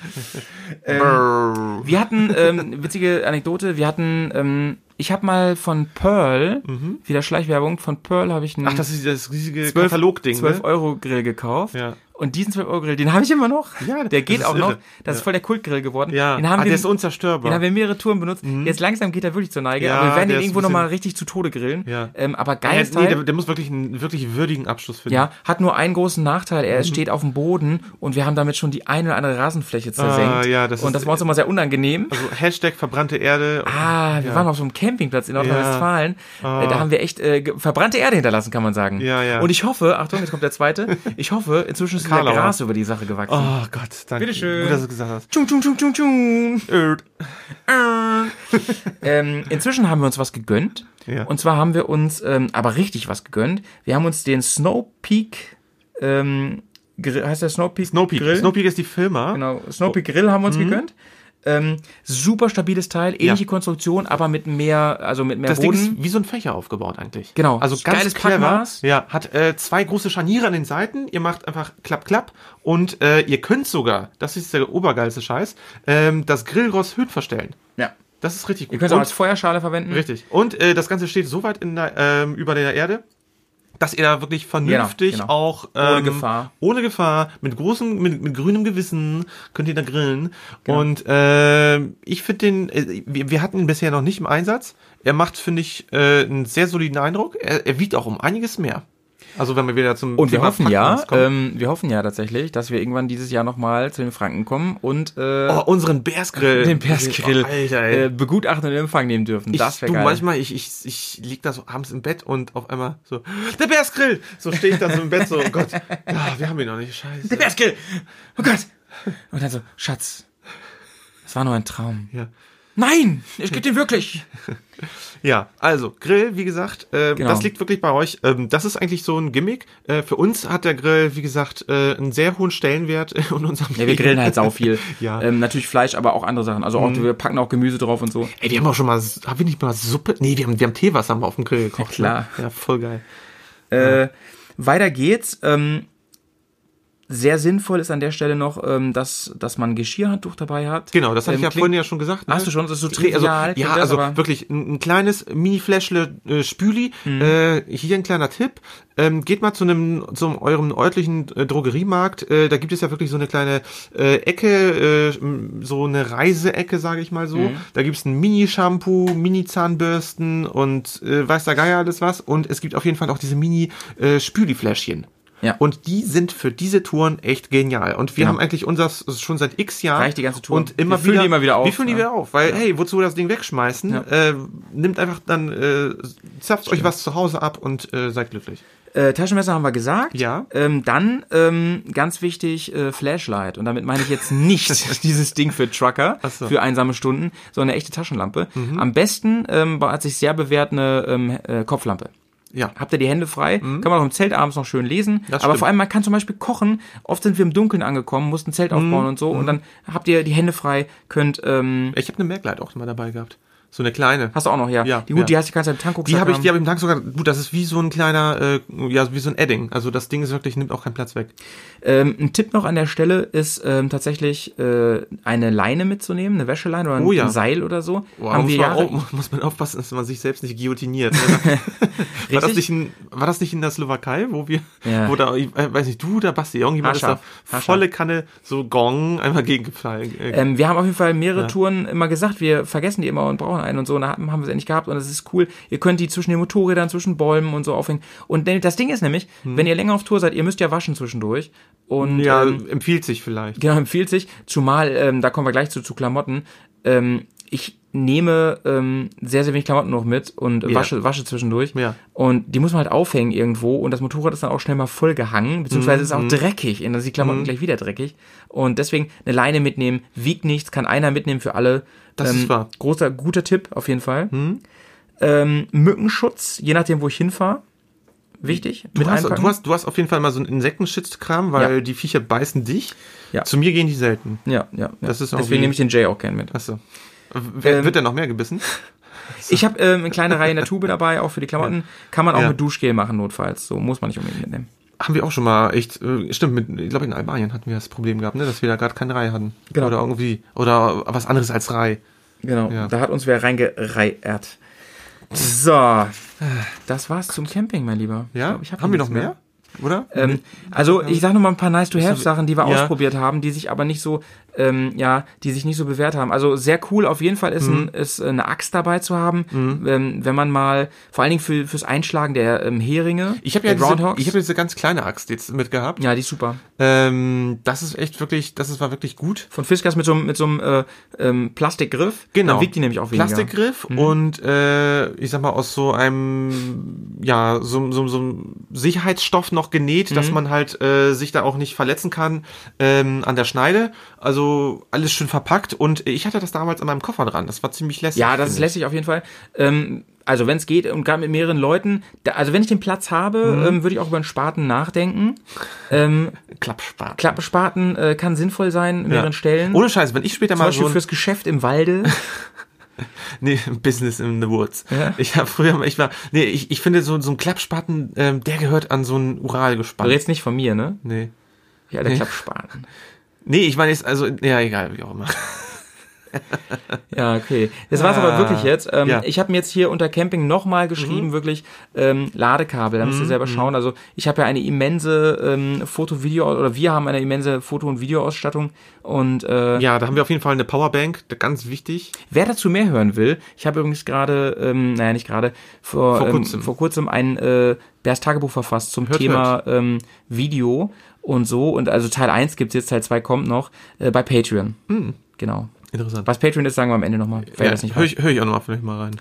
S1: Ähm,
S3: Wir hatten, ähm, witzige Anekdote, wir hatten, ähm, ich habe mal von Pearl, wieder Schleichwerbung, von Pearl habe ich einen
S1: Mhm. Ach, das ist das riesige
S3: 12
S1: Katalogding.
S3: 12
S1: ne?
S3: Euro Grill gekauft.
S1: Ja.
S3: Und diesen 12 Euro Grill, den habe ich immer noch.
S1: Ja,
S3: der
S1: das
S3: geht
S1: ist
S3: auch noch.
S1: irre.
S3: Das ist voll der Kultgrill geworden.
S1: Ja,
S3: Den haben
S1: ah,
S3: wir
S1: der ist unzerstörbar.
S3: Den haben wir mehrere Touren benutzt. Jetzt langsam geht er wirklich zur Neige,
S1: Ja,
S3: aber wir werden
S1: der
S3: den
S1: ist
S3: irgendwo
S1: ein bisschen-
S3: nochmal richtig zu Tode grillen.
S1: Ja.
S3: Ähm, aber
S1: ja,
S3: geiles
S1: nee,
S3: Teil.
S1: der, der muss wirklich einen wirklich würdigen Abschluss finden.
S3: Ja, hat nur einen großen Nachteil.
S1: Mhm.
S3: Er steht auf dem Boden und wir haben damit schon die eine oder andere Rasenfläche zersenkt.
S1: Ah, ja, das
S3: und
S1: ist-
S3: das war uns immer sehr unangenehm.
S1: Also Hashtag verbrannte Erde.
S3: Ah, wir waren auf so einem Campingplatz in Nordrhein-Westfalen. Äh, Da haben wir echt äh, ge- verbrannte Erde hinterlassen, kann man sagen.
S1: Ah. Ja, ja.
S3: Und ich hoffe, Achtung, jetzt kommt der zweite. Ich hoffe, inzwischen ist wieder
S1: Karlauer.
S3: Gras über die Sache gewachsen.
S1: Oh Gott, danke.
S3: Bitteschön.
S1: Gut, dass du es gesagt hast. Äh,
S3: Tschung, tschung, tschung, tschung, tschung. Ah.
S1: Öd.
S3: ähm, inzwischen haben wir uns was gegönnt.
S1: Ja.
S3: Und zwar haben wir uns ähm, aber richtig was gegönnt. Wir haben uns den Snow Peak, ähm, Grill, heißt der Snow Peak?
S1: Snowpeak.
S3: Grill?
S1: Snowpeak ist die Firma.
S3: Genau, Snow Peak Grill haben wir uns gegönnt. Ähm, super stabiles Teil, ähnliche
S1: Mhm. Ja.
S3: Konstruktion, aber mit mehr, also mit mehr
S1: Das
S3: Boden.
S1: Ding ist wie so ein Fächer aufgebaut eigentlich.
S3: Genau.
S1: Also ganz
S3: Geiles
S1: clever.
S3: Packmaß.
S1: Ja, hat äh, zwei große Scharniere an den Seiten. Ihr macht einfach klapp, klapp. Und äh, ihr könnt sogar, das ist der obergeilste Scheiß, ähm, das Grillrost höhen verstellen.
S3: ja.
S1: Das ist richtig gut.
S3: Ihr könnt es auch
S1: Und-
S3: als Feuerschale verwenden.
S1: Richtig. Und äh, das Ganze steht so weit in der, ähm, über der Erde, dass ihr da wirklich vernünftig
S3: Genau, genau.
S1: auch ähm,
S3: Ohne Gefahr.
S1: ohne Gefahr, mit großem, mit, mit grünem Gewissen könnt ihr da grillen.
S3: Genau.
S1: Und ähm, ich finde den, äh, wir, wir hatten ihn bisher noch nicht im Einsatz. Er macht, finde ich, äh, einen sehr soliden Eindruck. Er, er wiegt auch um einiges mehr. Also wenn wir wieder zum
S3: Und wir hoffen ja,
S1: Packmaß kommen.
S3: ähm, wir hoffen ja tatsächlich, dass wir irgendwann dieses Jahr nochmal zu den Franken kommen und äh,
S1: oh, unseren Bärsgrill.
S3: den Persgrill
S1: Oh, Alter, ey.
S3: äh, begutachten und in Empfang nehmen dürfen.
S1: Ich,
S3: das wäre
S1: du,
S3: geil.
S1: manchmal, ich, ich, ich lieg da so abends im Bett und auf einmal so, der Bärsgrill! So stehe ich da so im Bett so, oh Gott, ah, wir haben ihn noch nicht, scheiße.
S3: Der Bärsgrill! Oh Gott! Und dann so, Schatz, das war nur ein Traum.
S1: Ja.
S3: Nein! Ich geb den wirklich!
S1: ja, also Grill, wie gesagt, äh,
S3: Genau.
S1: das liegt wirklich bei euch. Ähm, das ist eigentlich so ein Gimmick. Äh, für uns hat der Grill, wie gesagt, äh, einen sehr hohen Stellenwert äh, in unserem
S3: Ja, wir grillen halt sau viel.
S1: Ja.
S3: Ähm, natürlich Fleisch, aber auch andere Sachen. Also auch, wir packen auch Gemüse drauf und so.
S1: Ey, wir haben auch schon mal, haben wir nicht mal Suppe? Nee, wir haben, wir haben Teewasser haben wir auf dem Grill gekocht.
S3: klar.
S1: Ne? Ja, voll geil.
S3: Äh, weiter geht's. Ähm, sehr sinnvoll ist an der Stelle noch, ähm, dass, dass man ein Geschirrhandtuch dabei hat.
S1: Genau, das hatte
S3: Ähm,
S1: ich ja
S3: klingt-
S1: vorhin ja schon gesagt.
S3: Hast du schon? Das ist so
S1: Nee, also,
S3: trivial. klingt
S1: ja,
S3: das,
S1: also
S3: aber-
S1: wirklich ein, ein kleines Mini-Fläschle äh, Spüli.
S3: Mhm.
S1: Äh, hier ein kleiner Tipp. Ähm, geht mal zu einem zum eurem örtlichen äh, Drogeriemarkt. Äh, da gibt es ja wirklich so eine kleine äh, Ecke, äh, m- so eine Reiseecke, sage ich mal so.
S3: Mhm.
S1: Da gibt es ein Mini-Shampoo, Mini-Zahnbürsten und äh, weiß der Geier alles was. Und es gibt auf jeden Fall auch diese Mini-Spüli-Fläschchen.
S3: Ja.
S1: Und die sind für diese Touren echt genial. Und wir
S3: Genau.
S1: haben eigentlich unseres schon seit x Jahren.
S3: Reicht die ganze Tour.
S1: Ah, Und immer
S3: Wir füllen
S1: wieder,
S3: die immer wieder auf,
S1: Wir füllen die
S3: ja.
S1: wieder auf, weil, hey, wozu das Ding wegschmeißen?
S3: Ja.
S1: Äh, nimmt einfach dann, äh, zapft euch was zu Hause ab und äh, seid glücklich.
S3: Äh, Taschenmesser haben wir gesagt.
S1: Ja.
S3: Ähm, dann ähm, ganz wichtig äh, Flashlight. Und damit meine ich jetzt nicht dieses Ding für Trucker,
S1: so. Mhm.
S3: für einsame Stunden, sondern eine echte Taschenlampe. Am besten ähm, hat sich sehr bewährt eine ähm, äh, Kopflampe.
S1: Ja.
S3: Habt ihr die Hände frei? Kann man auch im Zelt abends noch schön lesen.
S1: Mhm. Das
S3: aber
S1: stimmt.
S3: vor allem, man kann zum Beispiel kochen. Oft sind wir im Dunkeln angekommen, mussten Zelt
S1: Mhm.
S3: aufbauen und so. Und dann habt ihr die Hände frei, könnt. Ähm,
S1: Ich habe eine Merklight auch mal dabei gehabt. So eine kleine.
S3: hast du auch noch, ja.
S1: Ja,
S3: die, gut,
S1: ja.
S3: die hast du kannst du im Tankrucksack
S1: die habe ich,
S3: haben.
S1: die habe ich im Tank sogar, gut, das ist wie so ein kleiner, äh, ja, wie so ein Edding. Also das Ding ist wirklich, nimmt auch keinen Platz weg.
S3: Ähm, ein Tipp noch an der Stelle ist ähm, tatsächlich äh, eine Leine mitzunehmen, eine Wäscheleine oder ein,
S1: Oh ja.
S3: ein Seil oder so.
S1: Boah,
S3: Haben
S1: muss,
S3: wir
S1: man
S3: Jahre,
S1: auch, muss man aufpassen, dass man sich selbst nicht guillotiniert. ne? war, das nicht
S3: Richtig?
S1: in, war das nicht in der Slowakei, wo wir,
S3: Ja.
S1: wo da, ich äh, weiß nicht, du oder Basti, irgendjemand ist da
S3: Haarscharf, haarscharf.
S1: volle Kanne so Gong einmal gegengefallen. Äh,
S3: ähm, wir haben auf jeden Fall mehrere Touren immer gesagt, wir vergessen die immer und brauchen brauchen einen und so. Und da haben wir es endlich gehabt und das ist cool. Ihr könnt die zwischen den Motorrädern, zwischen Bäumen und so aufhängen. Und das Ding ist nämlich, wenn ihr länger auf Tour seid, ihr müsst ja waschen zwischendurch. Und,
S1: Hm. Ja,
S3: ähm,
S1: empfiehlt sich vielleicht.
S3: Genau, empfiehlt sich. Zumal, ähm, da kommen wir gleich zu, zu Klamotten. Ähm, ich nehme ähm, sehr, sehr wenig Klamotten noch mit und
S1: Ja.
S3: wasche, wasche zwischendurch.
S1: Ja.
S3: Und die muss man halt aufhängen irgendwo und das Motorrad ist dann auch schnell mal vollgehangen, beziehungsweise ist auch
S1: Mhm.
S3: dreckig und dann sind die Klamotten gleich wieder dreckig. Und deswegen eine Leine mitnehmen, wiegt nichts, kann einer mitnehmen für alle. Ähm,
S1: Das ist wahr. Mhm.
S3: Großer, guter Tipp auf jeden Fall. Ähm, Mückenschutz, je nachdem, wo ich hinfahre. Wichtig.
S1: Du hast,
S3: einpacken.
S1: du, hast, du hast auf jeden Fall mal so einen Insektenschutzkram, weil
S3: Ja.
S1: die Viecher beißen dich.
S3: Ja.
S1: Zu mir gehen die selten.
S3: ja, ja, ja.
S1: Das ist irgendwie-
S3: Deswegen nehme ich den Jay auch gern mit.
S1: Achso.
S3: Ähm.
S1: Wer, wird denn noch mehr gebissen?
S3: Ich habe ähm, eine kleine Reihe in der Tube dabei, auch für die Klamotten. Kann man auch
S1: Ja.
S3: mit Duschgel machen, notfalls. So muss man nicht unbedingt mitnehmen.
S1: Haben wir auch schon mal echt, äh, stimmt, mit, ich glaube in Albanien hatten wir das Problem gehabt, ne, dass wir da gerade keine Reihe hatten.
S3: Genau.
S1: Oder irgendwie, oder was anderes als Reihe.
S3: Genau.
S1: Ja.
S3: Da hat uns wer reingereiert. So. Das war's zum Camping, mein Lieber. Ich
S1: Ja?
S3: glaub, ich hab
S1: Haben wir noch
S3: nichts
S1: mehr? Oder?
S3: Ähm, also ich sage nur mal ein paar nice to have Sachen, die wir
S1: Ja.
S3: ausprobiert haben, die sich aber nicht so, ähm, ja, die sich nicht so bewährt haben. Also sehr cool auf jeden Fall ist,
S1: Mhm.
S3: ein, ist eine Axt dabei zu haben, ähm, wenn man mal vor allen Dingen für, fürs Einschlagen der ähm, Heringe,
S1: ich habe ja
S3: der
S1: diese,
S3: Groundhogs.
S1: ich hab diese ganz kleine Axt jetzt mitgehabt.
S3: ja, die ist super.
S1: Ähm, das ist echt wirklich, das ist, war wirklich gut.
S3: von Fiskars mit so, einem- mit so einem äh, ähm, Plastikgriff. Dann wiegt die nämlich auch weniger.
S1: Genau.
S3: Mhm.
S1: Plastikgriff und äh, ich sag mal aus so einem ja so so so einem Sicherheitsstoff noch genäht,
S3: Mhm.
S1: dass man halt äh, sich da auch nicht verletzen kann ähm, an der Schneide. Also alles schön verpackt und ich hatte das damals an meinem Koffer dran. Das war ziemlich lässig.
S3: Ja, das
S1: finde
S3: ist
S1: ich.
S3: lässig auf jeden Fall. Ähm, also wenn es geht und gerade mit mehreren Leuten, da, also wenn ich den Platz habe,
S1: Mhm.
S3: ähm, würde ich auch über einen Spaten nachdenken. Ähm,
S1: Klappspat.
S3: Klappenspaten äh, kann sinnvoll sein, in mehreren Stellen.
S1: Ohne Scheiß, wenn ich später
S3: Zum
S1: mal
S3: Beispiel
S1: so ein
S3: fürs Geschäft im Walde.
S1: Nee, Business in the Woods. Ich habe früher, mal- ich war, nee, ich, ich finde so, so ein Klappspaten, ähm, der gehört an so ein
S3: Du
S1: Uralgespann.
S3: redest nicht von mir, ne?
S1: Nee.
S3: Ja, der Klappspaten.
S1: Nee, ich meine jetzt, also, ja, egal, wie auch immer.
S3: Ja, okay. Das war's aber wirklich jetzt. Ähm,
S1: Ah, ja. Mhm.
S3: Ich habe mir jetzt hier unter Camping nochmal geschrieben, wirklich ähm, Ladekabel. Da müsst ihr selber schauen. Also ich habe ja eine immense ähm, Foto-Video oder wir haben eine immense Foto- und Videoausstattung. Und äh,
S1: Ja, da haben wir auf jeden Fall eine Powerbank, ganz wichtig.
S3: wer dazu mehr hören will, ich habe übrigens gerade, ähm, naja, nicht gerade, vor,
S1: Vor
S3: ähm,
S1: kurzem.
S3: vor kurzem ein äh, Bärs Tagebuch verfasst zum
S1: Hört,
S3: Thema Ähm, Video und so. Und also Teil 1 gibt's jetzt, Teil 2 kommt noch äh, bei Patreon. Genau.
S1: Interessant.
S3: Was Patreon ist, sagen wir am Ende nochmal.
S1: Mhm. ja, höre ich, hör ich auch noch mal vielleicht mal rein.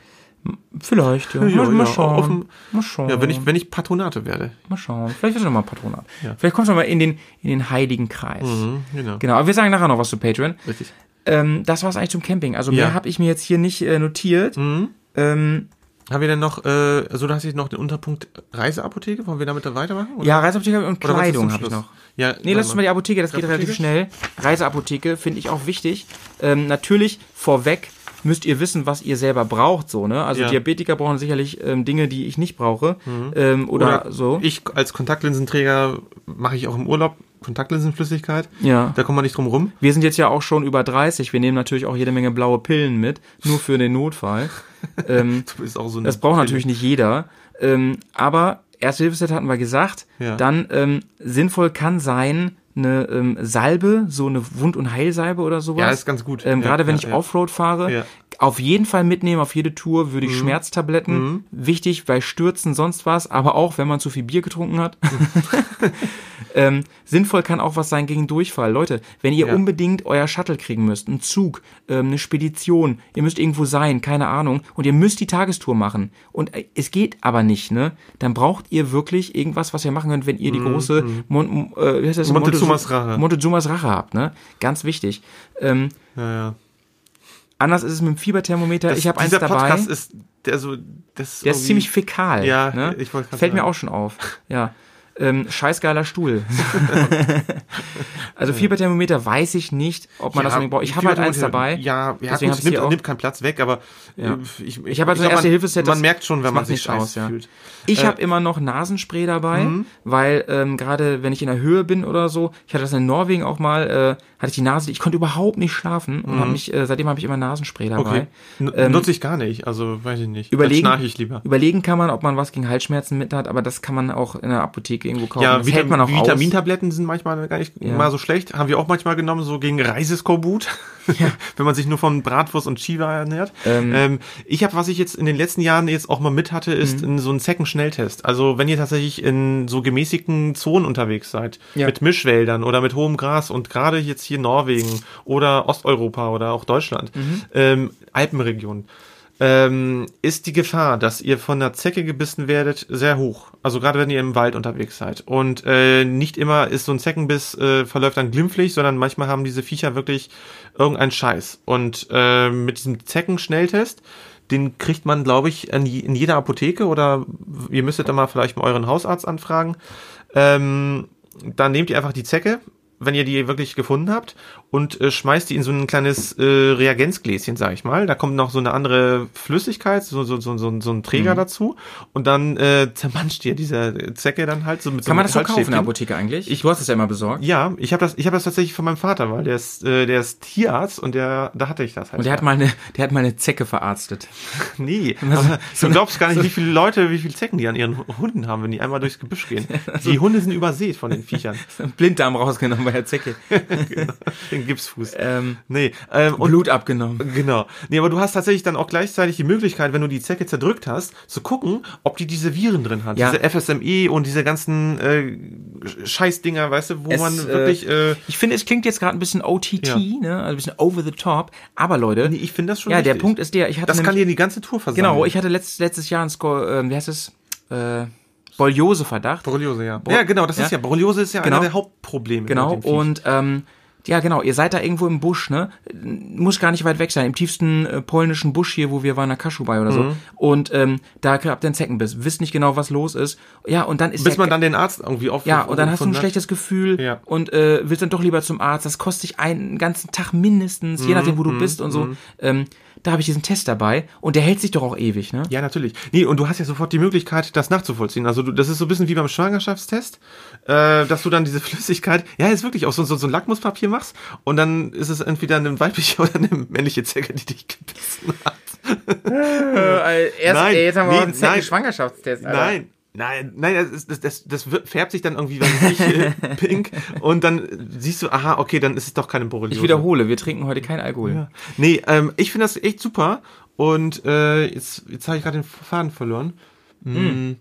S3: Vielleicht, ja.
S1: Ja,
S3: mal, mal
S1: ja,
S3: schauen.
S1: offen.
S3: mal schauen.
S1: Ja, wenn ich, wenn ich Patronate werde.
S3: mal schauen. Vielleicht wirst du nochmal Patronat. Vielleicht kommst du noch mal in den, in den heiligen Kreis.
S1: Hm, genau.
S3: Genau, aber wir sagen nachher noch was zu Patreon.
S1: Richtig.
S3: Ähm, das war's eigentlich zum Camping. Also
S1: Ja. Mhm.
S3: mehr habe ich mir jetzt hier nicht äh, notiert. Ähm,
S1: Haben wir denn noch, äh, so, da hast du jetzt noch den Unterpunkt Reiseapotheke? Wollen wir damit da weitermachen? Oder-
S3: ja, Reiseapotheke
S1: oder was
S3: und
S1: ist zum
S3: Kleidung habe ich
S1: Schluss?
S3: noch.
S1: Ja,
S3: Nee, lass uns mal die Apotheke, das geht
S1: Apotheke?
S3: relativ schnell. Reiseapotheke finde ich auch wichtig. Ähm, natürlich vorweg müsst ihr wissen, was ihr selber braucht, so, ne? Also
S1: Ja. Mhm.
S3: Diabetiker brauchen sicherlich ähm, Dinge, die ich nicht brauche. Ähm, oder,
S1: Oder
S3: so.
S1: Ich als Kontaktlinsenträger mache ich auch im Urlaub Kontaktlinsenflüssigkeit.
S3: Ja.
S1: Da kommt man nicht drum rum.
S3: Wir sind jetzt ja auch schon über 30. Wir nehmen natürlich auch jede Menge blaue Pillen mit, nur für den Notfall. ähm,
S1: Du bist auch so eine
S3: das braucht natürlich nicht jeder. Ähm, aber erste Hilfeset hatten wir gesagt.
S1: Ja.
S3: Dann ähm, sinnvoll kann sein eine ähm, Salbe, so eine Wund- und Heilsalbe oder sowas.
S1: Ja, ist ganz gut.
S3: Ähm,
S1: Ja,
S3: Gerade wenn
S1: ja,
S3: ich
S1: ja.
S3: Offroad fahre,
S1: Ja. Mhm.
S3: auf jeden Fall mitnehmen auf jede Tour würde ich Schmerztabletten. Wichtig bei Stürzen, sonst was, aber auch wenn man zu viel Bier getrunken hat. ähm, sinnvoll kann auch was sein gegen Durchfall. Leute, wenn ihr
S1: Ja.
S3: unbedingt euer Shuttle kriegen müsst, einen Zug, ähm, eine Spedition, ihr müsst irgendwo sein, keine Ahnung, und ihr müsst die Tagestour machen und äh, es geht aber nicht, ne? Dann braucht ihr wirklich irgendwas, was ihr machen könnt, wenn ihr die große Mon äh, wie heißt das?
S1: Mhm, Montezumas Rache.
S3: Montezumas Rache habt, ne? Ganz wichtig. Ähm,
S1: Ja, ja.
S3: Anders ist es mit dem Fieberthermometer.
S1: Das-
S3: ich habe eins
S1: dieser
S3: dabei.
S1: Podcast ist, der so, das
S3: der ist
S1: irgendwie-
S3: ziemlich fäkal.
S1: Ja,
S3: ne?
S1: ich wollte gerade
S3: Fällt mir
S1: sagen.
S3: auch schon auf. Ja. Ähm, scheißgeiler Stuhl. also Fieberthermometer weiß ich nicht, ob man das
S1: Ja,
S3: unbedingt braucht. Ich habe halt eins
S1: Fieberthermometer-
S3: dabei.
S1: Ja, ja gut,
S3: Deswegen
S1: es
S3: hab ich's
S1: nimmt,
S3: hier auch.
S1: nimmt keinen Platz weg, aber äh, ich, ich,
S3: hab halt so
S1: glaub, man-
S3: ein Erste-Hilfe-Set,
S1: Man
S3: das-
S1: merkt schon,
S3: das
S1: wenn man
S3: macht
S1: sich
S3: nichts
S1: scheiße
S3: aus, ja.
S1: fühlt. Äh, mhm.
S3: Ich habe immer noch Nasenspray dabei, weil ähm, gerade wenn ich in der Höhe bin oder so, ich hatte das in Norwegen auch mal, äh, hatte ich die Nase, ich konnte überhaupt nicht schlafen und hab mich, äh, seitdem habe ich immer Nasenspray dabei.
S1: Mhm. Okay. N- Nutze ich gar nicht, also weiß ich nicht.
S3: Ähm, Überlegen,
S1: Dann schnarche ich lieber.
S3: überlegen kann man, ob man was gegen Halsschmerzen mit hat, aber das kann man auch in der Apotheke irgendwo kaufen.
S1: Ja,
S3: das
S1: Vita
S3: hält man auch aus.
S1: Vitamintabletten sind manchmal gar nicht mal so schlecht. Haben wir auch manchmal genommen, so gegen Reiseskorbut, wenn man sich nur von Bratwurst und Chiva ernährt.
S3: Ähm.
S1: Ähm, ich habe, was ich jetzt in den letzten Jahren jetzt auch mal mit hatte, ist
S3: Mhm.
S1: in so einen Zecken-Schnelltest. Also wenn ihr tatsächlich in so gemäßigten Zonen unterwegs seid,
S3: Ja.
S1: mit Mischwäldern oder mit hohem Gras und gerade jetzt hier Norwegen oder Osteuropa oder auch Deutschland,
S3: Mhm.
S1: ähm, Alpenregionen, ähm, ist die Gefahr, dass ihr von einer Zecke gebissen werdet, sehr hoch. Also gerade wenn ihr im Wald unterwegs seid. Und äh, nicht immer ist so ein Zeckenbiss äh, verläuft dann glimpflich, sondern manchmal haben diese Viecher wirklich irgendeinen Scheiß. Und äh, mit diesem Zeckenschnelltest, den kriegt man, glaube ich, an je, in jeder Apotheke oder ihr müsstet dann mal vielleicht mal euren Hausarzt anfragen. Ähm, dann nehmt ihr einfach die Zecke, wenn ihr die wirklich gefunden habt, und äh, schmeißt die in so ein kleines äh, Reagenzgläschen, sag ich mal. Da kommt noch so eine andere Flüssigkeit, so, so, so, so, so ein Träger
S3: Mhm.
S1: dazu. Und dann äh, zermanscht ihr diese Zecke dann halt so mit so
S3: Kann man
S1: einem
S3: das so kaufen in der
S1: Halsstäbchen.
S3: Apotheke eigentlich? Ich, du hast es ja immer besorgt.
S1: Ja, ich habe das, ich hab das tatsächlich von meinem Vater, weil der ist, äh, der ist Tierarzt und der, da hatte ich das halt.
S3: Und der hat mal eine, der hat mal eine Zecke verarztet.
S1: Nee, aber du glaubst gar nicht, wie viele Leute, wie viele Zecken die an ihren Hunden haben, wenn die einmal durchs Gebüsch gehen. Die Hunde sind übersät von den Viechern.
S3: Einen Blinddarm rausgenommen bei der Zecke.
S1: Den Gipsfuß.
S3: Genau. Ähm,
S1: nee, ähm, und
S3: Blut abgenommen.
S1: Genau. Nee, aber du hast tatsächlich dann auch gleichzeitig die Möglichkeit, wenn du die Zecke zerdrückt hast, zu gucken, ob die diese Viren drin hat.
S3: Ja.
S1: Diese FSME E und diese ganzen äh, Scheißdinger, weißt du, wo
S3: Es,
S1: man
S3: äh,
S1: wirklich. Äh,
S3: Ich finde, es klingt jetzt gerade ein bisschen OTT,
S1: Ja.
S3: ne? Also ein bisschen over the top. Aber Leute,
S1: nee, ich finde das schon.
S3: ja, der
S1: richtig.
S3: Punkt ist der, ich hatte
S1: Das kann
S3: nämlich-
S1: dir die ganze Tour versagen.
S3: genau, ich hatte letzt, letztes Jahr einen Skor, ähm, wie heißt es? Äh, Borreliose-Verdacht.
S1: Borreliose, ja. ja, genau, das
S3: Ja.
S1: ist ja. Borreliose ist ja
S3: Genau.
S1: einer der Hauptprobleme.
S3: Genau,
S1: mit dem Viech.
S3: und ähm, ja, genau, ihr seid da irgendwo im Busch, ne? Muss gar nicht weit weg sein, im tiefsten äh, polnischen Busch hier, wo wir waren, der Kaschubai oder
S1: Mhm.
S3: so. Und ähm, da habt ihr einen Zeckenbiss, wisst nicht genau, was los ist. Ja, und dann ist
S1: Bis
S3: der-
S1: man dann den Arzt irgendwie auf.
S3: ja, und dann hast du ein
S1: gefunden hat.
S3: schlechtes Gefühl
S1: Ja.
S3: und äh, willst dann doch lieber zum Arzt. Das kostet dich einen ganzen Tag mindestens,
S1: Mhm,
S3: je nachdem, wo du bist und so. Ähm, da habe ich diesen Test dabei und der hält sich doch auch ewig, ne?
S1: Ja, natürlich. Nee, und du hast ja sofort die Möglichkeit, das nachzuvollziehen. Also du, das ist so ein bisschen wie beim Schwangerschaftstest, äh, dass du dann diese Flüssigkeit, ja, jetzt wirklich auf so, so, so ein Lackmuspapier machst und dann ist es entweder eine weibliche oder eine männliche Zecke, die dich gebissen hat. Nein, nee, nein.
S3: Schwangerschaftstest.
S1: Nein. Nein, nein, das, das, das, das wird- färbt sich dann irgendwie, weiß ich nicht, äh, pink und dann siehst du, aha, okay, dann ist es doch keine Borreliose.
S3: Ich wiederhole, wir trinken heute keinen Alkohol.
S1: Ja. Nee, ähm, ich finde das echt super. Und äh, jetzt, jetzt habe ich gerade den Faden verloren. Mm.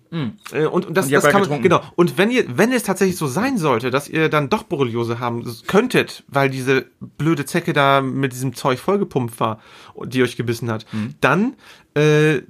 S1: Äh, Und, und das,
S3: Und ihr
S1: das
S3: habt
S1: kann
S3: ja
S1: man,
S3: getrunken.
S1: genau. Und wenn ihr, wenn es tatsächlich so sein sollte, dass ihr dann doch Borreliose haben könntet, weil diese blöde Zecke da mit diesem Zeug vollgepumpt war, und die euch gebissen hat, dann äh,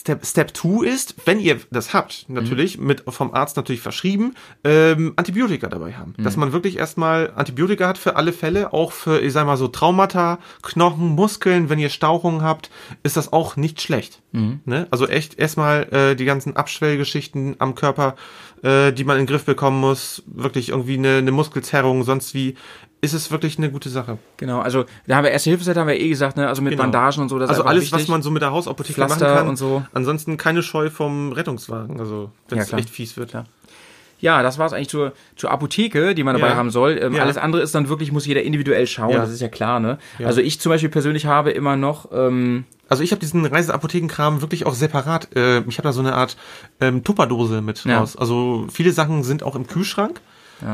S1: Step Step two ist, wenn ihr das habt, natürlich mit vom Arzt natürlich verschrieben, ähm, Antibiotika dabei haben, dass man wirklich erstmal Antibiotika hat für alle Fälle, auch für, ich sag mal so Traumata, Knochen, Muskeln, wenn ihr Stauchungen habt, ist das auch nicht schlecht.
S3: Mhm.
S1: Ne? Also echt erstmal äh, die ganzen Abschwellgeschichten am Körper, äh, die man in den Griff bekommen muss, wirklich irgendwie eine, eine Muskelzerrung, sonst wie, ist es wirklich eine gute Sache.
S3: Genau, also da haben wir erste Hilfeset haben wir eh gesagt, ne? Also mit
S1: Genau.
S3: Bandagen und so. Das ist
S1: also
S3: einfach
S1: alles,
S3: wichtig.
S1: was man so mit der Hausapotheke
S3: Pflaster
S1: machen kann.
S3: und so.
S1: Ansonsten keine Scheu vom Rettungswagen, also wenn
S3: Ja,
S1: es
S3: klar.
S1: echt fies wird. Ja.
S3: Ja, das war's eigentlich zur, zur Apotheke, die man dabei
S1: Ja.
S3: haben soll. Ähm,
S1: Ja.
S3: Alles andere ist dann wirklich, muss jeder individuell schauen,
S1: Ja.
S3: das ist ja klar, ne? Also ich zum Beispiel persönlich habe immer noch, ähm,
S1: Also ich habe diesen Reiseapothekenkram wirklich auch separat. Äh, ich habe da so eine Art ähm, Tupperdose mit
S3: Ja.
S1: raus. Also viele Sachen sind auch im Kühlschrank.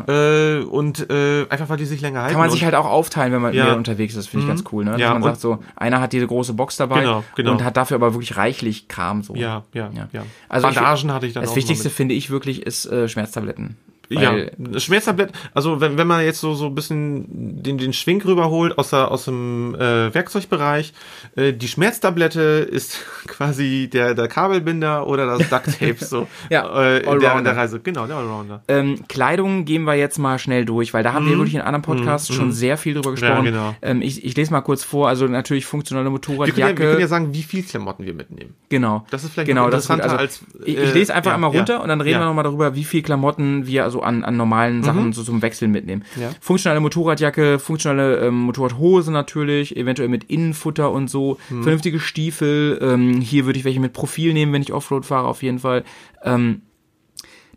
S1: Äh, und äh, einfach weil die sich länger halten.
S3: kann man
S1: und
S3: sich halt auch aufteilen, wenn man
S1: Ja. Mhm.
S3: mehr unterwegs ist, finde ich ganz cool, ne? Dass
S1: Ja,
S3: man
S1: und-
S3: sagt so, einer hat diese große Box dabei
S1: Genau, genau.
S3: und hat dafür aber wirklich reichlich Kram so.
S1: Ja, ja, ja.
S3: Also
S1: Bandagen
S3: ich,
S1: hatte ich dann
S3: Das
S1: auch
S3: Wichtigste
S1: immer
S3: finde ich wirklich ist äh, Schmerztabletten. Weil-
S1: ja, Schmerztablett, also wenn, wenn man jetzt so so ein bisschen den den Schwing rüberholt aus der, aus dem äh, Werkzeugbereich, äh, die Schmerztablette ist quasi der der Kabelbinder oder das Duct Tape so
S3: Ja,
S1: äh, in der, in
S3: Allrounder.
S1: der Reise, genau, der Allrounder.
S3: Ähm, Kleidung gehen wir jetzt mal schnell durch, weil da
S1: Mhm.
S3: haben wir wirklich in anderen Podcasts schon sehr viel drüber gesprochen.
S1: genau.
S3: ähm, ich, ich lese mal kurz vor, also natürlich funktionale
S1: Wir können, ja, wir
S3: Motorradjacke.
S1: können ja sagen, wie viel Klamotten wir mitnehmen.
S3: genau.
S1: Das ist vielleicht
S3: genau,
S1: noch
S3: das ist gut.
S1: interessanter als,
S3: ich, ich
S1: äh,
S3: lese einfach
S1: ja,
S3: einmal runter
S1: ja,
S3: und dann reden
S1: ja. Mhm.
S3: wir nochmal darüber, wie viel Klamotten wir also an, an normalen Sachen so zum Wechseln mitnehmen. Funktionale Motorradjacke, funktionale ähm, Motorradhose natürlich, eventuell mit Innenfutter und so,
S1: Mhm.
S3: vernünftige Stiefel. Ähm, hier würde ich welche mit Profil nehmen, wenn ich Offroad fahre, auf jeden Fall. Ähm,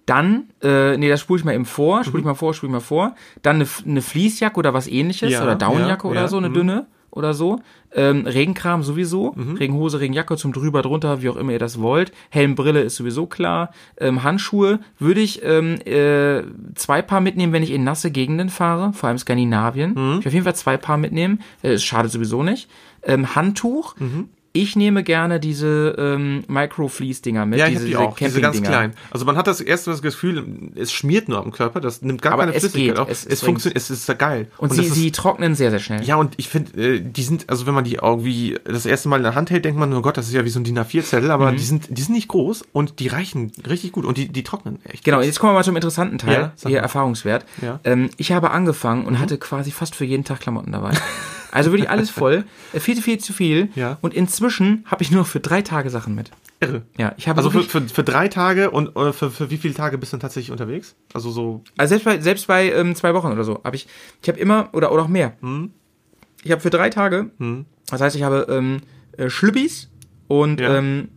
S3: dann, äh, nee, das spule ich mal eben
S1: Mhm.
S3: vor, spule ich mal vor, spule ich mal vor. Dann eine, F- eine Fließjacke oder was ähnliches
S1: Ja,
S3: oder Downjacke
S1: ja,
S3: oder
S1: ja,
S3: so, eine
S1: mhm.
S3: dünne. oder so. Ähm, Regenkram sowieso. Regenhose, Regenjacke zum drüber, drunter, wie auch immer ihr das wollt. Helm, Brille ist sowieso klar. Ähm, Handschuhe würde ich ähm, äh, zwei Paar mitnehmen, wenn ich in nasse Gegenden fahre, vor allem Skandinavien.
S1: Mhm.
S3: Ich auf jeden Fall zwei Paar mitnehmen. Äh, es schadet sowieso nicht. Ähm, Handtuch.
S1: Mhm.
S3: Ich nehme gerne diese ähm, Micro-Fleece-Dinger mit.
S1: Ja, ich
S3: diese,
S1: hab die auch, diese ganz
S3: Camping-Dinger.
S1: klein. Also man hat das erste das Gefühl, es schmiert nur am Körper, das nimmt gar
S3: Aber
S1: keine
S3: es
S1: Flüssigkeit
S3: geht,
S1: auf.
S3: es-
S1: Es,
S3: es
S1: funktioniert, es ist ja geil.
S3: Und,
S1: das
S3: sie,
S1: ist,
S3: sie trocknen sehr, sehr schnell.
S1: ja, und ich finde, äh, die sind, also wenn man die irgendwie das erste Mal in der Hand hält, denkt man, oh Gott, das ist ja wie so ein DIN A4-Zettel, aber
S3: Mhm.
S1: die sind, die sind nicht groß und die reichen richtig gut und die, die trocknen echt.
S3: Genau, jetzt kommen wir mal zum interessanten Teil,
S1: Ja, sag
S3: hier
S1: mal.
S3: Erfahrungswert.
S1: Ja. Mhm.
S3: Ähm, ich habe angefangen und hatte quasi fast für jeden Tag Klamotten dabei. Also wirklich alles voll, äh, viel zu viel zu viel.
S1: Ja.
S3: Und inzwischen habe ich nur noch für drei Tage Sachen mit.
S1: irre.
S3: Ja, ich habe
S1: Also für,
S3: wirklich,
S1: für, für drei Tage und äh, für, für wie viele Tage bist du denn tatsächlich unterwegs? Also so,
S3: also selbst bei, selbst bei ähm, zwei Wochen oder so habe ich, ich habe immer oder oder auch mehr.
S1: Hm?
S3: Ich habe für drei Tage, das heißt, ich habe ähm, äh, Schlüppis und
S1: Ja.
S3: ähm,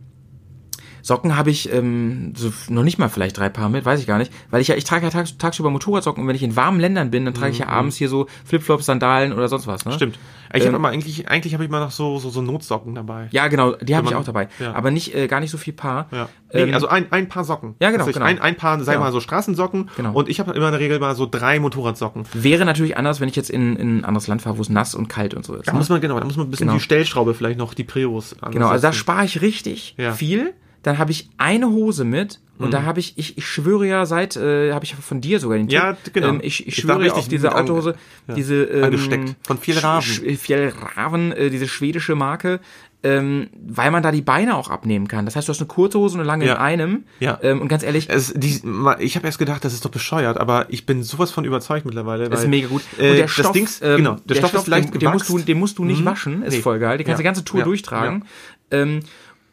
S3: Socken habe ich ähm, so noch nicht mal vielleicht drei Paar mit, weiß ich gar nicht, weil ich ja ich trage ja tags, tagsüber Motorradsocken und wenn ich in warmen Ländern bin, dann trage ich ja abends hier so Flipflops, Sandalen oder sonst was. Ne?
S1: Hm, stimmt. Ich
S3: Ähm,
S1: hab immer, eigentlich, eigentlich habe ich immer noch so, so, so Notsocken dabei.
S3: Ja, genau, die habe
S1: Wenn
S3: ich
S1: man-
S3: auch dabei,
S1: ja.
S3: aber nicht äh, gar nicht so viel Paar.
S1: Ja. Nee,
S3: Ähm,
S1: also ein, ein paar Socken.
S3: Ja, genau,
S1: Tatsächlich.
S3: genau.
S1: Ein, ein paar, sag
S3: Genau.
S1: mal so Straßensocken.
S3: Genau.
S1: Und ich habe immer in der Regel mal so drei Motorradsocken.
S3: wäre natürlich anders, wenn ich jetzt in, in ein anderes Land fahre, wo es nass und kalt und so ist.
S1: Da
S3: ne?
S1: muss man, genau, da muss man ein bisschen
S3: Genau.
S1: die Stellschraube vielleicht noch, die Prios ansetzen.
S3: Genau, also da spare ich richtig
S1: Ja. Mhm.
S3: viel. Dann habe ich eine Hose mit und da habe ich, ich, ich schwöre ja seit, äh, habe ich von dir sogar den Tipp.
S1: Ja, genau.
S3: Ähm, ich, ich
S1: Ich
S3: schwöre
S1: war
S3: ja
S1: richtig
S3: auf diese
S1: mit an-
S3: Autohose,
S1: ja,
S3: diese ähm,
S1: angesteckt. Von Fjällraven.
S3: Sch- Sch- Fjällraven, äh, diese schwedische Marke, ähm, weil man da die Beine auch abnehmen kann. Das heißt, du hast eine kurze Hose und eine lange
S1: Ja.
S3: in einem.
S1: Ja.
S3: Ähm, und ganz ehrlich,
S1: Es, die, ma- ich habe erst gedacht, das ist doch bescheuert, aber ich bin sowas von überzeugt mittlerweile.
S3: Das ist
S1: weil,
S3: mega gut.
S1: Äh,
S3: und
S1: der Stoff, das Ding, ist-
S3: ähm,
S1: genau, der, Stoff, ist leicht
S3: den, den, musst du,
S1: gewachst.
S3: den musst du nicht waschen, ist
S1: Nee.
S3: voll geil. Den kannst du die
S1: Ja.
S3: ganze Tour
S1: Ja.
S3: durchtragen. Ähm,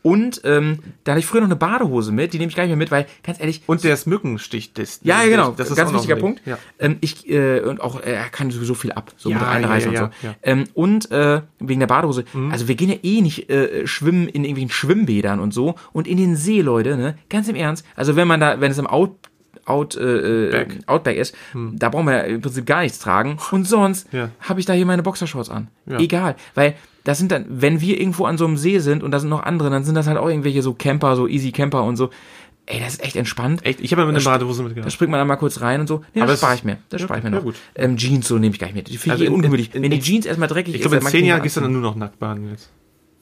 S3: und ähm, da hatte ich früher noch eine Badehose mit, die nehme ich gar nicht mehr mit, weil ganz ehrlich.
S1: Und der Mückenstich, das,
S3: ja, ja, genau. Das ist ganz
S1: auch noch
S3: wichtiger
S1: ein Ding.
S3: Punkt.
S1: Ja.
S3: Ähm, ich äh, und auch äh, er kann sowieso viel ab, so
S1: Ja,
S3: mit einreißen
S1: ja, ja,
S3: und so.
S1: ja. Mhm.
S3: Ähm, und äh, wegen der Badehose. Also wir gehen ja eh nicht äh, schwimmen in irgendwelchen Schwimmbädern und so und in den See, Leute. Ne, ganz im Ernst. Also wenn man da, wenn es im Out Out, äh, äh,
S1: Back. Mhm.
S3: Outback ist, da brauchen wir ja im Prinzip gar nichts tragen. Und sonst
S1: Ja.
S3: habe ich da hier meine Boxershorts an.
S1: Ja.
S3: Egal, weil das sind dann, wenn wir irgendwo an so einem See sind und da sind noch andere, dann sind das halt auch irgendwelche so Camper, so Easy Camper und so. Ey, das ist echt entspannt.
S1: Echt, ich habe immer eine
S3: Da sp-
S1: Badehose
S3: Da
S1: mitgenommen.
S3: springt man dann mal kurz rein und so. Nee,
S1: Aber
S3: das
S1: es
S3: spare
S1: ist-
S3: ich mir. Das
S1: ja,
S3: spare ich mir
S1: ja,
S3: noch.
S1: gut.
S3: Ähm, Jeans so nehme ich gar nicht mit. Die finde
S1: Also
S3: ich eh
S1: in-
S3: ungewöhnlich.
S1: in-
S3: Wenn die
S1: in-
S3: Jeans erstmal dreckig
S1: Ich glaube, in
S3: dann mag
S1: zehn
S3: die
S1: Jahren
S3: nicht
S1: gehst du
S3: anziehen.
S1: dann nur noch nackt baden jetzt.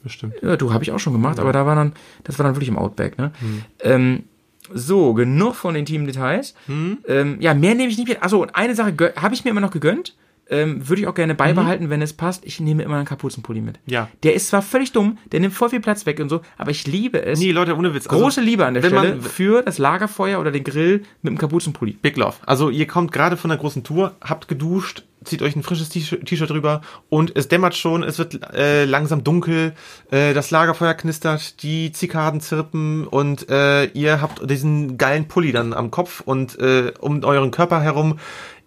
S1: Bestimmt.
S3: Ja, du habe ich auch schon gemacht, aber da war dann, das war dann wirklich im Outback, ne?
S1: Hm.
S3: Ähm, so, genug von intimen Details.
S1: Hm?
S3: Ähm, ja, mehr nehme ich nicht mit. Achso, und eine Sache gö- habe ich mir immer noch gegönnt. Ähm, Würde ich auch gerne beibehalten, wenn es passt. Ich nehme immer einen Kapuzenpulli mit.
S1: Hm? Ja.
S3: Der ist zwar völlig dumm, der nimmt voll viel Platz weg und so, aber ich liebe es.
S1: Nee, Leute, ohne Witz. Also
S3: Große Liebe an der
S1: wenn
S3: Stelle
S1: Man,
S3: für das Lagerfeuer oder den Grill mit einem Kapuzenpulli.
S1: Big Love. Also ihr kommt gerade von einer großen Tour, habt geduscht, zieht euch ein frisches T-Shirt T-Shirt drüber und es dämmert schon, es wird äh, langsam dunkel, äh, das Lagerfeuer knistert, die Zikaden zirpen und äh, ihr habt diesen geilen Pulli dann am Kopf und äh, um euren Körper herum.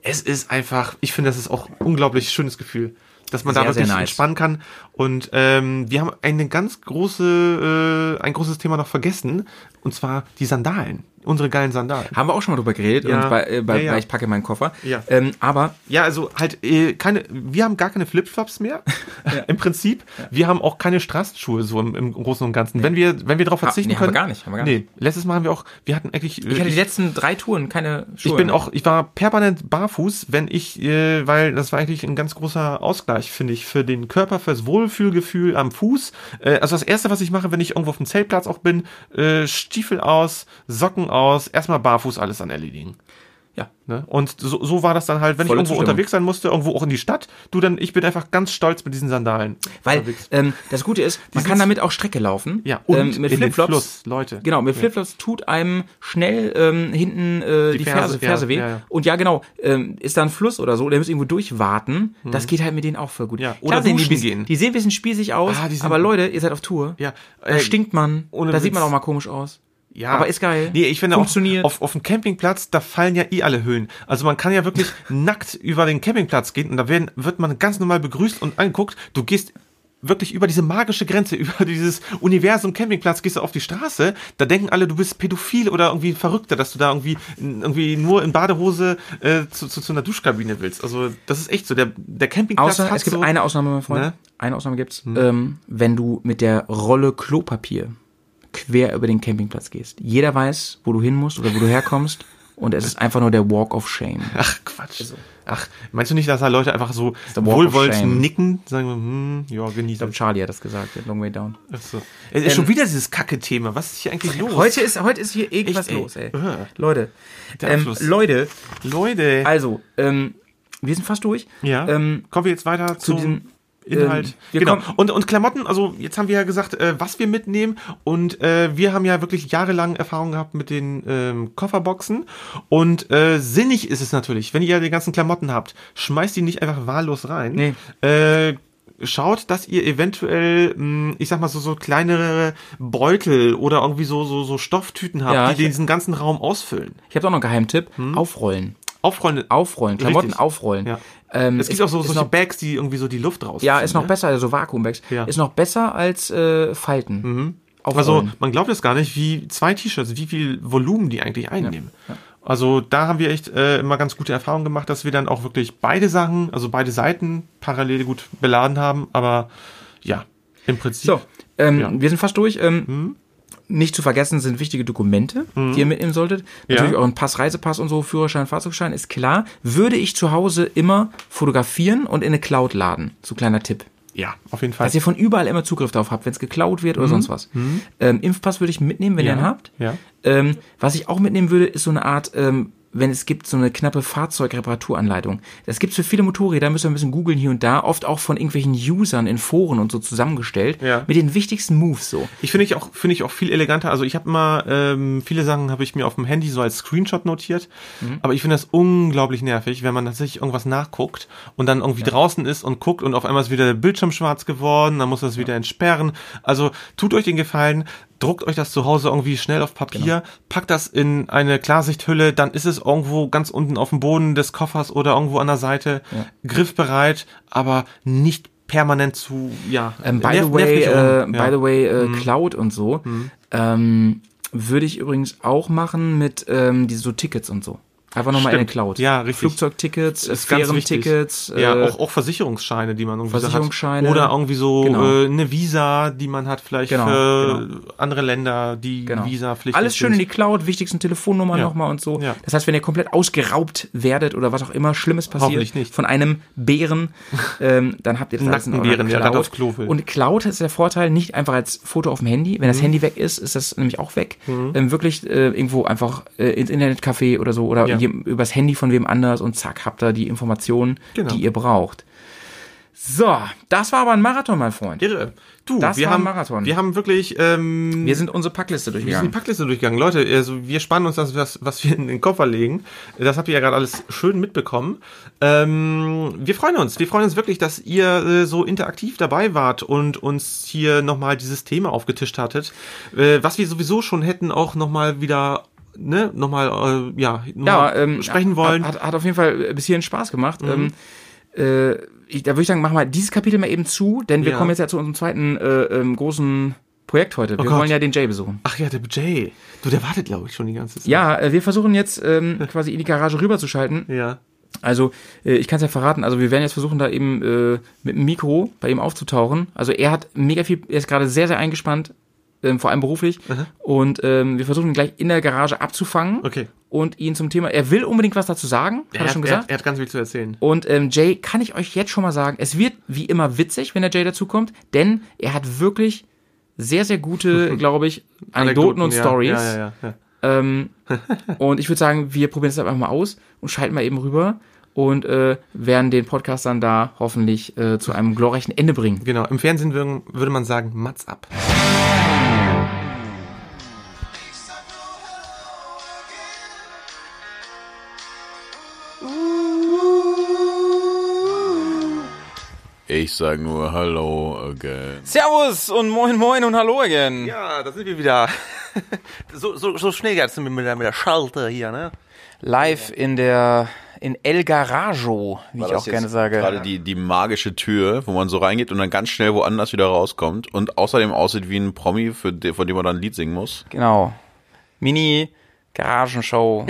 S1: Es ist einfach, ich finde, das ist auch ein unglaublich schönes Gefühl, dass man
S3: Sehr,
S1: da
S3: sehr
S1: wirklich
S3: nice.
S1: entspannen kann. Und ähm, wir haben eine ganz große, äh, ein großes Thema noch vergessen und zwar die Sandalen, unsere geilen Sandalen.
S3: Haben wir auch schon mal drüber geredet
S1: Ja.
S3: und bei, äh, bei,
S1: Ja, ja.
S3: bei Ich packe meinen Koffer.
S1: Ja.
S3: Ähm, aber
S1: Ja, also halt äh, keine, wir haben gar keine Flipflops mehr im Prinzip. Wir haben auch keine Straßenschuhe so im, im Großen und Ganzen. Wenn wir, wenn wir darauf verzichten
S3: Ah, nee, haben wir
S1: können,
S3: gar nicht, haben wir gar
S1: Nee, letztes Mal haben wir auch, wir hatten eigentlich. äh,
S3: ich hatte die letzten drei Touren keine Schuhe.
S1: ich bin
S3: mehr.
S1: auch, ich war permanent barfuß, wenn ich, äh, weil das war eigentlich ein ganz großer Ausgleich, finde ich, für den Körper, fürs Wohlfühlgefühl am Fuß. Äh, also das Erste, was ich mache, wenn ich irgendwo auf dem Zeltplatz auch bin, äh, Stiefel aus, Socken aus, erstmal barfuß alles an erledigen.
S3: Ja.
S1: Ne? Und so, so war das dann halt, wenn
S3: Volle
S1: ich irgendwo
S3: Zustimmung.
S1: unterwegs sein musste, irgendwo auch in die Stadt, du dann, ich bin einfach ganz stolz mit diesen Sandalen.
S3: Weil
S1: unterwegs.
S3: ähm, das Gute ist, man kann damit auch Strecke laufen.
S1: ja, und
S3: ähm, mit
S1: in den
S3: Flipflops.
S1: Fluss, Leute.
S3: Genau, mit Flipflops tut einem schnell ähm, hinten äh, die, Ferse,
S1: Ferse, ja,
S3: Ferse weh.
S1: ja, ja.
S3: Und ja, genau, ähm, ist da ein Fluss oder so, der muss irgendwo durchwarten. Das geht halt mit denen auch voll gut.
S1: Mhm. Ja,
S3: Klar
S1: oder
S3: sehen die,
S1: duschen
S3: bis-
S1: gehen.
S3: die sehen ein bisschen spießig aus,
S1: Ah, die sind-
S3: aber Leute, ihr seid auf Tour.
S1: Ja,
S3: da
S1: äh,
S3: stinkt man,
S1: ohne
S3: da sieht
S1: Witz.
S3: man auch mal komisch aus.
S1: Ja,
S3: Aber ist geil.
S1: Nee, ich finde
S3: Funktioniert.
S1: auch auf, auf dem Campingplatz, da fallen ja eh alle Höhlen. Also man kann ja wirklich nackt über den Campingplatz gehen und da werden, wird man ganz normal begrüßt und angeguckt. Du gehst wirklich über diese magische Grenze, über dieses Universum Campingplatz gehst du auf die Straße, da denken alle, du bist pädophil oder irgendwie ein Verrückter, dass du da irgendwie, irgendwie nur in Badehose äh, zu, zu, zu einer Duschkabine willst. Also das ist echt so. Der, der Campingplatz
S3: Außer,
S1: hat
S3: es gibt
S1: so,
S3: eine Ausnahme, mein Freund.
S1: Ne?
S3: Eine Ausnahme gibt's. Ähm, wenn du mit der Rolle Klopapier quer über den Campingplatz gehst. Jeder weiß, wo du hin musst oder wo du herkommst. Und es ist einfach nur der Walk of Shame.
S1: Ach Quatsch. Ach, meinst du nicht, dass da Leute einfach so
S3: Also. der Walk of
S1: wohlwollend
S3: Shame.
S1: nicken, sagen, hm, ja, genieß das.
S3: Charlie hat das gesagt, Long Way Down.
S1: Ach so. Ähm, Es Äh, ist schon wieder dieses Kacke-Thema. Was ist hier eigentlich los?
S3: Heute ist, heute ist hier irgendwas
S1: Echt, ey.
S3: los, ey.
S1: Aha.
S3: Leute.
S1: Der
S3: Ähm,
S1: Abschluss.
S3: Leute,
S1: Leute.
S3: also, ähm, wir sind fast durch.
S1: Ja.
S3: Ähm,
S1: kommen wir jetzt weiter zu
S3: diesem,
S1: Inhalt.
S3: ähm, wir
S1: genau.
S3: kommen-
S1: Und, und Klamotten, also jetzt haben wir ja gesagt, äh, was wir mitnehmen. Und äh, wir haben ja wirklich jahrelang Erfahrung gehabt mit den ähm, Kofferboxen. Und äh, sinnig ist es natürlich, wenn ihr die ganzen Klamotten habt, schmeißt die nicht einfach wahllos rein.
S3: Nee.
S1: Äh, Schaut, dass ihr eventuell, mh, ich sag mal so, so kleinere Beutel oder irgendwie so, so, so Stofftüten habt,
S3: Ja,
S1: die
S3: ich-
S1: diesen ganzen Raum ausfüllen.
S3: ich habe auch noch einen Geheimtipp. Aufrollen.
S1: Aufräumen.
S3: Aufrollen.
S1: Hm?
S3: Klamotten
S1: Richtig.
S3: aufrollen.
S1: Ja.
S3: Ähm,
S1: es gibt
S3: ist-
S1: auch so,
S3: ist
S1: solche
S3: noch-
S1: Bags, die irgendwie so die Luft rausziehen.
S3: Ja, ist noch
S1: ne?
S3: besser, also Vakuumbags.
S1: Ja.
S3: Ist noch besser als äh, Falten.
S1: Also
S3: Aufrollen.
S1: man glaubt es gar nicht, wie zwei T-Shirts, wie viel Volumen die eigentlich einnehmen. Also da haben wir echt äh, immer ganz gute Erfahrungen gemacht, dass wir dann auch wirklich beide Sachen, also beide Seiten parallel gut beladen haben. Aber ja, im Prinzip.
S3: So, ähm,
S1: Ja. Mhm.
S3: wir sind fast durch. Ähm, Nicht zu vergessen sind wichtige Dokumente, die ihr mitnehmen solltet.
S1: Ja.
S3: Natürlich euren Pass, Reisepass und so, Führerschein, Fahrzeugschein, ist klar. Würde ich zu Hause immer fotografieren und in eine Cloud laden. So kleiner Tipp.
S1: Ja, auf jeden Fall.
S3: Dass ihr von überall immer Zugriff darauf habt, wenn es geklaut wird oder sonst was. Ähm, Impfpass würde ich mitnehmen, wenn
S1: Mhm. ja.
S3: ihr einen habt.
S1: Ja.
S3: Ähm, was ich auch mitnehmen würde, ist so eine Art, ähm, wenn es gibt, so eine knappe Fahrzeugreparaturanleitung. Das gibt's für viele Motorräder, müssen wir ein bisschen googeln hier und da, oft auch von irgendwelchen Usern in Foren und so zusammengestellt,
S1: Ja.
S3: mit den wichtigsten Moves so.
S1: Ich finde ich auch finde ich auch viel eleganter. Also ich habe immer ähm, viele Sachen habe ich mir auf dem Handy so als Screenshot notiert,
S3: Mhm.
S1: aber ich finde das unglaublich nervig, wenn man tatsächlich irgendwas nachguckt und dann irgendwie draußen ist und guckt und auf einmal ist wieder der Bildschirm schwarz geworden, dann muss das wieder entsperren. Also tut euch den Gefallen, druckt euch das zu Hause irgendwie schnell auf Papier,
S3: Genau.
S1: packt das in eine Klarsichthülle, dann ist es irgendwo ganz unten auf dem Boden des Koffers oder irgendwo an der Seite griffbereit, aber nicht permanent zu ja
S3: Ähm, by,
S1: nerv-
S3: the way,
S1: nervlich
S3: äh,
S1: um.
S3: by
S1: Ja. Mhm.
S3: the way, äh, Cloud und so, ähm, würde ich übrigens auch machen mit ähm, diese so Tickets und so. Einfach nochmal in eine
S1: Stimmt.
S3: Cloud.
S1: Ja, richtig.
S3: Flugzeugtickets, äh,
S1: ist ganz wichtig.
S3: Fährentickets,
S1: ja,
S3: äh,
S1: auch, auch Versicherungsscheine, die man irgendwie so
S3: Versicherungsscheine.
S1: hat. Oder irgendwie so
S3: Genau.
S1: äh, eine Visa, die man hat vielleicht
S3: Genau,
S1: für andere Länder, die
S3: Genau.
S1: Visa-pflichtig
S3: Alles schön in
S1: sind.
S3: die Cloud, wichtigsten Telefonnummern
S1: Ja.
S3: nochmal und so.
S1: Ja.
S3: Das heißt, wenn ihr komplett ausgeraubt werdet oder was auch immer Schlimmes passiert
S1: Hoffentlich nicht.
S3: von einem Bären, ähm, dann habt ihr das alles in
S1: Nackten
S3: eurer
S1: Bären, der
S3: Cloud.
S1: gerade aufs Klo will. Mhm.
S3: Und Cloud ist der Vorteil, nicht einfach als Foto auf dem Handy. Wenn das Handy weg ist, ist das nämlich auch weg. Ähm, wirklich äh, irgendwo einfach äh, ins Internetcafé oder so oder
S1: Ja.
S3: je, übers Handy von wem anders und zack, habt ihr die Informationen,
S1: Genau.
S3: die ihr braucht. So, das war aber ein Marathon, mein Freund.
S1: Irre. Du,
S3: Das
S1: wir
S3: war ein
S1: haben
S3: Marathon.
S1: wir haben wirklich ähm,
S3: Wir sind unsere Packliste
S1: wir sind
S3: durchgegangen.
S1: die Packliste durchgegangen. Leute, also wir spannen uns das, was, was wir in den Koffer legen. Das habt ihr ja gerade alles schön mitbekommen. Ähm, wir freuen uns. Wir freuen uns wirklich, dass ihr äh, so interaktiv dabei wart und uns hier nochmal dieses Thema aufgetischt hattet, äh, was wir sowieso schon hätten auch nochmal wieder, ne, nochmal, äh, ja, noch
S3: ja,
S1: mal
S3: ähm,
S1: sprechen wollen. Mhm.
S3: Hat, hat, hat auf jeden Fall bis hierhin Spaß gemacht. Ähm, äh, ich, da würde ich sagen, machen wir dieses Kapitel mal eben zu, denn wir
S1: Ja. Oh
S3: kommen jetzt ja zu unserem zweiten äh, ähm, großen Projekt heute. Wir
S1: Gott.
S3: wollen ja den Jay besuchen.
S1: Ach ja, der Jay. Du, der wartet, glaube ich, schon die ganze Zeit.
S3: Ja, äh, wir versuchen jetzt ähm, quasi in die Garage rüberzuschalten.
S1: Ja.
S3: Also, äh, ich kann es ja verraten. Also, wir werden jetzt versuchen, da eben äh, mit dem Mikro bei ihm aufzutauchen. Also, er hat mega viel, er ist gerade sehr, sehr eingespannt, ähm, vor allem beruflich. Und ähm, wir versuchen ihn gleich in der Garage abzufangen
S1: Okay.
S3: und ihn zum Thema. Er will unbedingt was dazu sagen, hat
S1: Er
S3: er
S1: hat,
S3: schon
S1: er,
S3: gesagt.
S1: hat- er hat ganz viel zu erzählen.
S3: Und ähm, Jay, kann ich euch jetzt schon mal sagen, es wird wie immer witzig, wenn der Jay dazukommt, denn er hat wirklich sehr, sehr gute, glaube ich, Anekdoten und
S1: ja,
S3: Stories.
S1: Ja, ja, ja, ja.
S3: Ähm, und ich würde sagen, wir probieren es einfach mal aus und schalten mal eben rüber und äh, werden den Podcast dann da hoffentlich äh, zu einem glorreichen Ende bringen.
S1: Genau, im Fernsehen würden- würde man sagen, Mats ab.
S5: Ich sag nur Hello again.
S7: Servus und moin moin und hallo again.
S1: Ja, da sind wir wieder. So, so, so schnell geht's mit, mit, der- mit der Schalter hier, ne?
S7: Live in der
S8: in El Garajo, wie
S5: War
S8: ich
S5: das
S8: auch
S5: jetzt
S8: gerne sage.
S5: Gerade die, die magische Tür, wo man so reingeht und dann ganz schnell woanders wieder rauskommt und außerdem aussieht wie ein Promi, für de, von dem man dann ein Lied singen muss.
S8: Genau. Mini Garagenshow.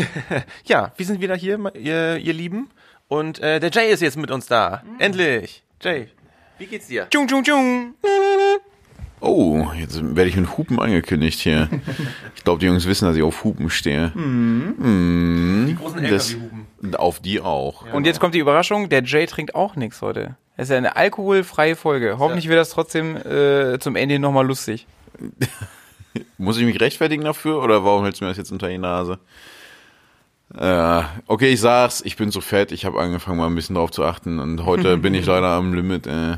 S1: Ja, wir sind wieder hier, ihr, ihr Lieben. Und äh, der Jay ist jetzt mit uns da.
S8: Mm.
S1: Endlich. Jay, wie geht's dir?
S8: tschung, tschung, tschung.
S5: Oh, jetzt werde ich mit Hupen angekündigt hier. Ich glaube, die Jungs wissen, dass ich auf Hupen stehe. Mhm. Die
S1: großen LKW-Hupen.
S5: Auf die auch.
S8: Und jetzt kommt die Überraschung, der Jay trinkt auch nichts heute. Es ist ja eine alkoholfreie Folge. Hoffentlich wird das trotzdem äh, zum Ende nochmal lustig.
S5: Muss ich mich rechtfertigen dafür oder warum hältst du mir das jetzt unter die Nase? Äh, okay, ich sag's, ich bin so fett, ich habe angefangen mal ein bisschen drauf zu achten und heute bin ich leider am Limit. Äh.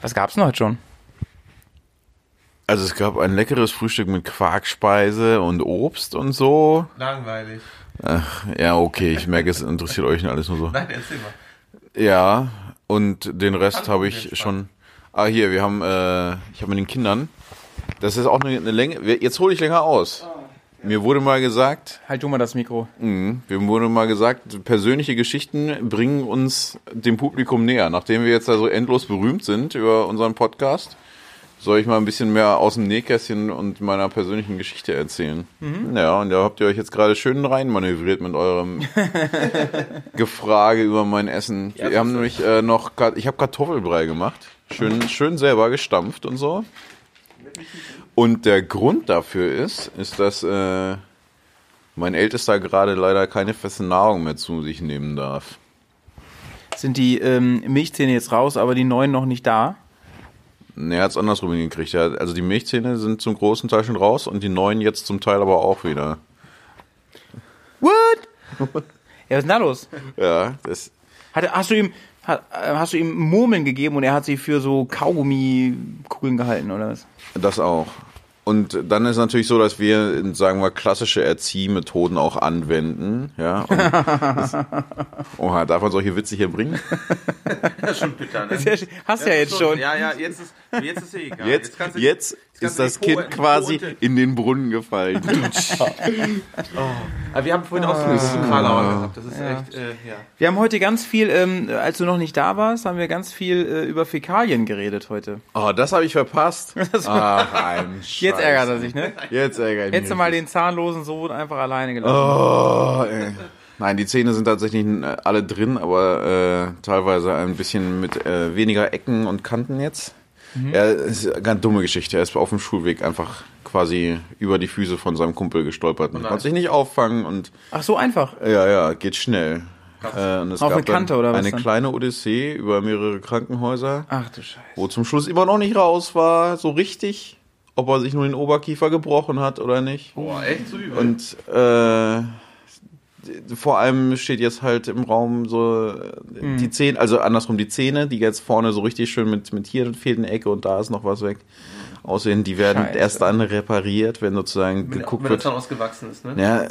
S8: Was gab's denn heute schon?
S5: Also es gab ein leckeres Frühstück mit Quarkspeise und Obst und so.
S1: Langweilig.
S5: Ach, ja, okay, ich merke, es interessiert euch alles nur so.
S1: Nein, erzähl mal.
S5: Ja, und den Rest habe ich schon. Ah, hier, wir haben, äh, ich habe mit den Kindern. Das ist auch eine, eine Länge. wir- Jetzt hole ich länger aus. Mir wurde mal gesagt,
S8: Halt du mal das Mikro.
S5: Mhm. Wir wurde mal gesagt, persönliche Geschichten bringen uns dem Publikum näher. Nachdem wir jetzt also endlos berühmt sind über unseren Podcast, soll ich mal ein bisschen mehr aus dem Nähkästchen und meiner persönlichen Geschichte erzählen.
S8: Mhm.
S5: Ja, und da habt ihr euch jetzt gerade schön reinmanövriert mit eurem Gefrage über mein Essen. wir haben nämlich äh, noch, Ka- ich habe Kartoffelbrei gemacht, schön, schön selber gestampft und so. Und der Grund dafür ist, ist, dass äh, mein Ältester gerade leider keine feste Nahrung mehr zu sich nehmen darf.
S8: Sind die ähm, Milchzähne jetzt raus, aber die neuen noch nicht da?
S5: Nee, er hat es andersrum hingekriegt. Er hat- Also die Milchzähne sind zum großen Teil schon raus und die neuen jetzt zum Teil aber auch wieder.
S8: What? ja, was ist denn da los?
S5: Ja, das,
S8: Hat, hast, du ihm, hat, äh, hast du ihm Murmeln gegeben und er hat sie für so Kaugummikugeln gehalten, oder was?
S5: das auch. Und dann ist natürlich so, dass wir, sagen wir, klassische Erziehmethoden auch anwenden. Ja, und das, oha, darf man solche Witze hier bringen?
S1: Das ist schon bitter, ne?
S8: Hast ja jetzt schon.
S1: Ja, ja, jetzt ist, jetzt ist eh egal.
S5: Jetzt,
S1: kannst du-
S5: jetzt
S1: kannst
S5: ist
S1: du
S5: das
S1: die Po-
S5: Kind
S1: die
S5: quasi
S1: Po- und-
S5: in den Brunnen gefallen.
S1: Aber wir haben vorhin auch so ein bisschen Karlauer gehabt. Das ist echt, äh, Ah. ja.
S8: Wir haben heute ganz viel, ähm, als du noch nicht da warst, haben wir ganz viel äh, über Fäkalien geredet heute.
S5: Oh, das habe ich verpasst. Ach, ein
S8: Jetzt
S5: Scheiß.
S8: ärgert er sich, ne?
S5: Jetzt ärgert mich
S8: Hättest du mal
S5: richtig.
S8: den zahnlosen Sohn einfach alleine gelassen.
S5: Oh, ey. Nein, die Zähne sind tatsächlich äh, alle drin, aber äh, teilweise ein bisschen mit äh, weniger Ecken und Kanten jetzt. Er ist eine ganz dumme Geschichte. Er ist auf dem Schulweg einfach quasi über die Füße von seinem Kumpel gestolpert und konnte sich nicht auffangen und äh,
S8: Ach so einfach.
S5: ja, ja, geht schnell. Äh, und es
S8: Auf
S5: gab
S8: eine Kante
S5: dann
S8: oder was
S5: Eine
S8: dann?
S5: kleine Odyssee über mehrere Krankenhäuser,
S8: Ach du Scheiße.
S5: wo zum Schluss immer noch nicht raus war, so richtig, ob er sich nur den Oberkiefer gebrochen hat oder nicht.
S1: Boah, echt so übel.
S5: Und äh, d- vor allem steht jetzt halt im Raum so äh, die
S1: Hm.
S5: Zähne, also andersrum die Zähne, die jetzt vorne so richtig schön mit, mit hier fehlt eine Ecke und da ist noch was weg. Aussehen, die werden
S8: Scheiße.
S5: erst dann repariert, wenn sozusagen geguckt
S1: wenn das
S5: wird.
S1: dann ausgewachsen ist, ne?
S5: Ja,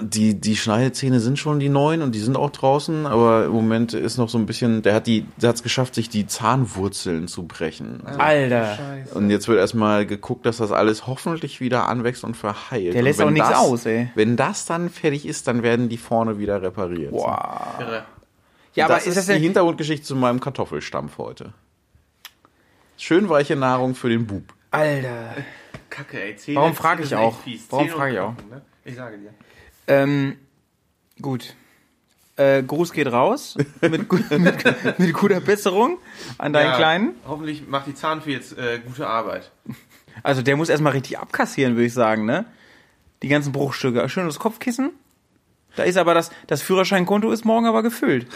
S5: die, die Schneidezähne sind schon die neuen und die sind auch draußen, aber im Moment ist noch so ein bisschen, der hat die, der hat es geschafft, sich die Zahnwurzeln zu brechen.
S8: Ah, Alter.
S5: Und jetzt wird erstmal geguckt, dass das alles hoffentlich wieder anwächst und verheilt.
S8: Der lässt
S5: und wenn
S8: auch nichts
S5: das-
S8: aus, ey.
S5: Wenn das dann fertig ist, dann werden die vorne wieder repariert. Wow.
S1: Irre.
S8: Ja,
S5: das
S8: aber
S5: ist,
S8: ist das
S5: die
S8: denn...
S5: Hintergrundgeschichte zu meinem Kartoffelstampf heute. Schön weiche Nahrung für den Bub.
S8: Alter.
S1: Kacke, ey. Zähne,
S8: Warum frag
S1: Zähne
S8: ich
S1: sind
S8: auch?
S1: echt fies.
S8: Warum
S1: Zähne
S8: frag ich
S1: und
S8: auch?
S1: Knochen, ne? Ich sage dir.
S8: Ähm, gut. Äh, Gruß geht raus. Mit, gu- mit, mit guter Besserung an deinen
S1: Ja,
S8: Kleinen.
S1: Hoffentlich macht die Zahnfee jetzt äh, gute Arbeit.
S8: Also der muss erstmal richtig abkassieren, würde ich sagen, ne? Die ganzen Bruchstücke. Schönes Kopfkissen. Da ist aber das, das Führerscheinkonto ist morgen aber gefüllt.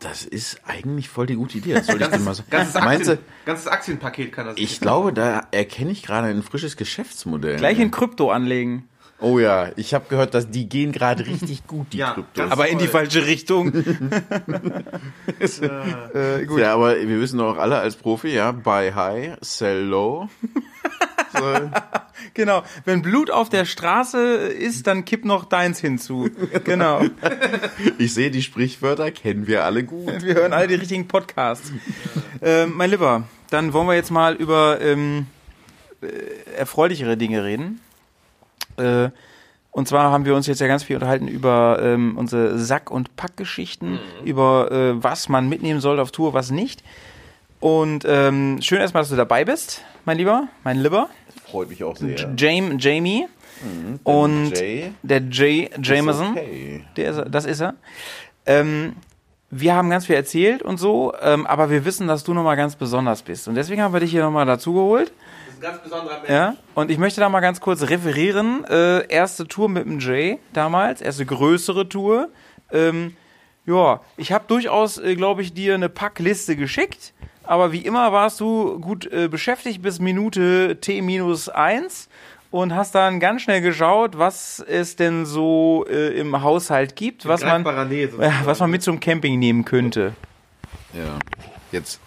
S5: Das ist eigentlich voll die gute Idee. Das soll ich dir mal sagen.
S1: Ganzes,
S5: Meinst du,
S1: Aktien, ganzes Aktienpaket kann das
S5: ich
S1: jetzt
S5: glaube, da erkenne ich gerade ein frisches Geschäftsmodell.
S8: Gleich in Krypto anlegen.
S5: Oh ja, ich habe gehört, dass die gehen gerade richtig gut, die
S1: Ja,
S5: Kryptos.
S1: ganz
S8: Aber in die
S1: Voll.
S8: falsche Richtung.
S5: Ja, aber wir wissen doch alle als Profi, ja, buy high, sell low. so,
S8: Genau, wenn Blut auf der Straße ist, dann kipp noch deins hinzu. Genau,
S5: ich sehe, die Sprichwörter kennen wir alle gut.
S8: wir hören alle die richtigen Podcasts. Ähm, mein Lieber, dann wollen wir jetzt mal über ähm, äh, erfreulichere Dinge reden. Äh, Und zwar haben wir uns jetzt ja ganz viel unterhalten über ähm, unsere Sack- und Packgeschichten,
S5: Mhm.
S8: über äh, was man mitnehmen soll auf Tour, was nicht. Und ähm, schön erstmal, dass du dabei bist, mein Lieber, mein Lieber,
S5: Freut mich auch sehr.
S8: Jame, Jamie. und
S5: Mhm, Jay
S8: der Jay Jameson,
S5: Okay.
S8: der ist, er- das ist er. Ähm, wir haben ganz viel erzählt und so, ähm, aber wir wissen, dass du nochmal ganz besonders bist. Und deswegen haben wir dich hier nochmal dazugeholt.
S1: Ganz besonderer Mensch.
S8: Ja, und ich möchte da mal ganz kurz referieren. Äh, erste Tour mit dem Jay damals, erste größere Tour. Ähm, ja, ich habe durchaus, äh, glaube ich, dir eine Packliste geschickt, aber wie immer warst du gut äh, beschäftigt bis Minute T-1 und hast dann ganz schnell geschaut, was es denn so äh, im Haushalt gibt, was man,
S1: greifbarer Nähe
S8: ja, was man mit zum Camping nehmen könnte.
S5: Ja. Jetzt.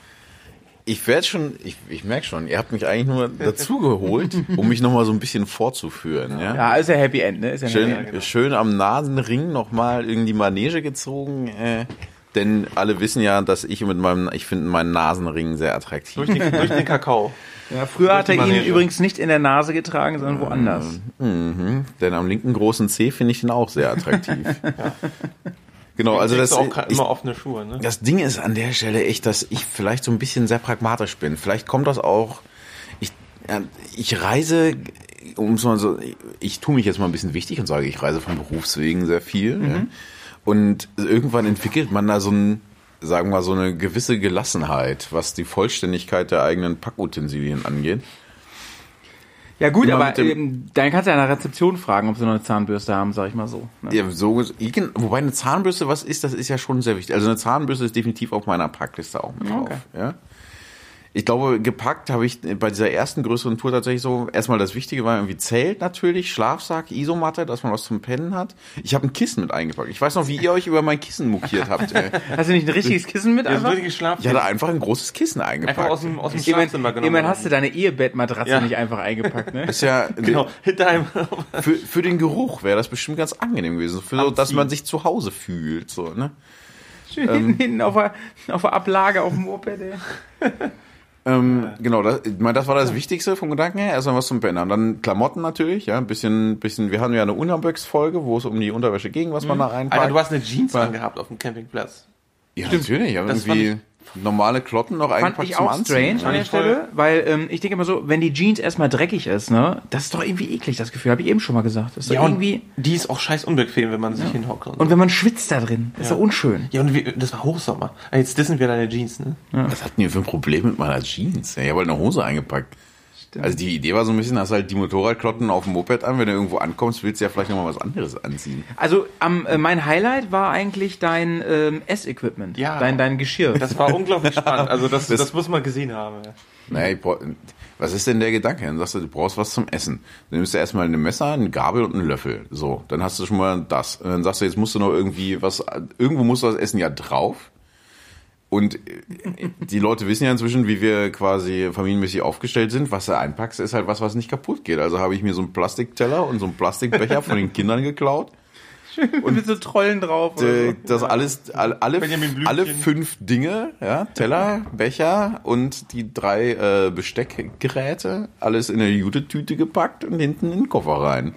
S5: Ich werde schon, ich, ich merke schon, ihr habt mich eigentlich nur dazugeholt, um mich nochmal so ein bisschen vorzuführen. Ja,
S8: Ja, ist ja Happy End, ne? Ist ja
S5: schön,
S8: Happy End.
S1: genau.
S5: schön am Nasenring nochmal in die Manege gezogen. Äh, denn alle wissen ja, dass ich mit meinem, ich finde meinen Nasenring sehr attraktiv.
S1: Durch den, durch den Kakao.
S8: Ja, früher hat er ihn
S1: Manege.
S8: übrigens nicht in der Nase getragen, sondern woanders.
S5: Mhm. Denn am linken großen Zeh finde ich den auch sehr attraktiv. Genau, also
S1: Kriegst
S5: das,
S1: du auch ka-
S5: ich,
S1: immer offene Schuhe, ne?
S5: das Ding ist an der Stelle echt, dass ich vielleicht so ein bisschen sehr pragmatisch bin. Vielleicht kommt das auch. Ich, ja, ich reise, um es mal so, ich, ich tue mich jetzt mal ein bisschen wichtig und sage, ich reise von Berufswegen sehr viel. Ja. Und irgendwann entwickelt man da so ein, sagen wir mal, so eine gewisse Gelassenheit, was die Vollständigkeit der eigenen Packutensilien angeht.
S8: Ja gut,
S5: Immer mit
S8: aber
S5: dem-
S8: ähm, dann kannst du ja an der Rezeption fragen, ob sie noch eine Zahnbürste haben, sag ich mal so. Ne?
S5: Ja, so, ges- igen, wobei eine Zahnbürste, was ist, das ist ja schon sehr wichtig. Also eine Zahnbürste ist definitiv auf meiner Packliste auch mit drauf. Ja? Ich glaube, gepackt habe ich bei dieser ersten größeren Tour tatsächlich so, erstmal das Wichtige war irgendwie Zelt natürlich, Schlafsack, Isomatte, dass man was zum Pennen hat. Ich habe ein Kissen mit eingepackt. Ich weiß noch, wie ihr euch über mein Kissen mokiert habt. ey.
S8: Hast du nicht ein richtiges Kissen mit?
S1: Das
S8: Einfach?
S1: richtige Schlaf.
S5: Ich hatte einfach ein großes Kissen eingepackt.
S1: Also Einfach aus dem, aus dem
S8: Jemand,
S1: Schlafzimmer genommen.
S8: jemand hast du deine Ehebettmatratze
S1: Ja.
S8: nicht einfach eingepackt, ne?
S5: ist ja
S1: Genau, hinter einem.
S5: für, für den Geruch wäre das bestimmt ganz angenehm gewesen, für so, dass
S1: Abziehen.
S5: man sich zu Hause fühlt. So, ne?
S8: Schön hinten auf der, auf der Ablage auf dem Moped, ey.
S5: Ähm, genau, das, ich meine, das war das Wichtigste vom Gedanken her. Erstmal was zum Bändern. Dann Klamotten natürlich, ja, ein bisschen, bisschen, wir hatten ja eine Unterwächs-Folge, wo es um die Unterwäsche ging, was man da reinpackt.
S1: Alter, du hast eine Jeans angehabt auf dem Campingplatz.
S5: ja, natürlich, ja,
S1: Das
S5: irgendwie normale Klotten noch
S8: Fand
S5: eingepackt
S8: ich
S5: zum
S8: auch
S5: Anziehen.
S8: strange an der Stelle, weil ähm, ich denke immer so, wenn die Jeans erstmal dreckig ist, ne, das ist doch irgendwie eklig, das Gefühl, habe ich eben schon mal gesagt. Das ist doch
S1: und
S8: irgendwie.
S1: die ist auch scheiß unbequem, wenn man sich hinhockt. Und,
S8: Und wenn man schwitzt da drin, ist doch unschön.
S1: ja, und wir, das war Hochsommer. Ah, Jetzt dissen wir deine Jeans, ne?
S5: Was hatten wir für ein Problem mit meiner Jeans? Ja, Ich habe halt eine Hose eingepackt. Also die Idee war so ein bisschen, hast halt die Motorradklotten auf dem Moped an, wenn du irgendwo ankommst, willst du ja vielleicht nochmal was anderes anziehen.
S8: Also am, äh, mein Highlight war eigentlich dein ähm, Ess-Equipment,
S1: Ja.
S8: dein, dein Geschirr.
S1: Das war unglaublich spannend. Also das, das,
S5: Das-
S1: muss man gesehen haben. Ja.
S5: Naja, ich brauch, was ist denn der Gedanke? Dann sagst du, du brauchst was zum Essen. Dann nimmst du erstmal ein Messer, eine Gabel und einen Löffel. So, dann hast du schon mal das. Und dann sagst du, jetzt musst du noch irgendwie was, irgendwo musst du das Essen ja drauf. Und äh, die Leute wissen ja inzwischen, wie wir quasi familienmäßig aufgestellt sind. Was du einpackst, ist halt was, was nicht kaputt geht. Also habe ich mir so einen Plastikteller und so einen Plastikbecher von den Kindern geklaut.
S8: und mit so Trollen drauf. Oder
S5: Äh, das alles, all- alle,
S1: Benjamin Blümchen.
S5: alle fünf Dinge, ja, Teller, Becher und die drei äh, Besteckgeräte, alles in eine Jute-Tüte gepackt und hinten in den Koffer rein.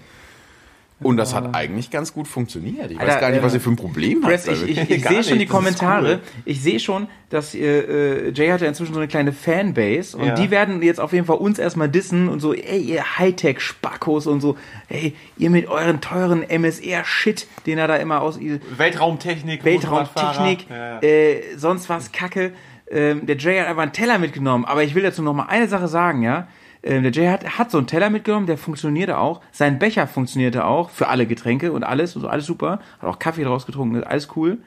S5: Und das hat eigentlich ganz gut funktioniert. Ich weiß
S8: Alter,
S5: gar nicht, was
S8: äh,
S5: ihr für ein Problem
S8: Press,
S5: habt.
S8: ich ich,
S5: damit.
S8: ich
S1: Gar
S8: sehe schon die
S1: nicht, das ist
S8: Kommentare.
S1: cool.
S8: Ich sehe schon, dass äh, äh, Jay hat ja inzwischen so eine kleine Fanbase und
S1: Ja.
S8: die werden jetzt auf jeden Fall uns erstmal dissen und so, ey, ihr Hightech-Spackos und so, ey, ihr mit euren teuren MSR-Shit, den er da immer aus ihr
S1: Weltraumtechnik,
S8: Weltraumtechnik,
S1: Motorradfahrer. Ja, ja.
S8: äh, sonst was Kacke. Ähm, der Jay hat einfach einen Teller mitgenommen, aber ich will dazu noch mal eine Sache sagen, ja. Ähm, der Jay hat, hat so einen Teller mitgenommen, der funktionierte auch. Sein Becher funktionierte auch für alle Getränke und alles, also alles super. Hat auch Kaffee draus getrunken, ist alles cool.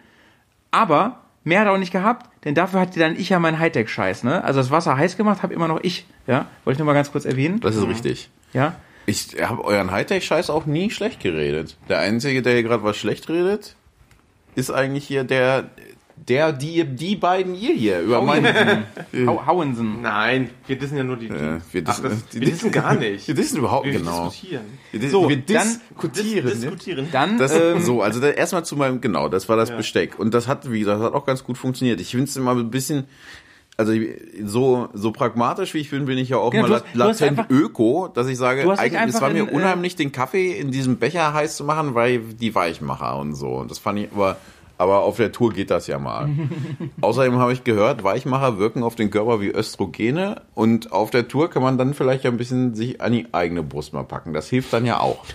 S8: Aber mehr hat er auch nicht gehabt, denn dafür hatte dann ich ja meinen Hightech-Scheiß, ne? Also das Wasser heiß gemacht, habe immer noch ich, ja. Wollte ich nur mal ganz kurz erwähnen,
S5: Das ist richtig.
S8: ja.
S5: Ich habe euren Hightech-Scheiß auch nie schlecht geredet. Der Einzige, der hier gerade was schlecht redet, ist eigentlich hier der, der, die, die beiden ihr hier
S8: Oh
S5: über meinen...
S8: Hau- Hauensen.
S1: Nein, wir dissen ja nur die
S5: Äh,
S1: Jeans.
S5: wir
S1: Ach,
S5: dissen-
S1: das,
S5: die
S1: wir dissen gar nicht.
S5: Wir wissen überhaupt
S1: Wir
S5: genau.
S1: diskutieren.
S5: Wir,
S8: So,
S5: so, wir
S8: dann-
S5: diskutieren.
S1: Dis-
S5: ne?
S1: diskutieren.
S8: Dann,
S5: Das,
S8: ähm,
S5: so, also da- erstmal zu meinem, genau, das war das Besteck. Und das hat, wie gesagt, hat auch ganz gut funktioniert. Ich finde es immer ein bisschen, also ich- so, so pragmatisch wie ich bin, bin ich ja auch
S8: Genau,
S5: mal
S8: du
S5: lat-
S8: hast- du hast
S5: latent
S8: einfach-
S5: öko, dass ich sage,
S8: Du hast dich
S5: eigentlich, es
S8: einfach
S5: war mir
S8: in, äh,
S5: unheimlich, den Kaffee in diesem Becher heiß zu machen, weil die Weichmacher und so. Und das fand ich aber, aber auf der Tour geht das ja mal. Außerdem habe ich gehört, Weichmacher wirken auf den Körper wie Östrogene und auf der Tour kann man dann vielleicht ja ein bisschen sich an die eigene Brust mal packen. Das hilft dann ja auch.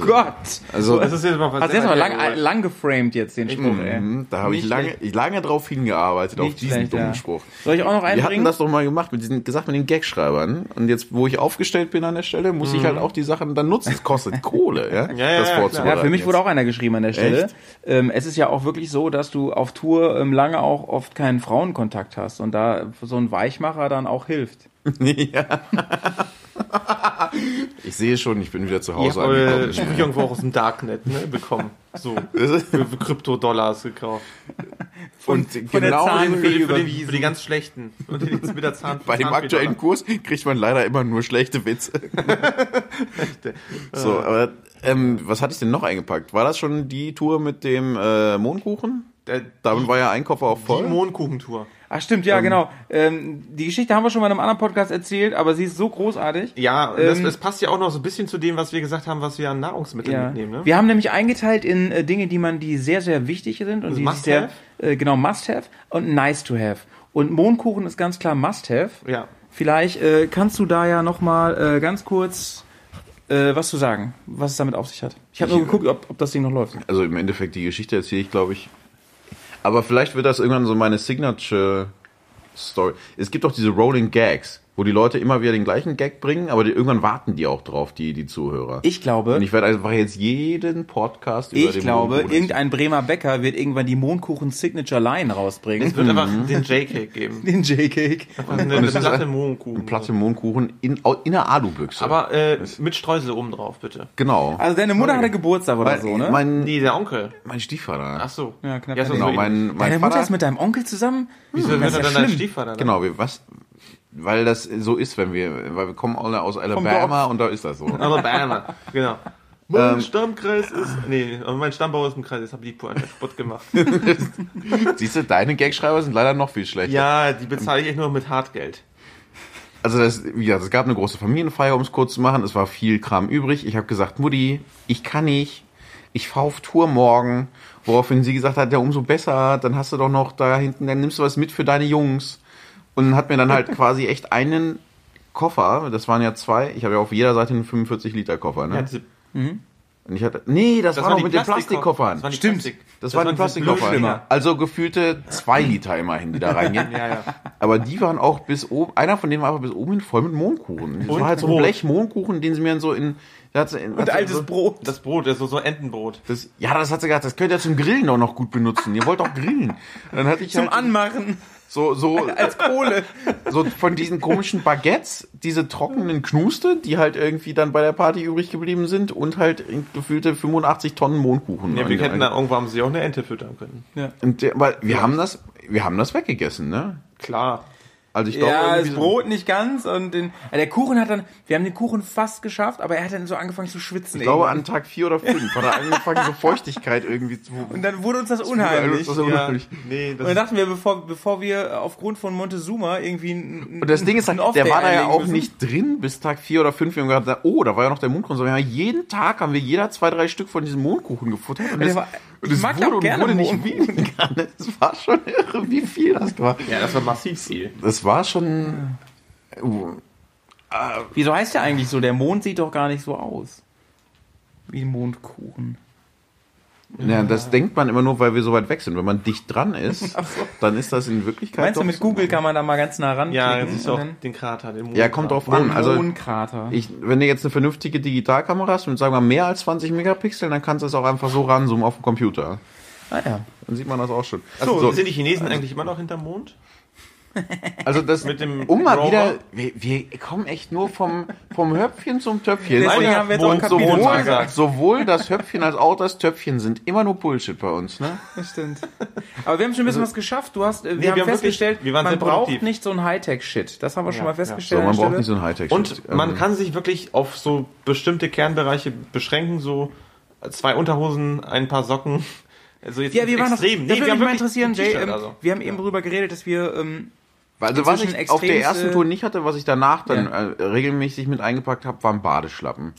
S8: Gott!
S5: Also,
S1: Das ist jetzt mal
S8: Hast du jetzt mal lang, lang geframed jetzt den Spruch, ey.
S5: Mhm, da habe ich
S8: Nicht
S5: lange, lange drauf hingearbeitet, auf
S8: Nicht
S5: diesen
S8: schlecht,
S5: dummen
S8: ja.
S5: Spruch.
S8: Soll ich auch noch
S5: Wir hatten
S8: einbringen?
S5: das doch mal gemacht, mit diesen, gesagt mit den Gagschreibern. Und jetzt, wo ich aufgestellt bin an der Stelle, muss ich halt auch die Sachen dann nutzen. Es kostet Kohle, ja,
S1: ja,
S5: das
S1: ja,
S5: vorzubereiten.
S1: klar.
S8: Mhm. Ja, für mich wurde auch einer geschrieben an der Stelle.
S5: Echt?
S8: Ähm, es ist ja auch wirklich so, dass du auf Tour ähm, lange auch oft keinen Frauenkontakt hast und da so ein Weichmacher dann auch hilft.
S5: ja. Ich sehe schon, ich bin wieder zu
S1: Ich
S5: Hause
S1: habe äh,
S5: angekommen.
S1: hab ich irgendwo auch aus dem Darknet ne, bekommen. So. Für, für Kryptodollars gekauft.
S5: Und genau
S1: Ah, Für die, für, die,
S5: überwiesen.
S1: für die ganz schlechten. Und die jetzt mit der Zahn
S5: bei dem
S1: Zahnfee-Dollar.
S5: aktuellen Kurs kriegt man leider immer nur schlechte Witze. so,
S8: Ah.
S5: aber ähm, was hatte ich denn noch eingepackt? War das schon die Tour mit dem äh, Mondkuchen?
S1: Äh,
S5: Damit war ja ein Koffer auch
S1: Die
S5: voll.
S1: Mohnkuchentour.
S8: Ach stimmt, ja, genau. Ähm, die Geschichte haben wir schon mal in einem anderen Podcast erzählt, aber sie ist so großartig.
S1: Ja, das,
S8: Ähm,
S1: das passt ja auch noch so ein bisschen zu dem, was wir gesagt haben, was wir an Nahrungsmitteln
S8: Ja.
S1: mitnehmen. Ne?
S8: Wir haben nämlich eingeteilt in äh, Dinge, die man, die sehr, sehr wichtig sind und die sich
S1: Also must
S8: sehr,
S1: have?
S8: äh, genau, must have und nice to have. Und Mohnkuchen ist ganz klar must have.
S1: Ja.
S8: Vielleicht äh, kannst du da ja nochmal äh, ganz kurz äh, was zu sagen, was es damit auf sich hat. Ich äh, habe nur geguckt, ob, ob das Ding noch läuft.
S5: Also im Endeffekt die Geschichte erzähle ich, glaube ich. Aber vielleicht wird das irgendwann so meine Signature Story. Es gibt auch diese Rolling Gags, wo die Leute immer wieder den gleichen Gag bringen, aber die, irgendwann warten die auch drauf, die, die Zuhörer.
S8: Ich glaube,
S5: Und ich werde einfach jetzt jeden Podcast über
S8: ich
S5: den
S8: glaube,
S5: Mondkuchen-
S8: irgendein Bremer Bäcker wird irgendwann die Mohnkuchen Signature Line rausbringen.
S1: Wird einfach den J-Cake geben.
S8: Den J-Cake.
S1: Eine, eine platte Mohnkuchen.
S5: Platte Mondkuchen in, au- in der Alubüchse.
S1: Aber äh, mit Streusel oben drauf, bitte.
S5: genau.
S8: Also deine Mutter hatte Geburtstag oder
S5: mein,
S8: so, ne?
S5: mein,
S1: Nee, der Onkel.
S5: mein Stiefvater.
S1: Ach so.
S8: Ja, knapp
S1: Ja, so
S5: genau,
S1: so ähnlich.
S5: mein, mein
S8: Deine
S5: Vater.
S8: Mutter ist mit deinem Onkel zusammen?
S1: Wieso wird
S8: das
S1: er
S8: ist ja
S1: dann dein
S8: schlimm.
S1: Stiefvater? dann?
S5: genau, wir, was, weil das so ist, wenn wir, weil wir kommen alle aus Alabama und da ist das so.
S1: Alabama, genau. Mein Stammkreis ist. Nee, aber mein Stammbau ist im Kreis, jetzt habe ich die Pointe kaputt gemacht.
S5: Siehst du, deine Gagschreiber sind leider noch viel schlechter.
S1: ja, die bezahle ich echt nur mit Hartgeld.
S5: Also das, ja, es gab eine große Familienfeier, um es kurz zu machen. Es war viel Kram übrig. Ich habe gesagt, Mutti, ich kann nicht. Ich fahr auf Tour morgen. Woraufhin sie gesagt hat, ja, umso besser. Dann hast du doch noch da hinten, dann nimmst du was mit für deine Jungs. Und hat mir dann halt quasi echt einen Koffer, das waren ja zwei, ich habe ja auf jeder Seite einen 45-Liter-Koffer, ne?
S1: Ja, diese-
S5: Und ich hatte, nee, das, war
S1: waren
S5: doch mit den Plastikkoffern.
S1: Das waren die
S8: Stimmt.
S1: Plastik-
S5: Das, waren die
S1: waren diese
S5: Plastikkoffer.
S1: Blödschlimmer.
S5: Also gefühlte zwei Liter immerhin, die da reingehen.
S1: Ja, ja.
S5: Aber die waren auch bis oben, einer von denen war aber bis oben hin voll mit Mohnkuchen. Das
S1: Und
S5: war halt so ein
S1: Brot.
S5: Blech-Mohnkuchen, den sie mir dann so in. da Hat sie, in hat sie so,
S8: Brot.
S1: Also Das Brot, das ist so, so Entenbrot.
S5: Das, ja, das hat sie gesagt, das könnt ihr zum Grillen auch noch gut benutzen. Ihr wollt doch grillen. Und Dann hatte ich
S8: Zum
S5: halt
S8: Anmachen.
S5: so, so,
S8: Als Kohle.
S5: so von diesen komischen Baguettes, diese trockenen Knuste, die halt irgendwie dann bei der Party übrig geblieben sind und halt gefühlte 85 Tonnen Mohnkuchen.
S1: Ja, wir hätten
S5: Und-
S1: da irgendwo haben sie auch eine Ente füttern können.
S5: Und der, aber wir haben das, wir haben das weggegessen, ne?
S1: Klar.
S5: Also ich glaube,
S8: Ja,
S5: irgendwie
S8: das
S5: so-
S8: Brot nicht ganz und den, ja, der Kuchen hat dann, wir haben den Kuchen fast geschafft, aber er hat dann so angefangen zu schwitzen.
S5: ich glaube
S8: irgendwann.
S5: an Tag vier oder fünf hat er angefangen, so Feuchtigkeit irgendwie zu.
S8: und dann wurde uns das unheimlich.
S5: Das ist
S8: und
S1: Ja,
S5: unheimlich.
S1: nee, das
S8: dann
S1: ist,
S8: dachten wir, bevor, bevor wir äh, aufgrund von Montezuma irgendwie ein,
S5: Und das Ding ist,
S8: ein
S5: halt, der
S8: Off-Day
S5: war da ja
S8: einlegen
S5: auch
S8: müssen.
S5: nicht drin bis Tag vier oder fünf. Wir haben gedacht, oh, da war ja noch der Mondkuchen. So, wir haben jeden Tag haben wir jeder zwei, drei Stück von diesem Mondkuchen gefuttert. Und
S8: der
S5: das,
S8: war-
S5: und
S8: ich
S5: das
S8: mag
S5: wurde
S8: auch
S5: und
S8: gerne
S5: wurde nicht
S8: Mondkuchen.
S5: weniger. Das war schon irre, wie viel das war.
S1: ja, das war massiv viel.
S5: Das war schon. Uh,
S8: Wieso heißt der eigentlich so? Der Mond sieht doch gar nicht so aus. Wie ein Mondkuchen.
S5: ja, das denkt man immer nur, weil wir so weit weg sind. Wenn man dicht dran ist, dann ist das in Wirklichkeit.
S8: Meinst du,
S5: doch
S8: mit
S5: so.
S8: Google kann man da mal ganz nah ran?
S1: Ja,
S8: klicken
S1: jetzt ist
S8: und
S1: auch
S8: dann-
S1: den Krater, den Mond.
S5: Ja, kommt drauf an. Also,
S8: Mondkrater.
S5: Ich, wenn du jetzt eine vernünftige Digitalkamera hast mit, sagen wir mal, mehr als 20 Megapixeln, dann kannst du es auch einfach so ranzoomen auf den Computer.
S8: ah, ja.
S5: Dann sieht man das auch schon.
S1: So,
S5: Also, so,
S1: sind die Chinesen eigentlich immer noch hinterm Mond?
S5: also das,
S1: mit dem
S5: um mal
S1: Rover?
S5: wieder, wir, wir kommen echt nur vom, vom Höpfchen zum Töpfchen.
S8: Deswegen
S5: Und
S8: haben wir jetzt auch
S5: und
S8: ein Kapitel
S5: sowohl,
S1: gesagt.
S5: sowohl das Höpfchen als auch das Töpfchen sind immer nur Bullshit bei uns. Ne?
S8: Das stimmt. Aber wir haben schon ein bisschen was geschafft. Du hast, äh, wir,
S1: wir
S8: haben
S1: haben
S8: festgestellt,
S1: wirklich- wir waren
S8: man
S1: sehr
S8: braucht
S1: produktiv.
S8: nicht so ein Hightech-Shit. Das haben wir schon mal
S5: So,
S8: festgestellt.
S5: man braucht
S8: an der
S5: nicht so ein Hightech.
S1: Und
S5: ähm,
S1: man kann sich wirklich auf so bestimmte Kernbereiche beschränken, so zwei Unterhosen, ein paar Socken. Also jetzt
S8: Stelle. ja, wir waren
S1: extrem.
S8: Noch, das würde mich mal
S1: wirklich
S8: interessieren,
S1: ein
S8: Jay.
S1: T-Shirt,
S8: Ähm,
S1: also.
S8: Wir haben eben darüber geredet, dass wir ähm,
S5: Also was
S8: Inzwischen
S5: ich auf der
S8: extremste-
S5: ersten Tour nicht hatte, was ich danach dann äh, regelmäßig mit eingepackt habe, waren Badeschlappen.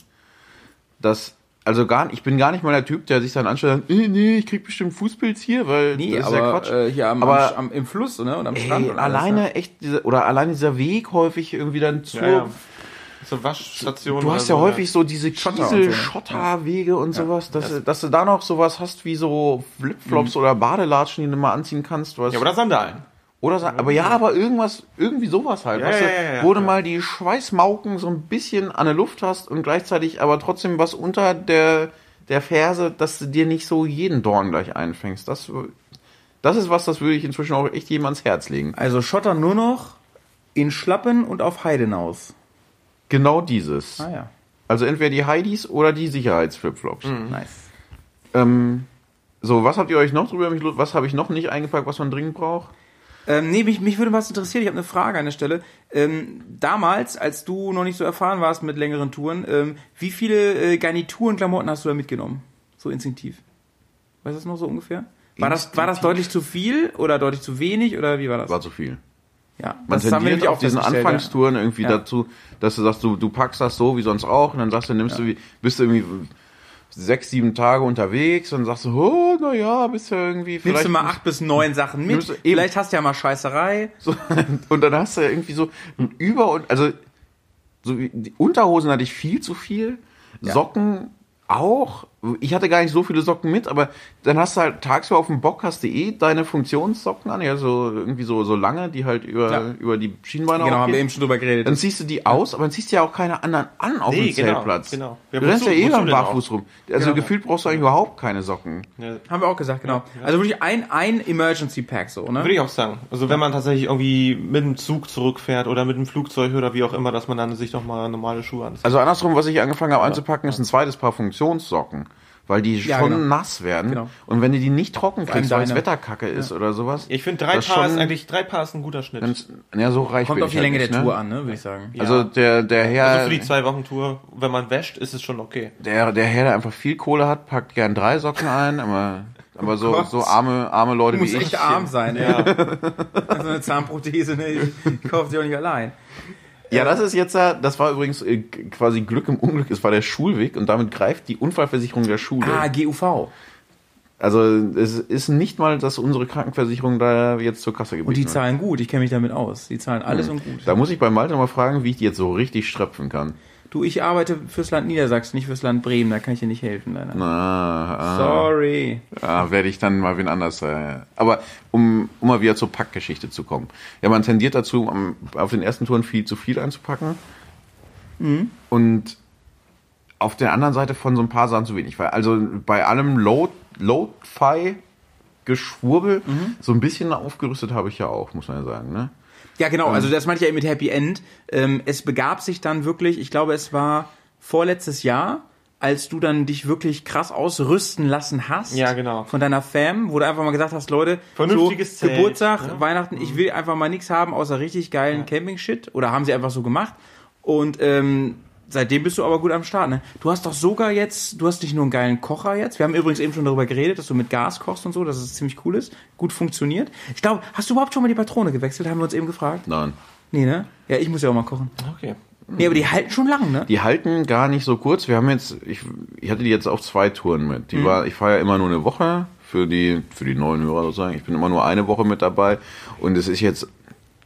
S5: Das, also gar, ich bin gar nicht mal der Typ, der sich dann anstellt, äh, nee, ich krieg bestimmt Fußpilz hier, weil
S3: Nee,
S5: das
S3: aber
S5: ist ja Quatsch.
S3: Äh, hier am,
S5: Aber-
S3: am, am, im Fluss ne? und am
S5: Ey,
S3: Strand. und alles,
S5: alleine
S3: ne?
S5: echt, diese, oder alleine dieser Weg häufig irgendwie dann zur
S1: ja. Zur Waschstation.
S5: Du
S1: oder
S5: hast ja
S1: so,
S5: häufig so diese
S3: und so, ne?
S5: Kiesel-Schotterwege und sowas, dass, du- dass du da noch sowas hast wie so Flipflops
S3: Mhm.
S5: oder Badelatschen, die du mal anziehen kannst. Was
S1: Ja, aber da Sandalen.
S5: oder sa- aber ja, aber irgendwas, irgendwie sowas halt.
S1: Mhm. Ja,
S5: weißt
S1: ja,
S5: du,
S1: ja, ja,
S5: wo du
S1: ja.
S5: mal die Schweißmauken so ein bisschen an der Luft hast und gleichzeitig aber trotzdem was unter der, der Ferse, dass du dir nicht so jeden Dorn gleich einfängst. Das, das ist was, das würde ich inzwischen auch echt jedem ans Herz legen.
S3: Also Schotter nur noch in Schlappen und auf Heidenaus.
S5: Genau dieses.
S3: Ah ja,
S5: Also entweder die Heidis oder die Sicherheitsflipflops.
S1: Mhm.
S3: nice.
S5: Ähm, so, was habt ihr euch noch drüber? Was habe ich noch nicht eingepackt, was man dringend braucht?
S8: Ähm, nee, mich, mich würde was interessieren. Ich habe eine Frage an der Stelle. Ähm, damals, als du noch nicht so erfahren warst mit längeren Touren, ähm, wie viele äh, Garnituren, Klamotten hast du da mitgenommen? So instinktiv. Weißt du das noch so ungefähr? War das, war das deutlich zu viel oder deutlich zu wenig oder wie war das?
S5: War zu viel.
S8: Ja,
S5: Man
S8: das haben
S5: Also tendiert
S8: wir nämlich
S5: auf
S8: auch
S5: diesen
S8: festgestellt,
S5: Anfangstouren irgendwie
S8: Ja.
S5: dazu, dass du sagst, du, du packst das so wie sonst auch und dann sagst du, nimmst du, wie- bist du irgendwie sechs, sieben Tage unterwegs und sagst du, oh, naja, bist du irgendwie
S8: Nimmst
S5: vielleicht...
S8: du mal acht bis neun Sachen mit?
S5: Nimmst du- eben.
S8: Vielleicht hast du ja mal Scheißerei.
S5: So, und dann hast du ja irgendwie so ein Über- und... Also, so wie, die Unterhosen hatte ich viel zu viel, Socken auch. Ich hatte gar nicht so viele Socken mit, aber dann hast du halt tagsüber auf dem Bock, hast du eh deine Funktionssocken an, ja, so irgendwie so, so lange, die halt über,
S8: Ja.
S5: über die Schienbeine
S8: Genau, haben
S5: aufgehen.
S8: wir eben schon drüber geredet.
S5: Dann ziehst du die aus, aber dann ziehst du ja auch keine anderen an auf
S1: Nee,
S5: dem
S1: genau,
S5: Zeltplatz.
S1: genau. Ja,
S5: Du rennst ja
S1: wozu-
S5: eh
S1: wozu
S5: dann
S1: denn auch?
S5: barfuß rum. Also
S8: Genau.
S5: gefühlt brauchst du eigentlich überhaupt keine Socken.
S8: Haben wir auch gesagt, genau. Also wirklich ein, ein Emergency Pack so, ne?
S1: Würde ich auch sagen. Also wenn man tatsächlich irgendwie mit dem Zug zurückfährt oder mit dem Flugzeug oder wie auch immer, dass man dann sich doch mal normale Schuhe anzieht.
S5: Also andersrum, was ich angefangen habe anzupacken, ist ein zweites Paar Funktionssocken. Weil die
S8: Ja,
S5: schon
S8: genau.
S5: nass werden.
S8: Genau.
S5: Und wenn du die nicht trocken kriegst, weil das
S8: deine.
S5: Wetter kacke ist oder sowas.
S1: Ich finde drei
S5: das
S1: Paar ist
S5: schon-
S1: eigentlich drei Paar ist ein guter Schnitt.
S5: ganz- Ja, so reich
S8: Kommt
S5: bin
S8: auf die
S5: ich halt
S8: Länge
S5: nicht,
S8: der
S5: ne?
S8: Tour an, ne? Würde ich sagen.
S5: Also der, der Herr,
S1: also für die zwei Wochen Tour, wenn man wäscht, ist es schon okay.
S5: der, der Herr, der einfach viel Kohle hat, packt gern drei Socken ein, aber, aber so, so arme, arme Leute
S8: Du musst
S5: wie
S8: echt
S5: ich.
S8: arm sein, ey.
S1: Ja.
S8: So eine Zahnprothese, ne? Ich kaufe sie auch nicht allein.
S5: Ja,
S8: Ähm.
S5: das ist jetzt ja, das war übrigens äh, g- quasi Glück im Unglück, es war der Schulweg und damit greift die Unfallversicherung der Schule.
S8: Ah, GUV.
S5: Also es ist nicht mal, dass unsere Krankenversicherung da jetzt zur Kasse gebeten
S8: Und die
S5: wird.
S8: zahlen gut, ich kenne mich damit aus. Die zahlen alles und gut.
S5: Hm. Da muss ich bei Malte nochmal fragen, wie ich die jetzt so richtig ströpfen kann.
S8: Du, ich arbeite fürs Land Niedersachsen, nicht fürs Land Bremen, da kann ich dir nicht helfen, leider.
S5: Ah, ah,
S8: Sorry.
S5: ah, werde ich dann mal wen anders. Äh. Aber um, um mal wieder zur Packgeschichte zu kommen. Ja, man tendiert dazu, am, auf den ersten Touren viel zu viel einzupacken. Und auf der anderen Seite von so ein paar Sachen zu wenig. Weil also bei allem Load, Load-Fi Geschwurbel, so ein bisschen aufgerüstet habe ich ja auch, muss man ja sagen. Ne?
S8: Ja, genau,
S1: Ähm.
S8: also das meinte ich ja eben mit Happy End. Ähm, es begab sich dann wirklich, ich glaube, es war vorletztes Jahr, als du dann dich wirklich krass ausrüsten lassen hast.
S1: Ja, genau.
S8: Von deiner Fam, wo du einfach mal gesagt hast, Leute,
S1: Vernünftiges Zelt,
S8: Geburtstag,
S1: ne?
S8: Weihnachten, ich will einfach mal nichts haben außer richtig geilen Camping-Shit. Oder haben sie einfach so gemacht. Und ähm, seitdem bist du aber gut am Start. Ne? Du hast doch sogar jetzt, du hast nicht nur einen geilen Kocher jetzt. Wir haben übrigens eben schon darüber geredet, dass du mit Gas kochst und so, dass es ziemlich cool ist, gut funktioniert. Ich glaube, hast du überhaupt schon mal die Patrone gewechselt, haben wir uns eben gefragt.
S5: Nein.
S8: Nee, ne? Ja, ich muss ja auch mal kochen.
S1: Okay.
S8: Nee, aber die halten schon lang, ne?
S5: Die halten gar nicht so kurz. Wir haben jetzt, ich, ich hatte die jetzt auf zwei Touren mit.
S8: Mhm.
S5: Die war, ich fahre ja immer nur eine Woche für die, für die neuen Hörer sozusagen. Ich bin immer nur eine Woche mit dabei. Und es ist jetzt,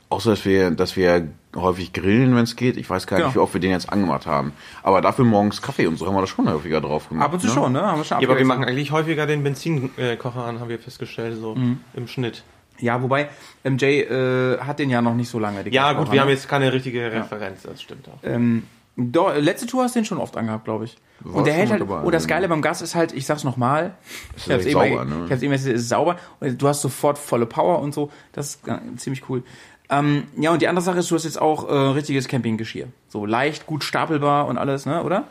S5: außer dass wir, dass wir häufig grillen, wenn es geht. Ich weiß gar nicht,
S8: Genau.
S5: wie oft wir den jetzt angemacht haben. Aber dafür morgens Kaffee und so haben wir das schon häufiger drauf gemacht.
S8: Ab und zu schon, ne? Haben wir
S1: Ja,
S8: schon
S1: aber wir
S8: abgewechselt.
S1: machen eigentlich häufiger den Benzinkocher an, haben wir festgestellt, so im Schnitt.
S8: Ja, wobei, MJ äh, hat den ja noch nicht so lange. die
S1: Ja,
S8: Kamera,
S1: gut, wir
S8: ne?
S1: haben jetzt keine richtige Referenz, das stimmt auch.
S8: Ähm, doch, letzte Tour hast du den schon oft angehabt, glaube ich. und
S5: schon
S8: der hält
S5: mit
S8: halt.
S5: dabei,
S8: Oh, das
S5: ne?
S8: Geile beim Gas ist halt, ich sag's nochmal. Ich
S5: ist
S8: hab's
S5: echt
S8: eben
S5: sauber, ne?
S8: ich hab's eben gesagt, es ist sauber. Und du hast sofort volle Power und so. Das ist ga- ziemlich cool. Ähm, ja, und die andere Sache ist, du hast jetzt auch äh, richtiges Campinggeschirr. So leicht, gut stapelbar und alles, ne? Oder?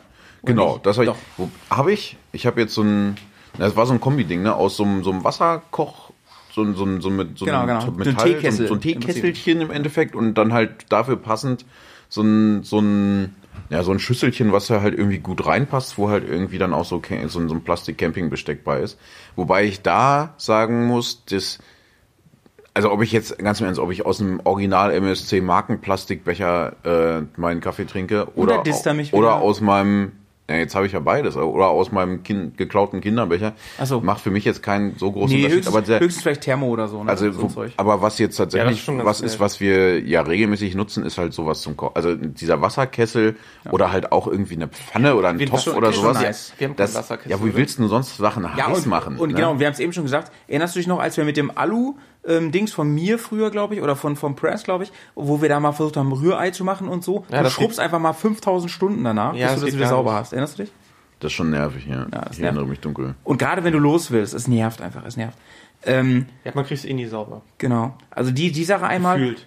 S5: Genau, das habe ich. Wo, hab ich? Ich habe jetzt so ein. Das war so ein Kombi-Ding, ne? Aus so einem, so einem Wasserkoch, so, ein- so, ein- so mit so
S8: Genau,
S5: einem
S8: genau.
S5: so einem
S8: So ein
S5: Metall, so,
S8: Teekessel
S5: ein- so ein
S8: im Prinzip.
S5: Teekesselchen im Endeffekt und dann halt dafür passend so ein, so ein, ja, so ein Schüsselchen, was da halt irgendwie gut reinpasst, wo halt irgendwie dann auch so, Ca- so ein, so ein Plastik-Camping-Besteck bei ist. Wobei ich da sagen muss, dass also ob ich jetzt, ganz im Ernst, ob ich aus dem Original MSC Markenplastikbecher äh, meinen Kaffee trinke
S8: Oder
S5: oder,
S8: disst er mich
S5: oder
S8: wieder?
S5: aus meinem, ja, jetzt habe ich ja beides, oder aus meinem kind, geklauten Kinderbecher,
S8: Ach so.
S5: macht für mich jetzt keinen so großen
S8: Nee,
S5: Unterschied.
S8: höchstens,
S5: Aber der,
S8: höchstens vielleicht Thermo oder so. Ne?
S5: also,
S8: so ein
S5: wo,
S8: Zeug.
S5: aber was jetzt
S1: Ja, das
S5: tatsächlich,
S1: ist schon ganz
S5: was ist,
S1: nett.
S5: was wir ja regelmäßig nutzen, ist halt sowas zum Kochen. Also dieser Wasserkessel oder halt auch irgendwie eine Pfanne oder ein Topf
S8: Wasser-
S5: oder
S8: ist schon
S5: sowas.
S8: nice. Wir haben keinen
S5: das,
S8: Wasserkessel,
S5: ja, wie
S8: oder?
S5: willst du denn sonst Sachen heiß
S8: und,
S5: machen?
S8: Und
S5: ne?
S8: genau, wir haben es eben schon gesagt. Erinnerst du dich noch, als wir mit dem Alu-Dings von mir früher, glaube ich, oder von vom Press, glaube ich, wo wir da mal versucht haben, Rührei zu machen und so? du
S1: das
S8: schrubbst einfach mal 5000 Stunden danach,
S1: Ja,
S8: bis
S1: das
S8: du das
S1: geht
S8: wieder
S1: gar
S8: sauber
S1: nicht.
S8: hast. Erinnerst du dich?
S5: Das ist schon nervig, ja.
S8: das
S5: ich
S8: nervt.
S5: erinnere mich dunkel.
S8: Und gerade wenn du los willst, es nervt einfach, es nervt. Ähm,
S1: Ja, man kriegt es eh nie sauber.
S8: genau. Also die, die Sache einmal.
S1: Fühlt.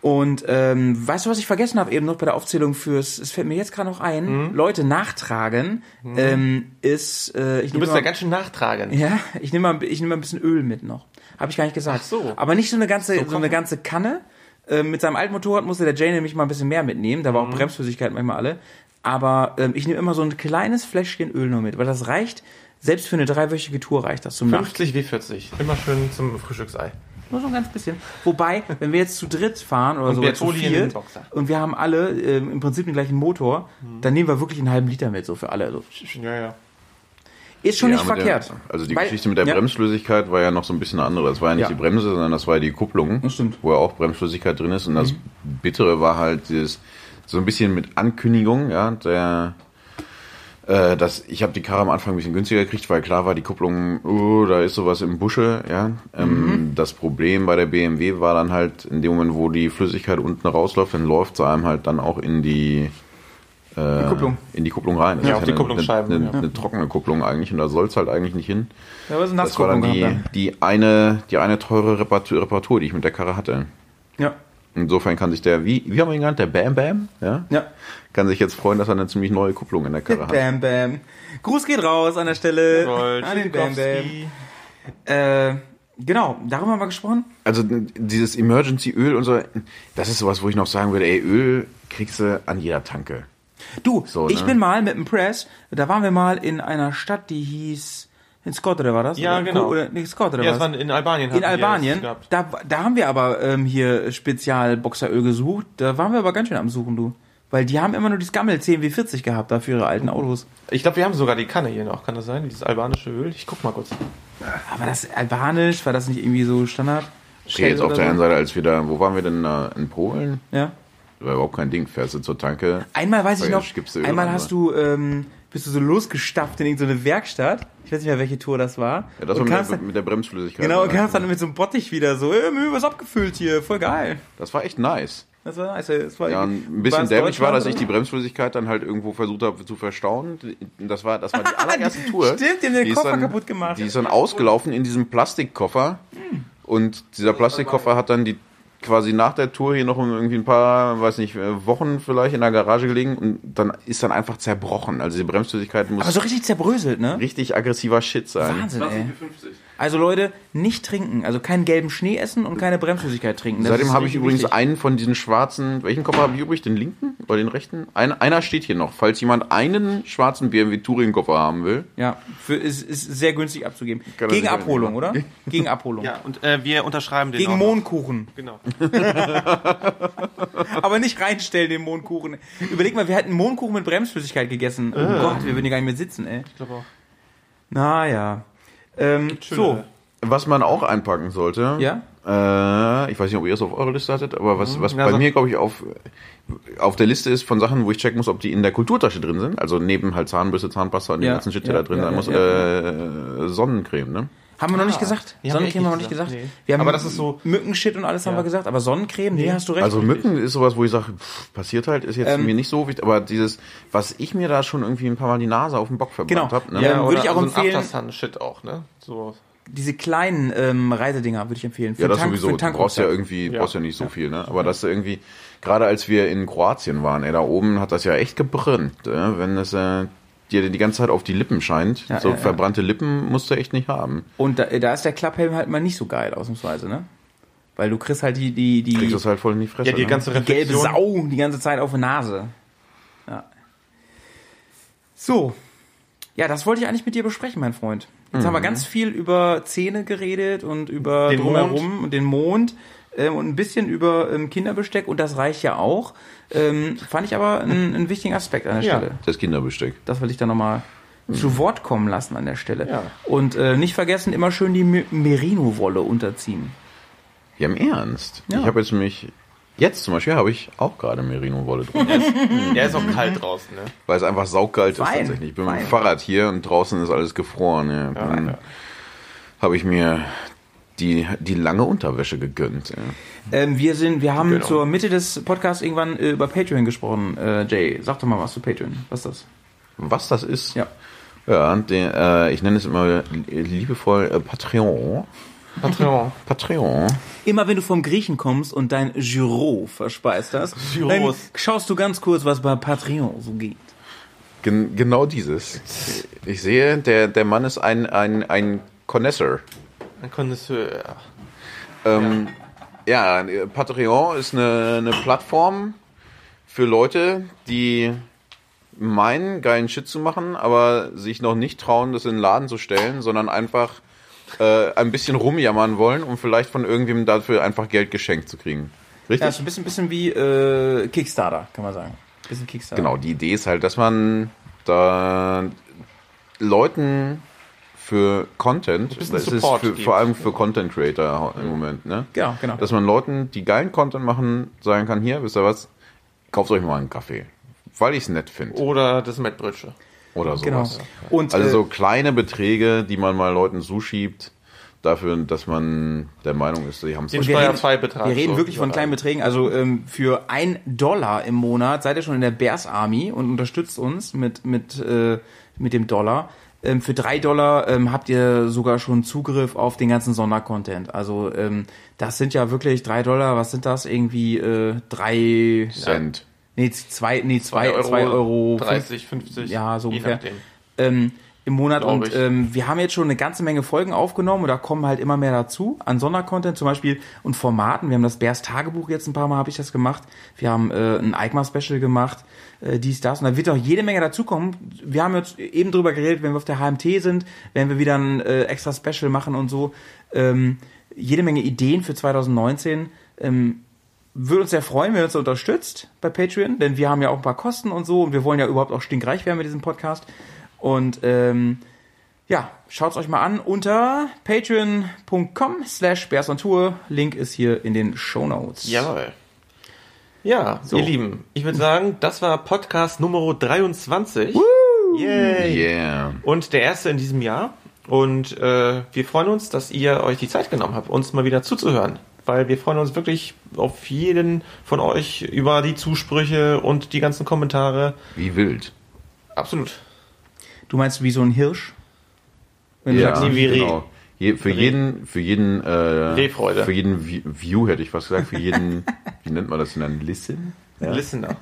S8: Und ähm, weißt du, was ich vergessen habe eben noch bei der Aufzählung fürs, es fällt mir jetzt gerade noch
S1: Mhm.
S8: ein, Leute nachtragen ähm, ist, äh, ich
S1: Du bist
S8: mal,
S1: ja ganz schön nachtragend.
S8: ja, ich nehme mal, ich nehme mal ein bisschen Öl mit noch. Habe ich gar nicht gesagt.
S1: so.
S8: Aber nicht so eine ganze, so, eine ganze Kanne. Ähm, mit seinem alten Motorrad musste der Jay nämlich mal ein bisschen mehr mitnehmen. Da war auch Bremsflüssigkeit manchmal alle. Aber ähm, ich nehme immer so ein kleines Fläschchen Öl nur mit, weil das reicht. Selbst für eine dreiwöchige Tour reicht das zum Nacht.
S1: 50 wie 40. Immer schön zum Frühstücksei.
S8: Nur so ein ganz bisschen. Wobei, wenn wir jetzt zu dritt fahren oder so, oder zu
S1: Bertolli in den
S8: viert, Mhm.
S1: Boxer.
S8: und wir haben alle ähm, im Prinzip den gleichen Motor, dann nehmen wir wirklich einen halben Liter mit, so für alle. Also,
S1: Ja, ja.
S8: ist schon
S5: Ja,
S8: nicht
S5: mit
S8: verkehrt.
S5: Der, also die
S8: Weil-
S5: Geschichte mit der
S8: ja.
S5: Bremsflüssigkeit war ja noch so ein bisschen eine andere. Das war ja nicht
S8: Ja.
S5: die Bremse, sondern das war ja die Kupplung,
S8: stimmt. Mhm.
S5: wo ja auch Bremsflüssigkeit drin ist. Und das Bittere war halt dieses, so ein bisschen mit Ankündigung, ja, der äh, das, ich habe die Karre am Anfang ein bisschen günstiger gekriegt, weil klar war die Kupplung, oh, da ist sowas im Busche, ja.
S8: Mhm.
S5: Ähm, Das Problem bei der BMW war dann halt in dem Moment, wo die Flüssigkeit unten rausläuft, dann läuft sie einem halt dann auch in die, äh,
S8: Kupplung.
S5: in die Kupplung rein. Das
S1: Ja,
S5: ist
S1: auf die
S5: eine-
S1: Kupplungsscheiben,
S5: Eine,
S1: ja.
S5: eine, eine trockene Kupplung eigentlich und da soll es halt eigentlich nicht hin.
S8: Da war so eine
S5: Das war dann
S8: Nasskopplung
S5: die,
S8: gehabt
S5: die eine, die eine teure Reparatur, Reparatur, die ich mit der Karre hatte.
S8: dann. Ja,
S5: Insofern kann sich der, wie, wie haben wir ihn genannt, der Bam Bam, ja,
S8: ja.
S5: kann sich jetzt freuen, dass er eine ziemlich neue Kupplung in der Karre hat.
S8: Bam Bam. Gruß geht raus an der Stelle. an den Bam Bam. Äh, genau, darüber haben wir gesprochen.
S5: also n- dieses Emergency Öl und so, das ist sowas, wo ich noch sagen würde, ey, Öl kriegst du an jeder Tanke.
S8: Du,
S5: So,
S8: ich
S5: ne?
S8: bin mal mit dem Press, da waren wir mal in einer Stadt, die hieß, in Scott oder war das?
S1: Ja,
S8: oder,
S1: genau.
S8: Oder, nee, Scott oder
S1: Ja,
S8: was?
S1: das war in Albanien. hatten
S8: in
S1: wir das
S8: Albanien,
S1: gehabt.
S8: da, da haben wir aber ähm, hier Spezialboxeröl gesucht. Da waren wir aber ganz schön am Suchen, du. Weil die haben immer nur dieses Gammel 10W40 gehabt, da für ihre
S1: Oh.
S8: alten Autos.
S1: Ich glaube, wir haben sogar die Kanne hier noch. Kann das sein? Dieses albanische Öl? Ich guck mal kurz.
S8: Aber das albanisch, war das nicht irgendwie so Standard?
S5: Okay, jetzt auf
S8: Oder
S5: der
S8: so?
S5: einen Seite, als wir da, wo waren wir denn da? In Polen?
S8: Ja.
S5: Das war überhaupt kein Ding. Fährst du zur Tanke?
S8: Einmal weiß ich
S5: Weil
S8: noch,
S5: gibst du Öl
S8: einmal
S5: an,
S8: hast
S5: ne?
S8: du, ähm, bist du so losgestapft in irgendeine Werkstatt. Ich weiß nicht mehr, welche Tour das war.
S5: Ja, das
S8: und
S5: war mit,
S8: kamst
S5: der-
S8: dann,
S5: mit der Bremsflüssigkeit.
S8: genau, und
S5: Ja.
S8: kamst dann mit so einem Bottich wieder so, äh, mir was abgefüllt hier, voll geil.
S5: Das war echt nice.
S8: Das war nice. Das war
S5: Ja, und
S8: irgendwie-
S5: ein bisschen
S8: war's
S5: dämlich war,
S8: Deutschland
S5: dass ich
S8: oder
S5: die Bremsflüssigkeit dann halt irgendwo versucht habe zu verstauen. Das war, das war die allererste Tour.
S8: Stimmt, Ah, die haben den
S5: ist
S8: Koffer kaputt gemacht. Hm.
S5: Die ist dann ausgelaufen in diesem Plastikkoffer. Und dieser Plastikkoffer hat dann die quasi nach der Tour hier noch irgendwie ein paar, weiß nicht, äh, Wochen vielleicht in der Garage gelegen und dann ist dann einfach zerbrochen. Also die Bremsflüssigkeit muss
S8: Aber so richtig zerbröselt, ne?
S5: richtig aggressiver Shit sein.
S8: Wahnsinn, ey. Also Leute, nicht trinken. Also keinen gelben Schnee essen und keine Bremsflüssigkeit trinken. Das
S5: Seitdem
S8: ist
S5: habe ich
S8: richtig
S5: übrigens
S8: wichtig.
S5: einen von diesen schwarzen. Welchen Koffer habe ich übrig? Den linken oder den rechten? Ein, einer steht hier noch. Falls jemand einen schwarzen BMW Touring-Koffer haben will,
S8: Ja, für, ist, ist sehr günstig abzugeben.
S5: Kann er
S8: Gegen
S5: sich
S8: Abholung,
S5: mitnehmen.
S8: oder? Gegen Abholung.
S1: Ja, und äh, wir unterschreiben den.
S8: Gegen
S1: auch noch.
S8: Mohnkuchen.
S1: Genau.
S8: Aber nicht reinstellen, den Mohnkuchen. Überleg mal, wir hätten Mohnkuchen mit Bremsflüssigkeit gegessen. Oh
S5: Äh.
S8: Gott, wir würden hier gar nicht mehr sitzen, ey. Ich
S1: glaube auch.
S8: Naja. Ähm, so,
S1: schönere.
S5: was man auch einpacken sollte.
S8: ja? Mhm.
S5: Äh, ich weiß nicht, ob ihr es auf eurer Liste hattet, aber was, was
S1: na,
S5: bei
S1: sag-
S5: mir, glaube ich, auf, auf der Liste ist von Sachen, wo ich checken muss, ob die in der Kulturtasche drin sind. Also neben halt Zahnbürste, Zahnpasta und
S8: Ja,
S5: dem ganzen Shit,
S8: ja,
S5: der da drin
S8: ja,
S5: sein
S8: ja,
S5: muss.
S8: ja. genau.
S5: Äh, Sonnencreme, ne?
S8: Haben wir noch nicht gesagt.
S1: Ah. Die haben wir echt
S8: Sonnencreme haben wir noch
S1: nicht
S8: nicht gesagt.
S1: gesagt. Nee.
S8: Wir haben
S1: Aber das ist so-
S8: Mückenshit und alles haben wir gesagt. Aber Sonnencreme, nee, hast du recht.
S5: Also Mücken ist sowas, wo ich sage, pff, passiert halt, ist
S8: Ähm,
S5: jetzt mir nicht so wichtig, aber dieses, was ich mir da schon irgendwie ein paar Mal die Nase auf den Bock verbrannt
S8: Genau.
S5: hab, ne?
S8: Ja, Würde
S1: Oder
S8: ich auch
S1: so ein
S8: empfehlen.
S1: Aftersun-Shit auch, ne? So.
S8: Diese kleinen ähm, Reisedinger würde ich empfehlen. Für
S5: Ja,
S8: den
S5: das sowieso.
S8: für den
S5: Du brauchst ja
S8: Rucksack.
S5: irgendwie, brauchst ja nicht so viel, ne? Aber das irgendwie, gerade als wir in Kroatien waren, ey, da oben hat das ja echt gebrannt, äh? wenn das äh, dir die ganze Zeit auf die Lippen scheint. so
S8: ja, ja.
S5: verbrannte Lippen musst du echt nicht haben.
S8: Und da, da ist der Klapphelm halt mal nicht so geil, ausnahmsweise, ne? Weil du kriegst halt die, die, die,
S5: Kriegst das halt voll in die Fresse.
S1: Ja, die
S5: ne?
S1: ganze
S8: die gelbe
S1: Reflexion.
S8: Sau die ganze Zeit auf der Nase. Ja. So. Ja, das wollte ich eigentlich mit dir besprechen, mein Freund. Jetzt
S1: Mhm.
S8: haben wir ganz viel über Zähne geredet und über
S5: Den
S8: drumherum und den Mond ähm, und ein bisschen über ähm, Kinderbesteck und das reicht ja auch. Ähm, fand ich aber einen, einen wichtigen Aspekt an der
S1: Ja. Mhm.
S8: Stelle.
S5: Das Kinderbesteck.
S8: Das will ich dann nochmal zu Wort kommen lassen an der Stelle. Und äh, nicht vergessen, immer schön die Me- Merino-Wolle unterziehen.
S5: Ja, im Ernst. Ich habe jetzt mich. Jetzt zum Beispiel habe ich auch gerade Merino-Wolle drin,
S1: Der ist auch kalt draußen, ne?
S5: weil es einfach saukalt ist
S8: Fein,
S5: tatsächlich. Ich bin mit
S8: fein.
S5: dem Fahrrad hier und draußen ist alles gefroren. Ja. Dann habe ich mir die, die lange Unterwäsche gegönnt. Ja.
S8: Ähm, wir sind, wir haben zur Mitte des Podcasts irgendwann äh, über Patreon gesprochen. Äh, Jay, sag doch mal was zu Patreon. Was ist das?
S5: Was das ist?
S8: Ja.
S5: Ja, und den, äh, ich nenne es immer liebevoll äh, Patreon.
S1: Patreon.
S5: Patreon.
S8: Immer wenn du vom Griechen kommst und dein Giro verspeist hast, dann
S1: Gyros.
S8: schaust du ganz kurz, was bei Patreon so geht.
S5: Gen genau dieses. Ich sehe, der, der Mann ist ein, ein, ein Connoisseur.
S1: Ein Connoisseur.
S5: Ähm, ja. äh, Patreon ist eine, eine Plattform für Leute, die meinen, geilen Shit zu machen, aber sich noch nicht trauen, das in den Laden zu stellen, sondern einfach äh, ein bisschen rumjammern wollen, um vielleicht von irgendwem dafür einfach Geld geschenkt zu kriegen. Richtig?
S8: Ja, ist ein bisschen, bisschen wie äh, Kickstarter, kann man sagen. Bisschen Kickstarter.
S5: Genau, die Idee ist halt, dass man da Leuten für Content, das ist
S1: Support
S5: für,
S1: gibt.
S5: vor allem für Content Creator im Moment, ne?
S8: Genau, genau.
S5: Dass man Leuten, die geilen Content machen, sagen kann, hier, wisst ihr was, kauft euch mal einen Kaffee, weil ich es nett finde
S1: Oder das Mettbrötche.
S5: oder
S8: genau.
S5: sowas.
S8: Und
S5: Also
S8: äh,
S5: so kleine Beträge, die man mal Leuten zuschiebt, dafür, dass man der Meinung ist, sie haben es
S1: Den
S8: wir reden-
S1: Steuerfreibetrag.
S8: Wir reden
S1: so.
S8: wirklich von kleinen Beträgen. Also ähm, für ein Dollar im Monat seid ihr schon in der Bears Army und unterstützt uns mit, mit, äh, mit dem Dollar. Ähm, für drei Dollar ähm, habt ihr sogar schon Zugriff auf den ganzen Sondercontent. Also ähm, das sind ja wirklich drei Dollar. Was sind das irgendwie? Äh, drei
S5: Cent.
S8: Nee, zwei, nee, zwei,
S1: Zwei Euro,
S8: zwei Euro fünf-
S1: 30, 50.
S8: ja, so
S1: je
S8: ungefähr.
S1: nachdem.
S8: Ähm, im Monat
S1: Glaub
S8: und
S1: ich.
S8: ähm, wir haben jetzt schon eine ganze Menge Folgen aufgenommen und da kommen halt immer mehr dazu an Sondercontent zum Beispiel und Formaten. Wir haben das Bärs Tagebuch jetzt ein paar Mal habe ich das gemacht. Wir haben äh, ein Eigma Special gemacht, äh, dies das und da wird auch jede Menge dazukommen. Wir haben jetzt eben drüber geredet, wenn wir auf der HMT sind, wenn wir wieder ein äh, extra Special machen und so. Ähm, jede Menge Ideen für 2019. Ähm, würde uns sehr freuen, wenn ihr uns unterstützt bei Patreon, denn wir haben ja auch ein paar Kosten und so und wir wollen ja überhaupt auch stinkreich werden mit diesem Podcast. Und ähm, ja, schaut es euch mal an unter patreon.com slash Bears on Tour. Link ist hier in den Shownotes.
S1: Jawohl. Ja, ihr Lieben, ich würde sagen, das war Podcast Nummer 23. Yay.
S5: Yeah.
S1: Und der erste in diesem Jahr. Und äh, wir freuen uns, dass ihr euch die Zeit genommen habt, uns mal wieder zuzuhören. Weil wir freuen uns wirklich auf jeden von euch über die Zusprüche und die ganzen Kommentare.
S5: Wie wild.
S1: Absolut.
S8: Du meinst wie so ein Hirsch? Wenn du sagst,
S1: nee, wie Reh.
S5: genau. Je, für, jeden, für jeden, äh,
S1: Rehfreude.
S5: für jeden Vi- View hätte ich was gesagt, für jeden, wie nennt man das denn dann? Listen?
S1: Listener.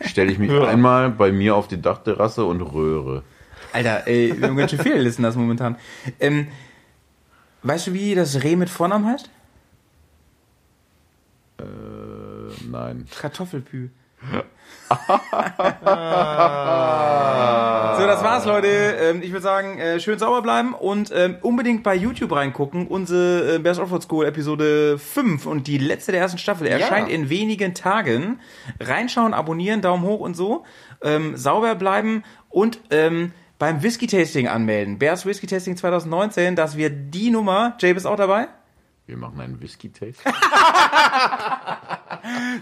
S5: Stelle ich mich
S1: Hörer.
S5: einmal bei mir auf die Dachterrasse und röhre.
S8: Alter, ey, wir haben ganz schön viele Listen das momentan. Ähm, weißt du, wie das Reh mit Vornamen heißt?
S5: Äh, Nein.
S8: Kartoffelpü. so, das war's, Leute. Ähm, ich würde sagen, äh, schön sauber bleiben und ähm, unbedingt bei YouTube reingucken. Unsere äh, Best of Old School Episode 5 und die letzte der ersten Staffel erscheint in wenigen Tagen. Reinschauen, abonnieren, Daumen hoch und so. Ähm, sauber bleiben und ähm, beim Whisky Tasting anmelden. Bears Whisky Tasting 2019, dass wir die Nummer, Jabe ist auch dabei.
S5: Wir machen einen Whisky-Taste.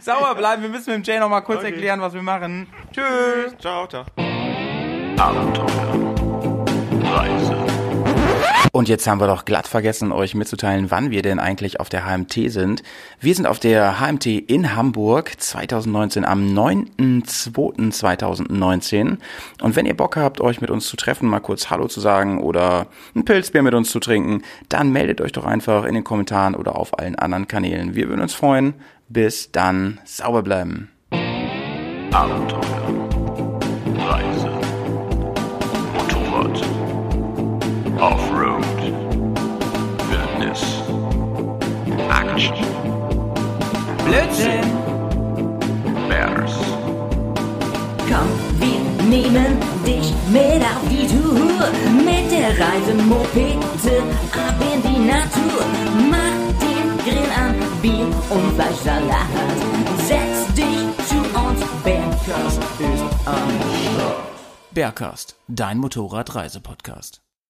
S8: Sauber bleiben, wir müssen mit dem Jay nochmal kurz erklären, was wir machen. Tschüss.
S1: Ciao, ciao.
S4: Abenteuer, Reise,
S2: Und jetzt haben wir doch glatt vergessen, euch mitzuteilen, wann wir denn eigentlich auf der HMT sind. Wir sind auf der HMT in Hamburg 2019 am 9.2.2019. Und wenn ihr Bock habt, euch mit uns zu treffen, mal kurz Hallo zu sagen oder ein Pilzbier mit uns zu trinken, dann meldet euch doch einfach in den Kommentaren oder auf allen anderen Kanälen. Wir würden uns freuen. Bis dann, sauber bleiben.
S4: Abenteuer, Reise, Motorrad, Offroad, Wildnis, Action,
S8: Blödsinn.
S4: Bears.
S6: Komm, wir nehmen dich mit auf die Tour. Mit der Reisemopete ab in die Natur. Mach den Grill an, Bier und Fleischsalat. Setz dich zu uns, Bergkast ist am Start.
S3: Bergcast, dein Motorradreisepodcast.